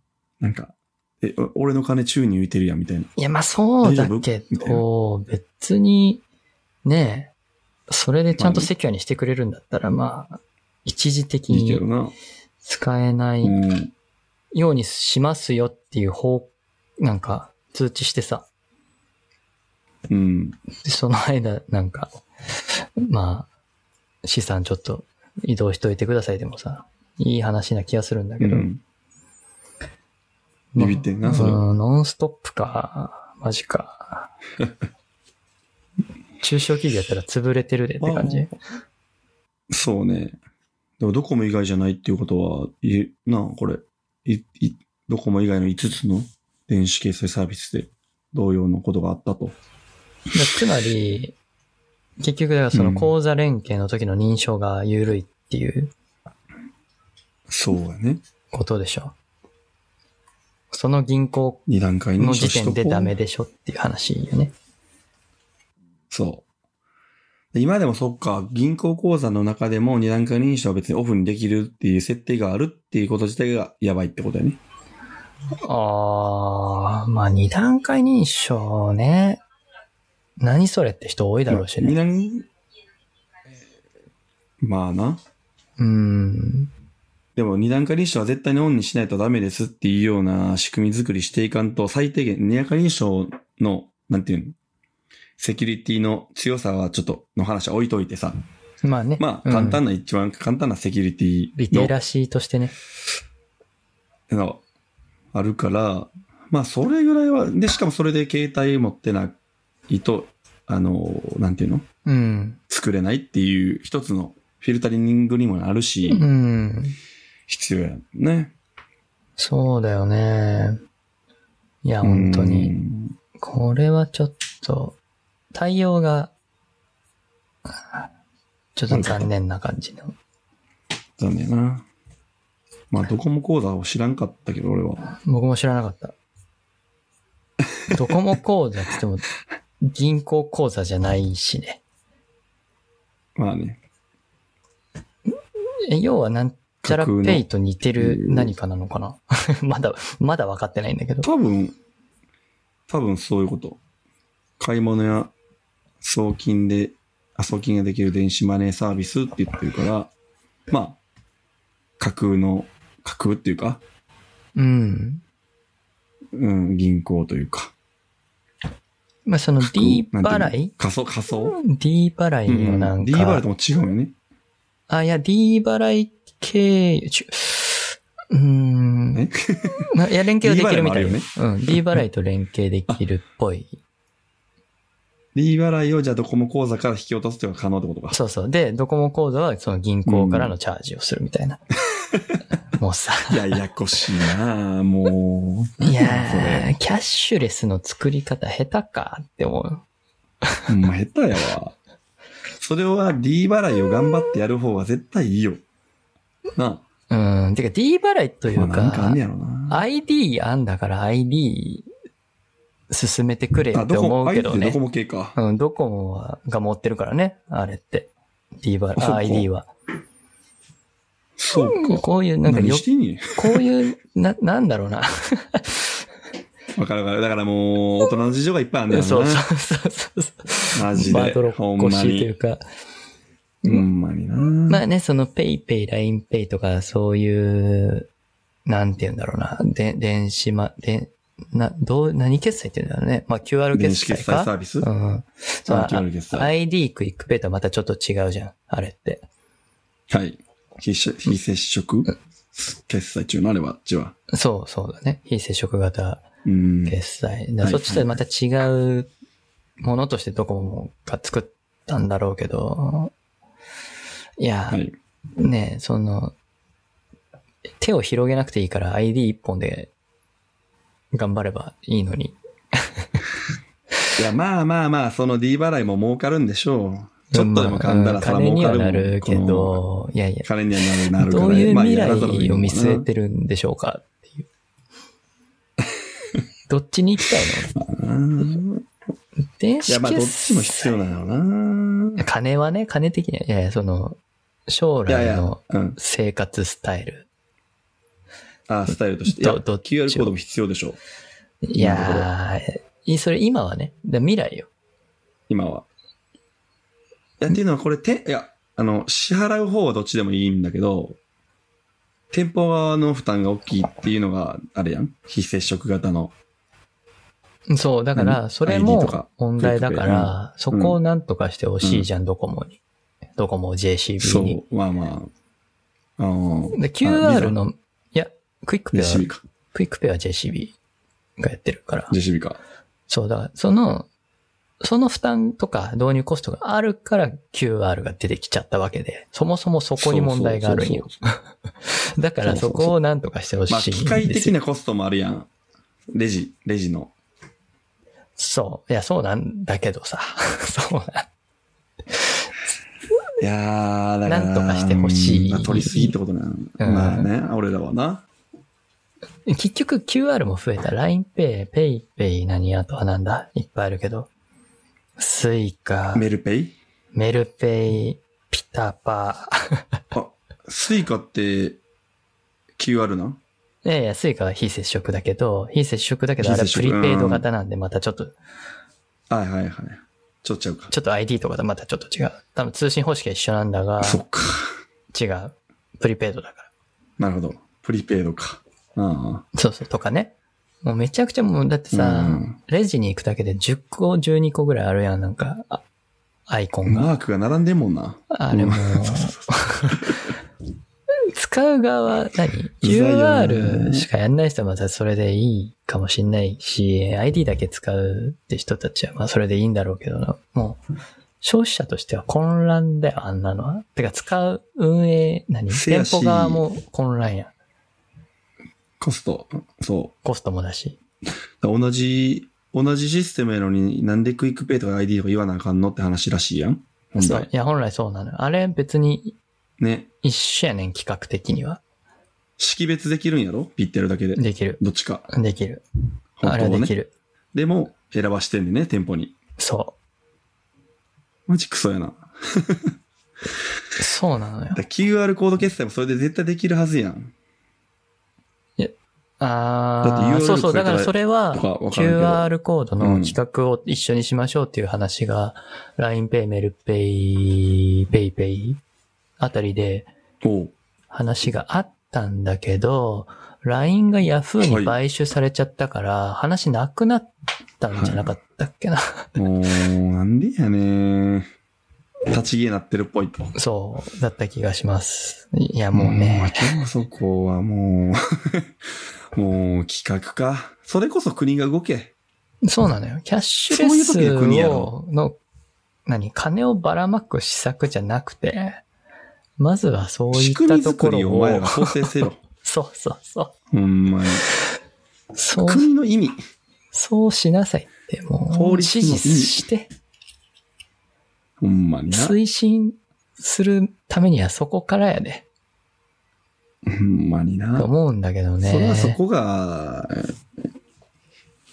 A: なんか、え、お俺の金宙に浮いてるやんみたいな。
B: いや、まあそうだ
A: 大丈
B: け
A: 夫みたい
B: ど、別に、ねえ、それでちゃんとセキュアにしてくれるんだったら、まあ、一時的
A: いいけど
B: に
A: な。
B: 使えな
A: う
B: い
A: ん。
B: ようにしますよっていう方、なんか、通知してさ。
A: うん。
B: でその間、なんか、まあ、資産ちょっと移動しといてくださいでもさ、いい話な気がするんだ
A: う
B: けど。
A: ん。ビビってんな、それは。
B: うん、ノンストップか。マジか。 中小企業やったら潰れてるでって感じ。
A: そうね。でもドコモ以外じゃないっていうことは、いなあ、これ。い、い、ドコモ以外の5つの電子決済サービスで同様のことがあったと。
B: だつまり、結局、だからその口座連携の時の認証が緩いっていう
A: そうやね。
B: ことでしょ。その銀行
A: 2段階の
B: の
A: 書
B: 時
A: 士と
B: 点
A: こう
B: でダメでしょっていう話よね。
A: そう。で今でもそっか、銀行口座の中でも2段階認証は別にオフにできるっていう設定があるっていうこと自体がやばいってことやね。
B: あー、まあ二段階認証ね。何それって人多いだろうし
A: 二
B: ね。
A: 段まあな。
B: うん。
A: でも二段階認証は絶対にオンにしないとダメですっていうような仕組み作りしていかんと、最低限二段階認証の、なんていうのセキュリティの強さはちょっとの話は置いといてさ。
B: まあね。
A: まあ、簡
B: うん
A: 単な、一番簡単なセキュリティ
B: リ
A: の
B: テラシーとしてね。
A: のあるから、まあ、それぐらいは、で、しかもそれで携帯持ってないと、あの、なんていうの
B: うん。
A: 作れないっていう一つのフィルタリングにもなるし、
B: うん。
A: 必要やね。
B: そうだよね。いや、本当
A: う
B: に。
A: ん
B: これはちょっと、対応が、ちょっと残念な感じの。
A: 残念やな。まあ、ドコモ講座を知らんかったけど、俺は。
B: 僕も知らなかった。ドコモ口座って言っ ても、銀行口座じゃないしね。
A: まあね。
B: え要はなんちゃら
A: 架空の
B: ペイと似てる何かなのかな まだ、まだ分かってないんだけど。
A: 多分、多分そういうこと。買い物や送金で、あ送金ができる電子マネーサービスって言ってるから、まあ、架空の、架空っていうか、
B: うん。
A: うん、銀行というか。
B: まあ、その D
A: なん
B: 払
A: ていう
B: い
A: の仮想、仮想
B: ?D 払
A: う
B: いの
A: ん
B: なんか。
A: D バルとも違うよね。
B: あ、いや、D 払い経由、ちゅうーん。
A: え
B: まあ いや、連携はできるみたい
A: D 払いも
B: です。うん。D 払いと連携できるっぽい。
A: D 払いをじゃあドコモ口座から引き落とすっていうのが可能ってことか。
B: そうそう。で、ドコモ口座はその銀行からのチャージをするみたいな。 もうさ、
A: いや、ややこしいなあもう。
B: い
A: そ
B: や
A: れ
B: ー、キャッシュレスの作り方下手かって思う。
A: ほんま下手やわ。それは D 払いを頑張ってやる方が絶対いいよ。なあ。
B: うん。てか D 払いという
A: まあ、なんかあ
B: か
A: んね、やろな。
B: ID あんだから ID 進めてくれ
A: あ、
B: っ
A: ど
B: て
A: こ
B: 思
A: も、
B: う
A: あい
B: け
A: つ
B: ど
A: ど
B: ね
A: こ。も系か。
B: うん、ドコモはが持ってるからね、あれって。D バ
A: そう
B: ラ、
A: か
B: ID は。
A: そうか。
B: こういう、なんか
A: 何
B: よ
A: し、てんねん
B: こういう、な、なんだろうな。
A: わかるわかる。だからもう、大人の事情がいっぱいあんね
B: そ
A: ん
B: う
A: な。
B: そうそうそうそう。
A: マジで
B: まあ、泥っこしいというか。
A: ほんまにな。
B: まあね、その PayPay、LINEPay とか、そういう、なんて言うんだろうな。で、電子ま、で、な、どう、何決済って言うんだろうね。まあ QR
A: 電
B: 決
A: 子
B: 済か。
A: 決済サービス、
B: うん。そう
A: あ
B: あ
A: QR 決済
B: ID クイックペイとはまたちょっと違うじゃん。あれって。
A: はい。非接非接触決済中のあれは、ちは。
B: そうそうだね。非接触型
A: うん。
B: 決済。だ
A: はい
B: そっちとはまた違うものとしてドコモが作ったんだろうけど、いや、
A: はい。
B: ねえその、手を広げなくていいから ID 一本で頑張ればいいのに。
A: いや、まあまあまあ、その D 払いも儲かるんでしょう。ちょっとでも噛んだら
B: そ
A: そ
B: れ
A: ら儲
B: 金に
A: か
B: は
A: るも。
B: なんるけ
A: この。
B: ど、いやいや、
A: 金にはなるなるから
B: どういう
A: まあ
B: 未
A: やらざるを
B: 来を見
A: 得んも
B: 据え
A: んな
B: てるんでしょうかっていう。どっちに行きたい
A: う
B: の
A: ん
B: 電
A: いや、
B: 子
A: まあ、どっ
B: 決
A: ちも必
B: 済
A: 要なのよな。
B: 金はね、金的には、いやいや、その、将
A: いやい
B: 来
A: や、
B: の
A: うん。
B: 生活スタイル。
A: あ、スタイルとして。いや、
B: どどっちを
A: QR コードも必要でしょう。
B: いやー、それ今はね、で未来よ。
A: 今は。いや、っていうのはこれ、て、いや、あの、支払う方はどっちでもいいんだけど、店舗側の負担が大きいっていうのが、あれやん。非接触型の。
B: そう、だから、
A: 何
B: それ
A: ID と
B: も
A: か
B: 問題だ
A: ク
B: か
A: イックペイ
B: ら、そこをなんとかしてほしいじゃん、ドコモに。ドコモを JCB
A: そ
B: に。
A: う、まあまあ。あの
B: で
A: あビザ
B: QR の、いや、クイックペア、
A: JCB か。
B: クイックペアは JCB がやってるから。
A: JCB か。
B: そうだ、その、その負担とか導入コストがあるから QR が出てきちゃったわけで、そもそもそこに問題があるんよ。
A: そうそうそう
B: だから
A: そうそ
B: そう
A: そう
B: こをなんとかしてほしい
A: ま
B: ん
A: あ、
B: ですよ。
A: 機械的なコストもあるやん。レジ、レジの。
B: そう。いや、そうなんだけどさ。 そうなん
A: いやー、だから。
B: なんとかしてほし
A: う
B: い
A: んまあ取りすぎってことなん。
B: うん
A: まあね、俺らはな。
B: 結局 QR も増えた。LINEPay、PayPay 何あとはなんだいっぱいあるけど。Suica、
A: メルペイ
B: メルペイ、ピタパ。
A: あ、スイカって QR なん
B: いやいや、Suica は非接触だけど、非接触だけど、あれ
A: 非接
B: プ
A: 触
B: リペイド型なんでまたちょっと、
A: はいはいはい。ちょっとちゃうか。
B: ちょっと ID とかとまたちょっと違う。多分通信方式は一緒なんだが、
A: そっか。
B: 違う。プリペイドだか
A: な
B: ら。
A: るほど。プリペイドか。うん。
B: そうそう、とかね。もうめちゃくちゃもう、だってさ、
A: うん
B: レジに行くだけで10個、12個ぐらいあるやん、なんか、あアイコンが。
A: マークが並んでんもんな。
B: あれも、
A: うんそうそうそうそう
B: 使う側、何
A: ざいよね
B: ?QR しかやんない人はまたそれでいいかもしんないし、ID だけ使うって人たちはまあそれでいいんだろうけどな。もう、消費者としては混乱だよ、あんなのは。てか使う運営、何
A: せ
B: 店
A: やし
B: 舗側も混乱や。
A: コスト。そ
B: コストもだし。
A: う。だ同じ、同じシステムやのになんでクイックペイとか ID とか言わなあかんのって話らしいやん。本
B: そう。
A: 来。
B: いや、本来そうなのよ。あれ別に
A: ね。
B: 一緒やねん、企画的には。
A: 識別できるんやろピッてやるだけで。
B: できる。
A: どっちか。
B: できる。
A: 本
B: あ
A: 当
B: れ
A: は
B: はでき
A: ね。
B: る。
A: でも、選ばしてんねんね、店舗に。
B: そ
A: マジクソや な。
B: う。そうなのよ
A: だ。QR コード決済もそれで絶対できるはずやん。
B: あ
A: だっ
B: あ、
A: て URL
B: そうそう。だから
A: 書いてない
B: それは
A: とかわからんけど
B: QR コードの企画を一緒にしましょうっていう話が、LINEPay、メルペイ、ペイペイあたりで
A: おう。
B: 話があったんだけど、LINE が Yahoo に買収されちゃったから、話なくなったんじゃなかったっけな。
A: もう、なんでやね立ち消えなってるっぽいと。
B: そう、だった気がします。いや、もう
A: もう
B: ね。
A: 今日そこはもう、 もう企画か。それこそ国が動け。
B: そうなのよ。キャッシュレス
A: そういう時は国やろ
B: を、の、何、金をばらまく施策じゃなくて、まずはそうい
A: 仕
B: っ
A: 組
B: た
A: み
B: とこ
A: 作り
B: ろ
A: をお前ら
B: を
A: が、構成せ ろ。
B: そうそうそ
A: ほんまに。
B: う。そう、
A: 国の意味。
B: そうしなさいって、もう、
A: 法
B: 指
A: 律の意味
B: 示して、
A: ほんまにな。
B: 推進するためにはそこからやで、
A: ほんまにな。
B: と思うんだけどね。
A: それはそこが、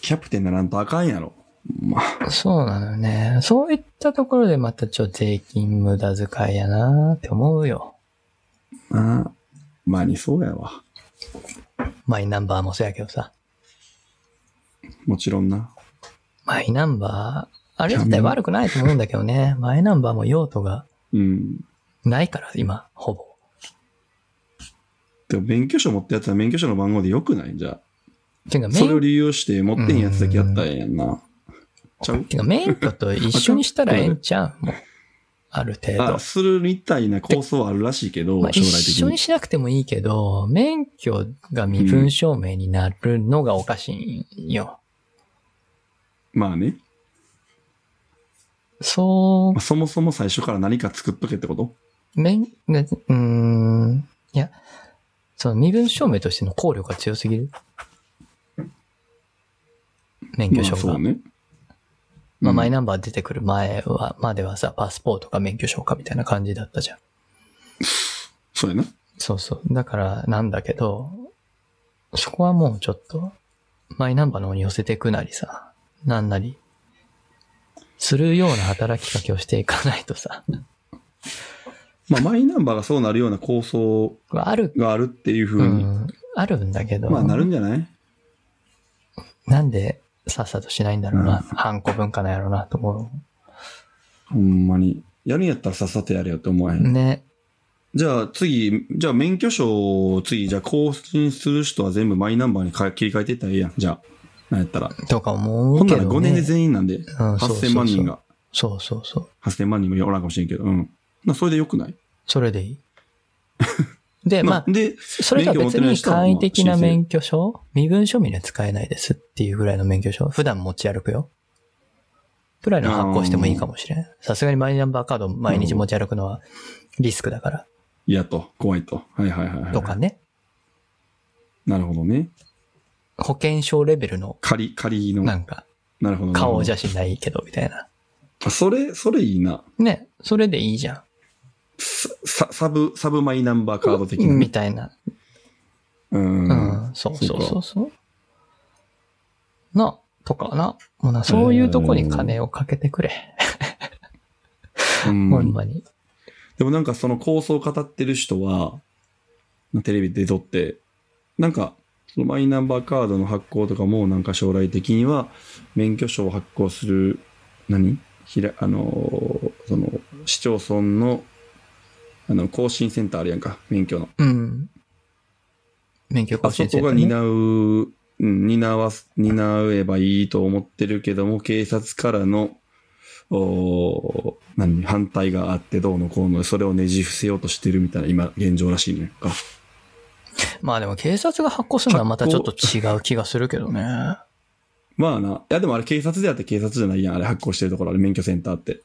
A: キャプテンならんとあかんやろ。まあ、
B: そうなのよね。そういったところでまたちょっと税金無駄遣いやなって思うよ。
A: なまあにそうやわ。
B: マイナンバーもそうやけどさ。
A: もちろんな。
B: マイナンバー、あれ自体悪くないと思うんだけどね。マイナンバーも用途が
A: うん。
B: ないから、今、ほぼ。
A: でも免許証持ったやつは免許証の番号でよくないじゃあ。
B: ていうか、
A: それを
B: 免
A: 利用して持ってへんやつだけやったらええやんな。ちゃう
B: てか免許と一緒にしたらええんちゃうもう。ある 程
A: あ、
B: 度。
A: するみたいな構想はあるらしいけど、
B: まあ、
A: 将
B: 一
A: 来的
B: 緒に
A: に。
B: しなくてもいいけど、免許が身分証明になるのがおかしいんよ。
A: まあね。
B: そ
A: まあそもそも最初から何か作っとけってこと
B: う、免、ねうーん、いや、その身分証明としての効力が強すぎる。免許証
A: まあそ
B: が。
A: うね。
B: まあ、
A: うん
B: マイナンバー出てくる前は、まではさ、パスポートか免許証かみたいな感じだったじゃん。
A: そうやな。
B: そうそう。だから、なんだけど、そこはもうちょっと、マイナンバーの方に寄せていくなりさ、なんなり、するような働きかけをしていかないとさ、
A: まあマイナンバーがそうなるような構想
B: ある、
A: があるっていうふ
B: う
A: うに。
B: ん、あるんだけど、
A: まあなるんじゃない
B: なんでさっさとしないんだろうな、ハンコ文化なんやろうなと思
A: ほんまに。やるんやったらさっさとやれよって思わへ
B: う。
A: ん。
B: ね。
A: じゃあ次、じゃあ免許証を次、じゃあ更新する人は全部マイナンバーにか切り替えていったらええやん。じゃあ。なんやったら。
B: とか思
A: ほ
B: うんけ
A: な
B: ど、ね。
A: ら5年で全員なんで、
B: うんそうそうそう
A: 8000万人が。
B: そうそうそう。
A: 8000万人もおらんかもしれんけど、うん。まあ、それで良くない
B: それでい い。で、まあ、
A: で、
B: それとは別に簡易的な免許証身分証明には使えないですっていうぐらいの免許証普段持ち歩くよ。ぐらいの発行してもいいかもしれん。さすがにマイナンバーカード毎日持ち歩くのはリスクだから。
A: いやと、怖いと。はいはいはい、はい。
B: とかね。
A: なるほどね。
B: 保険証レベルの、
A: 仮、仮の。
B: な
A: なん
B: か、
A: るほど。
B: 顔写
A: ゃ。
B: 真ないけど、みたいな。
A: あそれ、それいいな。
B: ね、それでいいじゃん。
A: さサブ、サブマイナンバーカード的な。
B: みたいな。
A: うん。
B: うん、そうそうそうそう。な、とかな。もうな、そういうとこに金をかけてくれ。
A: うん
B: ほんまに。
A: でもなんかその構想を語ってる人は、テレビで撮って、なんか、そのマイナンバーカードの発行とかもなんか将来的には、免許証を発行する、何ひら、あのー、その、市町村の、あの、更新センターあるやんか、免許の。
B: うん。免許更
A: あそ
B: 新
A: こが
B: ね
A: 担う、うん担わす、担えばいいと思ってるけども、警察からの、おー何、反対があってどうのこうの、それをねじ伏せようとしてるみたいな、今、現状らしいねんか。
B: まあでも警察が発行するのはまたちょっと違う気がするけどね。
A: まあな、いやでもあれ警察であって警察じゃないやん、あれ発行してるところ、あれ免許センターって。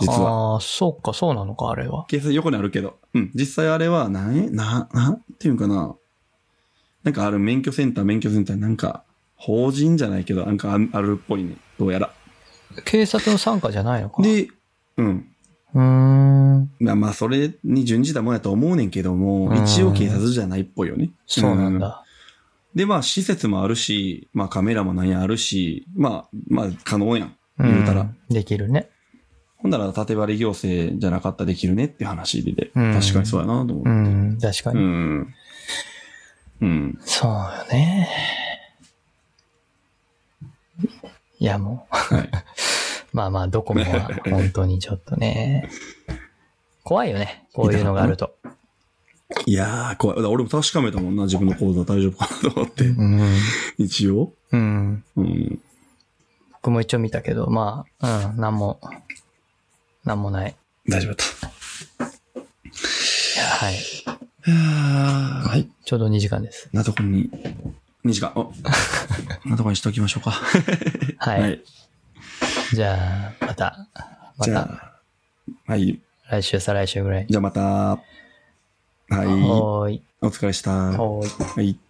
A: 実は。
B: ああ、そうか、そうなのか、あれは。
A: 警察横にあるけど。うん、実際あれは、なん、な、なんていうんかな。なんかある免許センター、免許センター、なんか、法人じゃないけど、なんかああるっぽいね。どうやら。
B: 警察の傘下じゃないのか。
A: で、うん、
B: うーん。
A: まあまあ、それに準じたもんやと思うねんけども、
B: うん
A: 一応警察じゃないっぽいよね。
B: そうなん
A: うん。
B: だ。
A: で、まあ、施設もあるし、まあ、カメラもなんやあるし、まあ、まあ、可能やん。言うたら。
B: んできるね。
A: ほんなら、縦張り行政じゃなかったらできるねっていう話で、
B: うん
A: 確かにそうやなと思
B: う
A: う。
B: ん、確か
A: う
B: に。
A: ん。うん。
B: そうよね。いや、もう。
A: はい。
B: まあまあ、ドコモは本当にちょっとね。怖いよね。こういうのがあると。
A: いやー、怖い。だから俺も確かめたもんな、自分の口座大丈夫かなと思って。
B: うん。
A: 一応。
B: うん。
A: うん。
B: 僕も一応見たけど、まあ、うん、なんも、なんもない。
A: 大丈夫だ
B: いやはい。
A: と。はい。
B: ちょうど2時間です。
A: なとこに、2時間。 おなとこにしておきましょうか。
B: はい。
A: はい。
B: じゃあ、また、ま
A: じゃ
B: た、
A: あ、はい。
B: 来週、再来週ぐらい。
A: じゃあまた。はい。
B: はーい。
A: お疲れした。は
B: はーい。
A: い。